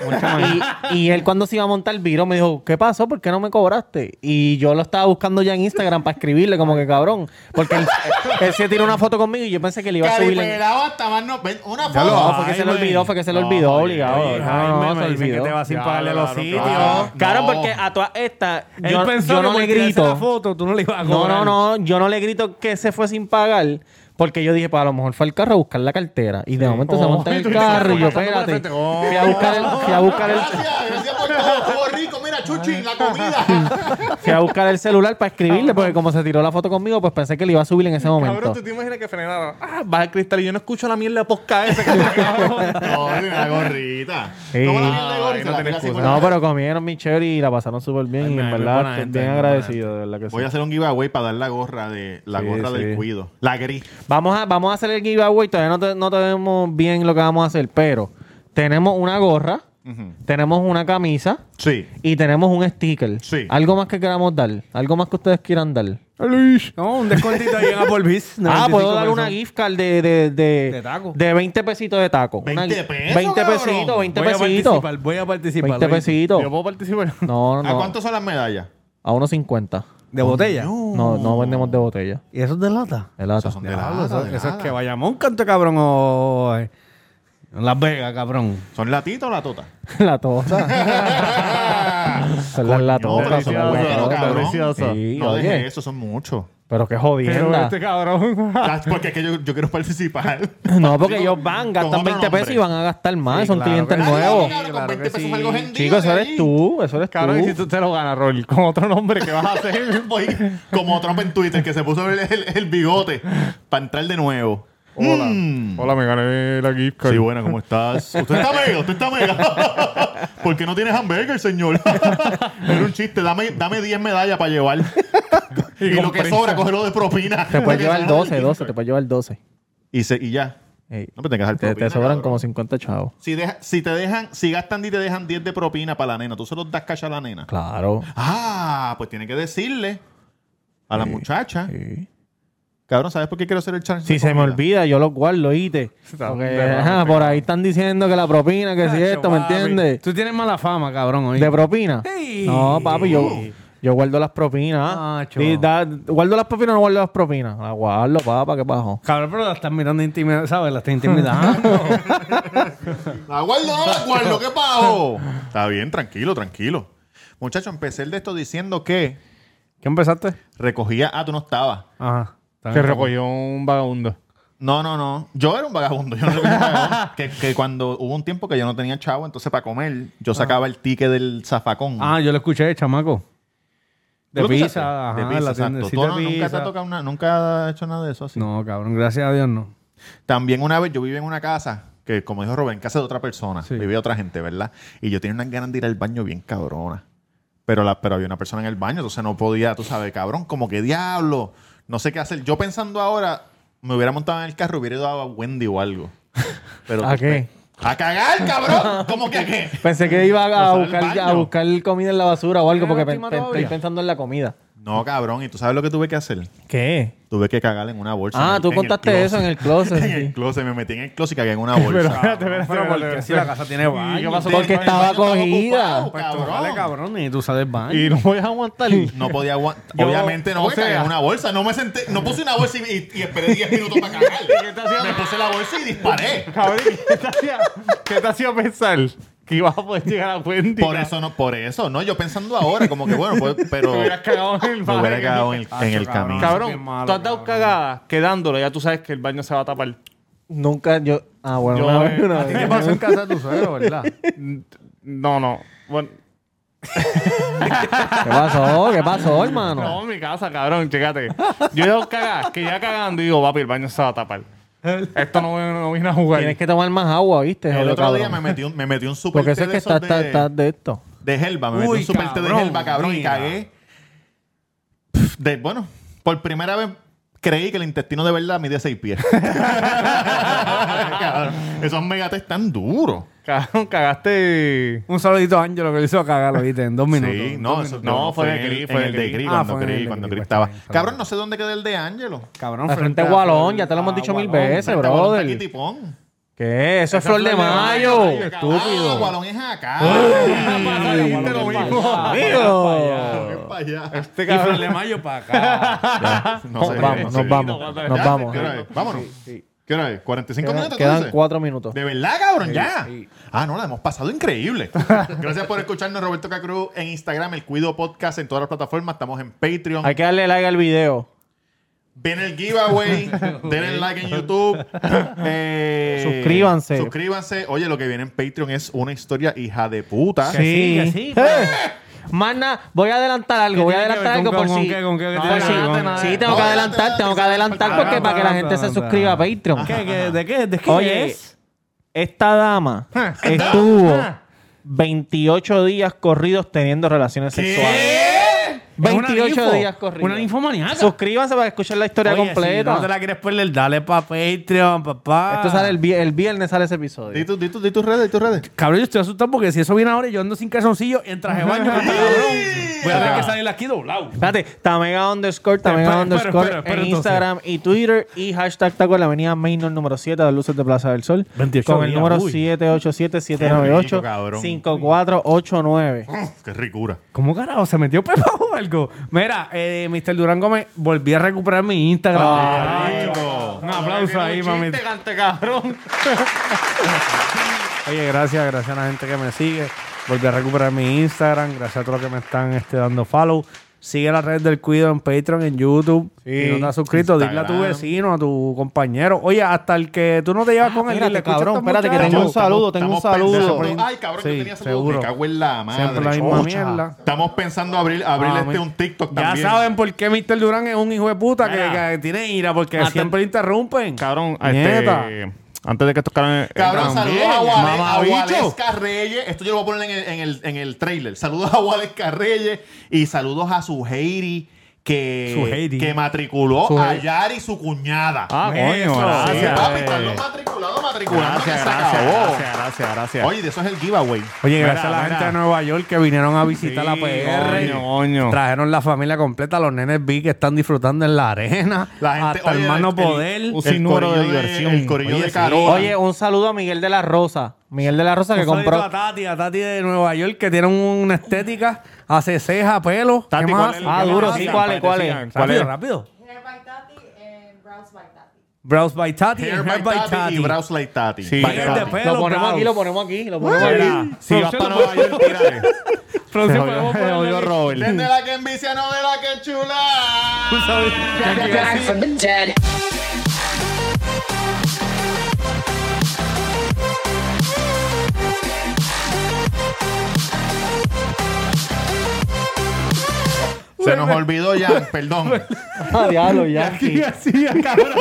[SPEAKER 2] y, y él cuando se iba a montar viró me dijo, ¿qué pasó? ¿Por qué no me cobraste? Y yo lo estaba buscando ya en Instagram para escribirle como que cabrón. Porque él, él se tiró una foto conmigo y yo pensé que le iba a subir. en-
[SPEAKER 1] Caripelado hasta más no... ven, Una
[SPEAKER 2] No,
[SPEAKER 1] foto.
[SPEAKER 2] fue que se le
[SPEAKER 5] Jaime.
[SPEAKER 2] olvidó, fue que se le olvidó, obligado.
[SPEAKER 5] Oye,
[SPEAKER 2] No,
[SPEAKER 5] Jaime,
[SPEAKER 2] no,
[SPEAKER 5] me
[SPEAKER 2] se
[SPEAKER 5] dice que
[SPEAKER 2] olvidó.
[SPEAKER 5] te vas sin
[SPEAKER 3] Ya,
[SPEAKER 5] pagarle los
[SPEAKER 3] claro,
[SPEAKER 5] sitios.
[SPEAKER 1] claro.
[SPEAKER 2] Claro,
[SPEAKER 1] No.
[SPEAKER 2] porque a todas estas
[SPEAKER 5] Él
[SPEAKER 2] yo,
[SPEAKER 5] pensó
[SPEAKER 2] yo
[SPEAKER 5] que
[SPEAKER 2] no
[SPEAKER 5] por
[SPEAKER 2] le
[SPEAKER 5] tirarse
[SPEAKER 2] grito.
[SPEAKER 5] la foto tú no le ibas a
[SPEAKER 2] No,
[SPEAKER 5] cobrar.
[SPEAKER 2] no, no, yo no le grito que se fue sin pagar. Porque yo dije, pues a lo mejor fue al carro a buscar la
[SPEAKER 1] Oh,
[SPEAKER 2] cartera. Y de momento se monta en el carro y yo, espérate. Fui a buscar el, fui a buscar el,
[SPEAKER 1] Gracias, gracias por
[SPEAKER 4] todo, todo rico, mira, chuchi, la comida.
[SPEAKER 2] Fui a buscar el celular para escribirle, porque como se tiró la foto conmigo, pues pensé que le iba a subir en ese
[SPEAKER 3] Cabrón,
[SPEAKER 2] momento.
[SPEAKER 3] ¿tú te imaginas que frenara? Ah, baja el cristal y yo no escucho la mierda posca esa que está, cabrón.
[SPEAKER 1] No, la gorrita.
[SPEAKER 2] Sí.
[SPEAKER 1] Toma la mierda de gorra y
[SPEAKER 3] Ay,
[SPEAKER 1] se
[SPEAKER 3] no
[SPEAKER 1] la
[SPEAKER 3] tenés
[SPEAKER 1] tira así
[SPEAKER 3] excusa.
[SPEAKER 1] por la
[SPEAKER 2] No,
[SPEAKER 1] cara.
[SPEAKER 2] pero comieron mi chévere y la pasaron súper bien.
[SPEAKER 3] Ay,
[SPEAKER 2] y en
[SPEAKER 3] man, muy buena
[SPEAKER 2] verdad,
[SPEAKER 3] gente,
[SPEAKER 2] bien
[SPEAKER 3] muy buena
[SPEAKER 2] agradecido, de verdad que sí.
[SPEAKER 1] Voy a hacer un giveaway para dar la gorra de la
[SPEAKER 2] pues Sí,
[SPEAKER 1] gorra
[SPEAKER 2] sí.
[SPEAKER 1] del cuido. La gris.
[SPEAKER 2] Vamos a, vamos a hacer el giveaway. Todavía no, te- no tenemos bien lo que vamos a hacer, pero tenemos una gorra, tenemos una camisa
[SPEAKER 1] Sí.
[SPEAKER 2] y tenemos un sticker.
[SPEAKER 1] Sí.
[SPEAKER 2] Algo más que queramos dar, algo más que ustedes quieran dar.
[SPEAKER 5] No, un descontito ahí en Applebee's.
[SPEAKER 2] Ah,
[SPEAKER 5] 95
[SPEAKER 2] puedo dar
[SPEAKER 5] pesos.
[SPEAKER 2] una gift card de, de, de,
[SPEAKER 5] De taco.
[SPEAKER 2] de 20 pesitos de taco. Una
[SPEAKER 1] 20
[SPEAKER 2] gui-
[SPEAKER 1] pesos,
[SPEAKER 2] 20
[SPEAKER 1] cabrón.
[SPEAKER 2] pesitos, 20
[SPEAKER 5] Voy a
[SPEAKER 2] pesitos.
[SPEAKER 5] participar, voy a participar.
[SPEAKER 2] 20
[SPEAKER 5] oye.
[SPEAKER 2] pesitos.
[SPEAKER 3] Yo puedo participar.
[SPEAKER 2] No, no,
[SPEAKER 1] ¿A
[SPEAKER 2] no.
[SPEAKER 1] cuánto son las medallas?
[SPEAKER 2] A unos 50.
[SPEAKER 5] ¿De botella?
[SPEAKER 2] No, no vendemos de botella.
[SPEAKER 5] ¿Y eso es de lata?
[SPEAKER 2] De lata.
[SPEAKER 1] Esas son de
[SPEAKER 5] Diablo,
[SPEAKER 1] lata,
[SPEAKER 5] eso,
[SPEAKER 1] de
[SPEAKER 5] eso es
[SPEAKER 1] lata.
[SPEAKER 5] que vayamos un canto cabrón o... eh, en Las Vegas, cabrón.
[SPEAKER 1] ¿Son latitas o la tota?
[SPEAKER 2] La tosa. son las latotas. tota, Son las
[SPEAKER 3] delicioso,
[SPEAKER 2] latotas.
[SPEAKER 1] cabrón.
[SPEAKER 3] delicioso.
[SPEAKER 2] Sí,
[SPEAKER 1] No
[SPEAKER 2] oye,
[SPEAKER 1] dejes eso, son muchos.
[SPEAKER 2] Pero qué
[SPEAKER 3] Pero
[SPEAKER 2] jodienda.
[SPEAKER 3] este cabrón.
[SPEAKER 1] Ah, Porque es que yo, yo quiero participar.
[SPEAKER 2] No, porque
[SPEAKER 1] Digo,
[SPEAKER 2] ellos van,
[SPEAKER 1] con
[SPEAKER 2] gastan
[SPEAKER 1] otro
[SPEAKER 2] 20 pesos
[SPEAKER 1] nombre.
[SPEAKER 2] y van a gastar más.
[SPEAKER 5] Sí,
[SPEAKER 2] son
[SPEAKER 5] claro
[SPEAKER 2] clientes
[SPEAKER 5] que sí.
[SPEAKER 2] nuevos.
[SPEAKER 1] Claro, con
[SPEAKER 5] Claro
[SPEAKER 1] 20
[SPEAKER 5] que
[SPEAKER 1] pesos
[SPEAKER 5] sí.
[SPEAKER 1] algo gendido
[SPEAKER 2] Chicos, eso
[SPEAKER 1] de
[SPEAKER 2] eres
[SPEAKER 1] ahí.
[SPEAKER 2] tú. Eso eres
[SPEAKER 3] Cabrón, y si
[SPEAKER 2] tú.
[SPEAKER 3] tú te lo ganas, Rol, con otro nombre, ¿qué vas a hacer?
[SPEAKER 1] Voy como Trump en Twitter que se puso el, el- el bigote para entrar de nuevo.
[SPEAKER 3] Hola.
[SPEAKER 1] Mm.
[SPEAKER 3] Hola, me gané la gift card.
[SPEAKER 1] Sí, bueno, ¿cómo estás? Usted está mega, usted está mega. ¿Por qué no tienes hamburger, señor? Era un chiste. Dame, dame 10 medallas para llevar. Y, lo que
[SPEAKER 3] comprensa.
[SPEAKER 1] sobra, cógelo de propina.
[SPEAKER 2] Te puedes llevar
[SPEAKER 1] el
[SPEAKER 2] 12, 12. Te puedes llevar 12.
[SPEAKER 1] Y, se, y ya.
[SPEAKER 2] Ey,
[SPEAKER 1] No, pero tengas al
[SPEAKER 2] te,
[SPEAKER 1] propina,
[SPEAKER 2] te sobran
[SPEAKER 1] cabrón.
[SPEAKER 2] como 50 chavos.
[SPEAKER 1] Si, deja- si te dejan, si gastan y te dejan 10 de propina para la nena, tú se los das cash a la nena.
[SPEAKER 2] Claro.
[SPEAKER 1] Ah, pues tiene que decirle a la muchacha.
[SPEAKER 2] sí.
[SPEAKER 1] Cabrón, ¿sabes por qué quiero hacer el challenge?
[SPEAKER 2] Si
[SPEAKER 1] de
[SPEAKER 2] se me
[SPEAKER 1] comida?
[SPEAKER 2] olvida, yo los guardo, ¿oíste? Porque,
[SPEAKER 3] derrame,
[SPEAKER 2] ajá, por ahí están diciendo que la propina, que si
[SPEAKER 5] Chacho,
[SPEAKER 2] esto, ¿me
[SPEAKER 5] papi.
[SPEAKER 2] entiendes?
[SPEAKER 5] Tú tienes mala fama, cabrón. oye.
[SPEAKER 2] ¿De propina?
[SPEAKER 5] Sí.
[SPEAKER 2] No, papi, yo, yo guardo las propinas. ah.
[SPEAKER 5] Chacho.
[SPEAKER 2] Sí, da- ¿Guardo las propinas o no guardo las propinas? Las guardo, papá, ¿qué pasó?
[SPEAKER 5] Cabrón, pero la estás mirando intimidad, ¿sabes? La estás intimidando.
[SPEAKER 1] La guardo, no la guardo, Ah, qué pajo. Está bien, tranquilo, tranquilo. Muchacho, empecé el de esto diciendo que
[SPEAKER 5] ¿Qué empezaste?
[SPEAKER 1] recogía. Ah, tú no estabas.
[SPEAKER 5] Ajá.
[SPEAKER 3] Se recogió un vagabundo.
[SPEAKER 1] No, no, no. Yo era un vagabundo. Yo no recogía vagabundo. que, que cuando hubo un tiempo que yo no tenía chavo, entonces para comer, yo sacaba el ticket del zafacón.
[SPEAKER 5] Ah, yo lo escuché, chamaco.
[SPEAKER 1] ¿Tú
[SPEAKER 5] De
[SPEAKER 1] lo escuchaste?
[SPEAKER 5] pizza, ajá,
[SPEAKER 1] de pizza,
[SPEAKER 5] la
[SPEAKER 1] exacto.
[SPEAKER 5] tienda- sí,
[SPEAKER 1] Tú
[SPEAKER 5] de
[SPEAKER 1] no- nunca te
[SPEAKER 5] pizza.
[SPEAKER 1] ha tocado una- nunca has hecho nada de eso así.
[SPEAKER 5] No, cabrón, gracias a Dios no.
[SPEAKER 1] También una vez yo vivía en una casa que, como dijo Robert, en casa de otra persona. Vivía otra gente, ¿verdad? Y yo tenía unas ganas de ir al baño bien cabrona. Pero, la, pero había una persona en el baño, entonces no podía, tú sabes, cabrón, como que diablo. No sé qué hacer. Yo pensando ahora, me hubiera montado en el carro, hubiera ido a Wendy o algo. Pero, pues,
[SPEAKER 2] ¿A qué?
[SPEAKER 1] ¡A cagar, cabrón! ¿Cómo que a qué?
[SPEAKER 2] Pensé que iba a, a
[SPEAKER 1] Pasar el
[SPEAKER 2] buscar,
[SPEAKER 1] baño.
[SPEAKER 2] a buscar comida en la basura o algo, porque pe- pe- estoy
[SPEAKER 3] todavía?
[SPEAKER 2] pensando en la comida.
[SPEAKER 1] No, cabrón. ¿Y tú sabes lo que tuve que hacer?
[SPEAKER 2] ¿Qué?
[SPEAKER 1] Tuve que cagar en una bolsa. en
[SPEAKER 2] Ah,
[SPEAKER 1] el-
[SPEAKER 2] tú
[SPEAKER 1] en el
[SPEAKER 2] contaste eso en el closet.
[SPEAKER 1] En el
[SPEAKER 2] sí.
[SPEAKER 1] closet. Me metí en el closet y cagué en una bolsa.
[SPEAKER 3] Pero espérate, espérate.
[SPEAKER 5] Pero
[SPEAKER 3] espérate,
[SPEAKER 5] porque
[SPEAKER 3] espérate.
[SPEAKER 5] si la casa tiene
[SPEAKER 3] ¿Y qué
[SPEAKER 5] baño.
[SPEAKER 3] pasó?
[SPEAKER 2] Porque
[SPEAKER 3] con el baño?
[SPEAKER 2] estaba
[SPEAKER 1] El baño
[SPEAKER 2] cogida.
[SPEAKER 1] ocupado,
[SPEAKER 5] Pues tú
[SPEAKER 1] cabrón.
[SPEAKER 5] Vale, cabrón, y tú sales baño.
[SPEAKER 3] Y no voy a aguantar.
[SPEAKER 1] No podía aguantar.
[SPEAKER 3] Yo-
[SPEAKER 1] Obviamente no,
[SPEAKER 3] o
[SPEAKER 1] porque
[SPEAKER 3] sea-
[SPEAKER 1] cagué en una bolsa. No me senté, no puse una bolsa y, y- y esperé 10 minutos para cagar. me puse la bolsa y disparé.
[SPEAKER 3] Cabrón, ¿qué te hacía, qué te hacía pensar? Que ibas a poder llegar a Wendy.
[SPEAKER 1] Por eso no, por eso, no, yo pensando ahora, como que bueno, pues, pero
[SPEAKER 3] Te hubieras cagado en el
[SPEAKER 1] me
[SPEAKER 3] baño.
[SPEAKER 1] hubiera cagado en el, en el
[SPEAKER 5] Acho, cabrón.
[SPEAKER 1] camino.
[SPEAKER 5] Eso es
[SPEAKER 3] Cabrón,
[SPEAKER 5] bien malo,
[SPEAKER 3] tú has dado
[SPEAKER 5] cabrón.
[SPEAKER 3] cagada quedándolo. Ya tú sabes que el baño se va a tapar.
[SPEAKER 2] Nunca yo. Ah, bueno,
[SPEAKER 3] Yo-
[SPEAKER 2] una vez, una
[SPEAKER 3] ¿A ti
[SPEAKER 2] vez.
[SPEAKER 5] ¿Qué pasó en casa de tu suegro, verdad?
[SPEAKER 3] No, no. Bueno,
[SPEAKER 2] ¿Qué pasó? ¿Qué pasó, hermano?
[SPEAKER 3] no, en mi casa, cabrón, chécate. Yo he dado cagadas, que ya cagando y digo, papi, el baño se va a tapar. Esto no, no vine a jugar.
[SPEAKER 2] Tienes que tomar más agua, ¿viste?
[SPEAKER 1] El
[SPEAKER 2] Jodido
[SPEAKER 1] otro día
[SPEAKER 2] cabrón.
[SPEAKER 1] me metí un, me metí un super
[SPEAKER 2] Porque eso
[SPEAKER 1] té
[SPEAKER 2] es
[SPEAKER 1] de,
[SPEAKER 2] que estás
[SPEAKER 1] esos
[SPEAKER 2] está, está
[SPEAKER 1] de,
[SPEAKER 2] de esto.
[SPEAKER 1] de gelba, me metí
[SPEAKER 5] Uy,
[SPEAKER 1] un super té de
[SPEAKER 5] cabrón,
[SPEAKER 1] gelba, cabrón, y
[SPEAKER 5] mira.
[SPEAKER 1] cagué. Pf, de- bueno, por primera vez creí que el intestino de verdad midía 6 pies. Cabrón, esos megates tan duros.
[SPEAKER 3] Cabrón, cagaste.
[SPEAKER 5] Un saludito a Ángelo que le hizo cagar, lo viste, en dos minutos.
[SPEAKER 1] Sí, no, eso,
[SPEAKER 3] No,
[SPEAKER 1] no,
[SPEAKER 3] fue
[SPEAKER 1] fue
[SPEAKER 3] de
[SPEAKER 1] en
[SPEAKER 3] Cri,
[SPEAKER 1] el,
[SPEAKER 3] fue
[SPEAKER 1] en
[SPEAKER 3] de
[SPEAKER 1] el de
[SPEAKER 3] Cri.
[SPEAKER 1] Cri,
[SPEAKER 5] Ah,
[SPEAKER 1] cuando
[SPEAKER 5] fue en el
[SPEAKER 1] Cri,
[SPEAKER 5] de
[SPEAKER 1] cuando
[SPEAKER 5] Cri,
[SPEAKER 1] Cri
[SPEAKER 5] pues,
[SPEAKER 1] estaba.
[SPEAKER 5] también,
[SPEAKER 1] Cabrón, no sé dónde quedó el de Ángelo.
[SPEAKER 5] Cabrón,
[SPEAKER 2] La frente
[SPEAKER 5] a-
[SPEAKER 2] Gualón, ya te lo hemos dicho mil
[SPEAKER 5] Gualón.
[SPEAKER 2] veces,
[SPEAKER 1] Este bolón está
[SPEAKER 2] brother.
[SPEAKER 1] aquí, tipón.
[SPEAKER 2] ¿Qué? Eso es flor de mayo. Estúpido.
[SPEAKER 1] Ah, Gualón es acá.
[SPEAKER 3] dijiste lo mismo.
[SPEAKER 2] Amigo.
[SPEAKER 1] Es para allá.
[SPEAKER 5] Este cabrón de mayo para acá.
[SPEAKER 1] No sé,
[SPEAKER 2] vamos,
[SPEAKER 1] no
[SPEAKER 2] nos
[SPEAKER 1] sé.
[SPEAKER 2] vamos,
[SPEAKER 1] Ya,
[SPEAKER 2] nos vamos.
[SPEAKER 1] ¿Qué hora es? Vámonos. ¿Qué hora es? ¿45
[SPEAKER 2] Quedan,
[SPEAKER 1] minutos?
[SPEAKER 2] quedan
[SPEAKER 1] entonces?
[SPEAKER 2] cuatro minutos.
[SPEAKER 1] De verdad, cabrón, ya. Ah, no, la hemos pasado increíble. Gracias por escucharnos, Roberto Cacruz, en Instagram, el Cuido Podcast, en todas las plataformas. Estamos en Patreon.
[SPEAKER 2] Hay que darle like al video.
[SPEAKER 1] Viene el giveaway. Denle like en YouTube. Eh,
[SPEAKER 2] Suscríbanse.
[SPEAKER 1] Suscríbanse. Oye, lo que viene en Patreon es una historia hija de puta.
[SPEAKER 2] Sí, Eh,
[SPEAKER 5] que
[SPEAKER 2] sí.
[SPEAKER 5] sí, pero-
[SPEAKER 2] voy a adelantar algo, voy a
[SPEAKER 5] tiene que
[SPEAKER 2] adelantar
[SPEAKER 5] ver
[SPEAKER 2] algo
[SPEAKER 5] con-
[SPEAKER 2] por
[SPEAKER 5] con
[SPEAKER 2] si.
[SPEAKER 5] qué, con qué, qué
[SPEAKER 2] No,
[SPEAKER 5] tiene
[SPEAKER 2] por
[SPEAKER 5] que
[SPEAKER 2] si-
[SPEAKER 5] ver con nada?
[SPEAKER 2] Sí, tengo que
[SPEAKER 1] No,
[SPEAKER 2] adelantar,
[SPEAKER 1] adelante,
[SPEAKER 2] tengo que adelantar porque para que la gente se suscriba a Patreon.
[SPEAKER 5] ¿Qué, qué, ¿De qué? ¿De qué
[SPEAKER 2] Oye,
[SPEAKER 5] es?
[SPEAKER 2] Esta dama
[SPEAKER 5] Ah,
[SPEAKER 2] estuvo 28 días corridos teniendo relaciones sexuales.
[SPEAKER 5] Es una
[SPEAKER 2] 28
[SPEAKER 5] info,
[SPEAKER 2] días corridos.
[SPEAKER 5] Una infomaniaca.
[SPEAKER 2] Suscríbanse para escuchar la historia
[SPEAKER 5] Oye,
[SPEAKER 2] completa.
[SPEAKER 5] Si no te la quieres perder, dale pa' Patreon, papá.
[SPEAKER 2] Esto sale el, vi- el viernes sale ese episodio.
[SPEAKER 1] Di tu- di tu- di tus redes, di tus redes.
[SPEAKER 5] Cabrón, yo estoy asustado porque si eso viene ahora y yo ando sin calzoncillo en traje de baño, cabrón. Voy a tener que salir aquí doblado.
[SPEAKER 2] Espérate, Tamega underscore, Tamega
[SPEAKER 5] Espera, espera,
[SPEAKER 2] underscore
[SPEAKER 5] espera, espera,
[SPEAKER 2] en
[SPEAKER 5] entonces.
[SPEAKER 2] Instagram y Twitter y hashtag Taco en la avenida Mainor número 7 de Luces de Plaza del Sol
[SPEAKER 5] 28
[SPEAKER 2] con el
[SPEAKER 5] días,
[SPEAKER 2] número
[SPEAKER 5] uy.
[SPEAKER 1] Qué rico, cabrón.
[SPEAKER 2] 787-798-5489.
[SPEAKER 1] Qué ricura.
[SPEAKER 5] ¿Cómo carajo? ¿Se metió pepa o algo? Mira, eh, Mr. Durán Gómez, volví a recuperar mi Instagram.
[SPEAKER 1] rico.
[SPEAKER 5] un aplauso ahí, mami.
[SPEAKER 3] cabrón.
[SPEAKER 5] Oye, gracias, gracias a la gente que me sigue. Volví a recuperar mi Instagram. Gracias a todos los que me están este, dando follow. Sigue la red del cuido en Patreon, en YouTube.
[SPEAKER 1] Sí.
[SPEAKER 5] Si no te has suscrito, dile a tu
[SPEAKER 2] Ah.
[SPEAKER 1] Instagram.
[SPEAKER 5] vecino, a tu compañero. Oye, hasta el que tú no te llevas con él,
[SPEAKER 2] Ah, espérate,
[SPEAKER 5] dile, escucha
[SPEAKER 2] cabrón,
[SPEAKER 5] a este
[SPEAKER 2] espérate, que
[SPEAKER 5] muchacho.
[SPEAKER 2] tengo un saludo, tengo un
[SPEAKER 1] Estamos
[SPEAKER 2] saludo.
[SPEAKER 1] pensando- Ay, cabrón, yo
[SPEAKER 5] Sí,
[SPEAKER 1] tenía saludos.
[SPEAKER 5] seguro.
[SPEAKER 1] Me cago en la madre.
[SPEAKER 5] Siempre la misma
[SPEAKER 1] chocha.
[SPEAKER 5] mierda.
[SPEAKER 1] Estamos pensando abrir, abrir este un TikTok
[SPEAKER 5] Ya
[SPEAKER 1] también.
[SPEAKER 5] saben por qué Mr. Durán es un hijo de puta que,
[SPEAKER 3] Mira.
[SPEAKER 5] que tiene ira, porque
[SPEAKER 3] Aten-
[SPEAKER 5] siempre interrumpen.
[SPEAKER 3] Cabrón,
[SPEAKER 5] Nieta.
[SPEAKER 3] este, antes de que tocaran.
[SPEAKER 1] Cabrón, saludos a, Wale- a
[SPEAKER 3] Mamabicho.
[SPEAKER 1] Waleska Reyes. Esto yo lo voy a poner en el, en el, en el trailer. Saludos a Waleska Reyes y saludos a su Heidi que,
[SPEAKER 5] Suheiri.
[SPEAKER 1] que matriculó a
[SPEAKER 5] Suheiri.
[SPEAKER 1] Yari, su cuñada.
[SPEAKER 3] Ah,
[SPEAKER 5] Eso,
[SPEAKER 3] coño,
[SPEAKER 1] Sí,
[SPEAKER 3] gracias.
[SPEAKER 1] papi, están los matriculados, matriculando. que
[SPEAKER 3] Gracias,
[SPEAKER 1] se
[SPEAKER 3] gracias,
[SPEAKER 1] acabó.
[SPEAKER 3] gracias, gracias, gracias.
[SPEAKER 1] Oye, de eso es el giveaway.
[SPEAKER 5] Oye, gracias
[SPEAKER 3] Mira,
[SPEAKER 5] a la
[SPEAKER 3] mira.
[SPEAKER 5] gente de Nueva York que vinieron a visitar la
[SPEAKER 3] Sí,
[SPEAKER 5] PR.
[SPEAKER 3] coño, coño.
[SPEAKER 5] Trajeron la familia completa, los nenes vi que están disfrutando en la arena.
[SPEAKER 1] La gente,
[SPEAKER 5] hasta
[SPEAKER 1] oye,
[SPEAKER 5] el mano
[SPEAKER 1] el-
[SPEAKER 5] poder.
[SPEAKER 1] el
[SPEAKER 3] un sinnúmero
[SPEAKER 1] corillo
[SPEAKER 3] de diversión.
[SPEAKER 1] El corillo
[SPEAKER 3] Oye,
[SPEAKER 1] de
[SPEAKER 3] sí.
[SPEAKER 1] Carola.
[SPEAKER 2] Oye, un saludo a Miguel de la Rosa. Miguel de la Rosa que
[SPEAKER 5] Un saludito
[SPEAKER 2] compró.
[SPEAKER 5] a Tati, a Tati de Nueva York que tiene una estética, hace ceja, pelo.
[SPEAKER 3] Tati,
[SPEAKER 5] ¿Qué
[SPEAKER 3] ¿cuál
[SPEAKER 5] más?
[SPEAKER 3] es el-
[SPEAKER 2] Ah,
[SPEAKER 3] qué más
[SPEAKER 2] duro,
[SPEAKER 3] hacían?
[SPEAKER 2] sí, ¿cuál
[SPEAKER 3] Para
[SPEAKER 2] es,
[SPEAKER 3] que
[SPEAKER 2] cuál es?
[SPEAKER 3] sigan, ¿Cuál
[SPEAKER 5] Rápido,
[SPEAKER 3] es?
[SPEAKER 5] rápido.
[SPEAKER 10] Hair by Tati and Brows by Tati.
[SPEAKER 5] Brows by Tati,
[SPEAKER 1] Hair by Tati y Brows Like Tati.
[SPEAKER 3] Sí.
[SPEAKER 1] By
[SPEAKER 3] Hair
[SPEAKER 1] Tati.
[SPEAKER 5] de pelo.
[SPEAKER 2] Lo ponemos
[SPEAKER 5] Bravo.
[SPEAKER 2] aquí, lo ponemos aquí, lo ponemos aquí.
[SPEAKER 3] Si vas para Nueva York, tírale.
[SPEAKER 5] Pronto
[SPEAKER 3] Se
[SPEAKER 5] podemos
[SPEAKER 3] jodió- se
[SPEAKER 5] ponerlo
[SPEAKER 3] jodió
[SPEAKER 5] aquí.
[SPEAKER 3] Robert.
[SPEAKER 1] Desde la que envicia, no de la que chula.
[SPEAKER 6] Back from the dead.
[SPEAKER 1] Se nos olvidó ya, perdón.
[SPEAKER 2] Ah, diablo, Yankee.
[SPEAKER 5] así, cabrón.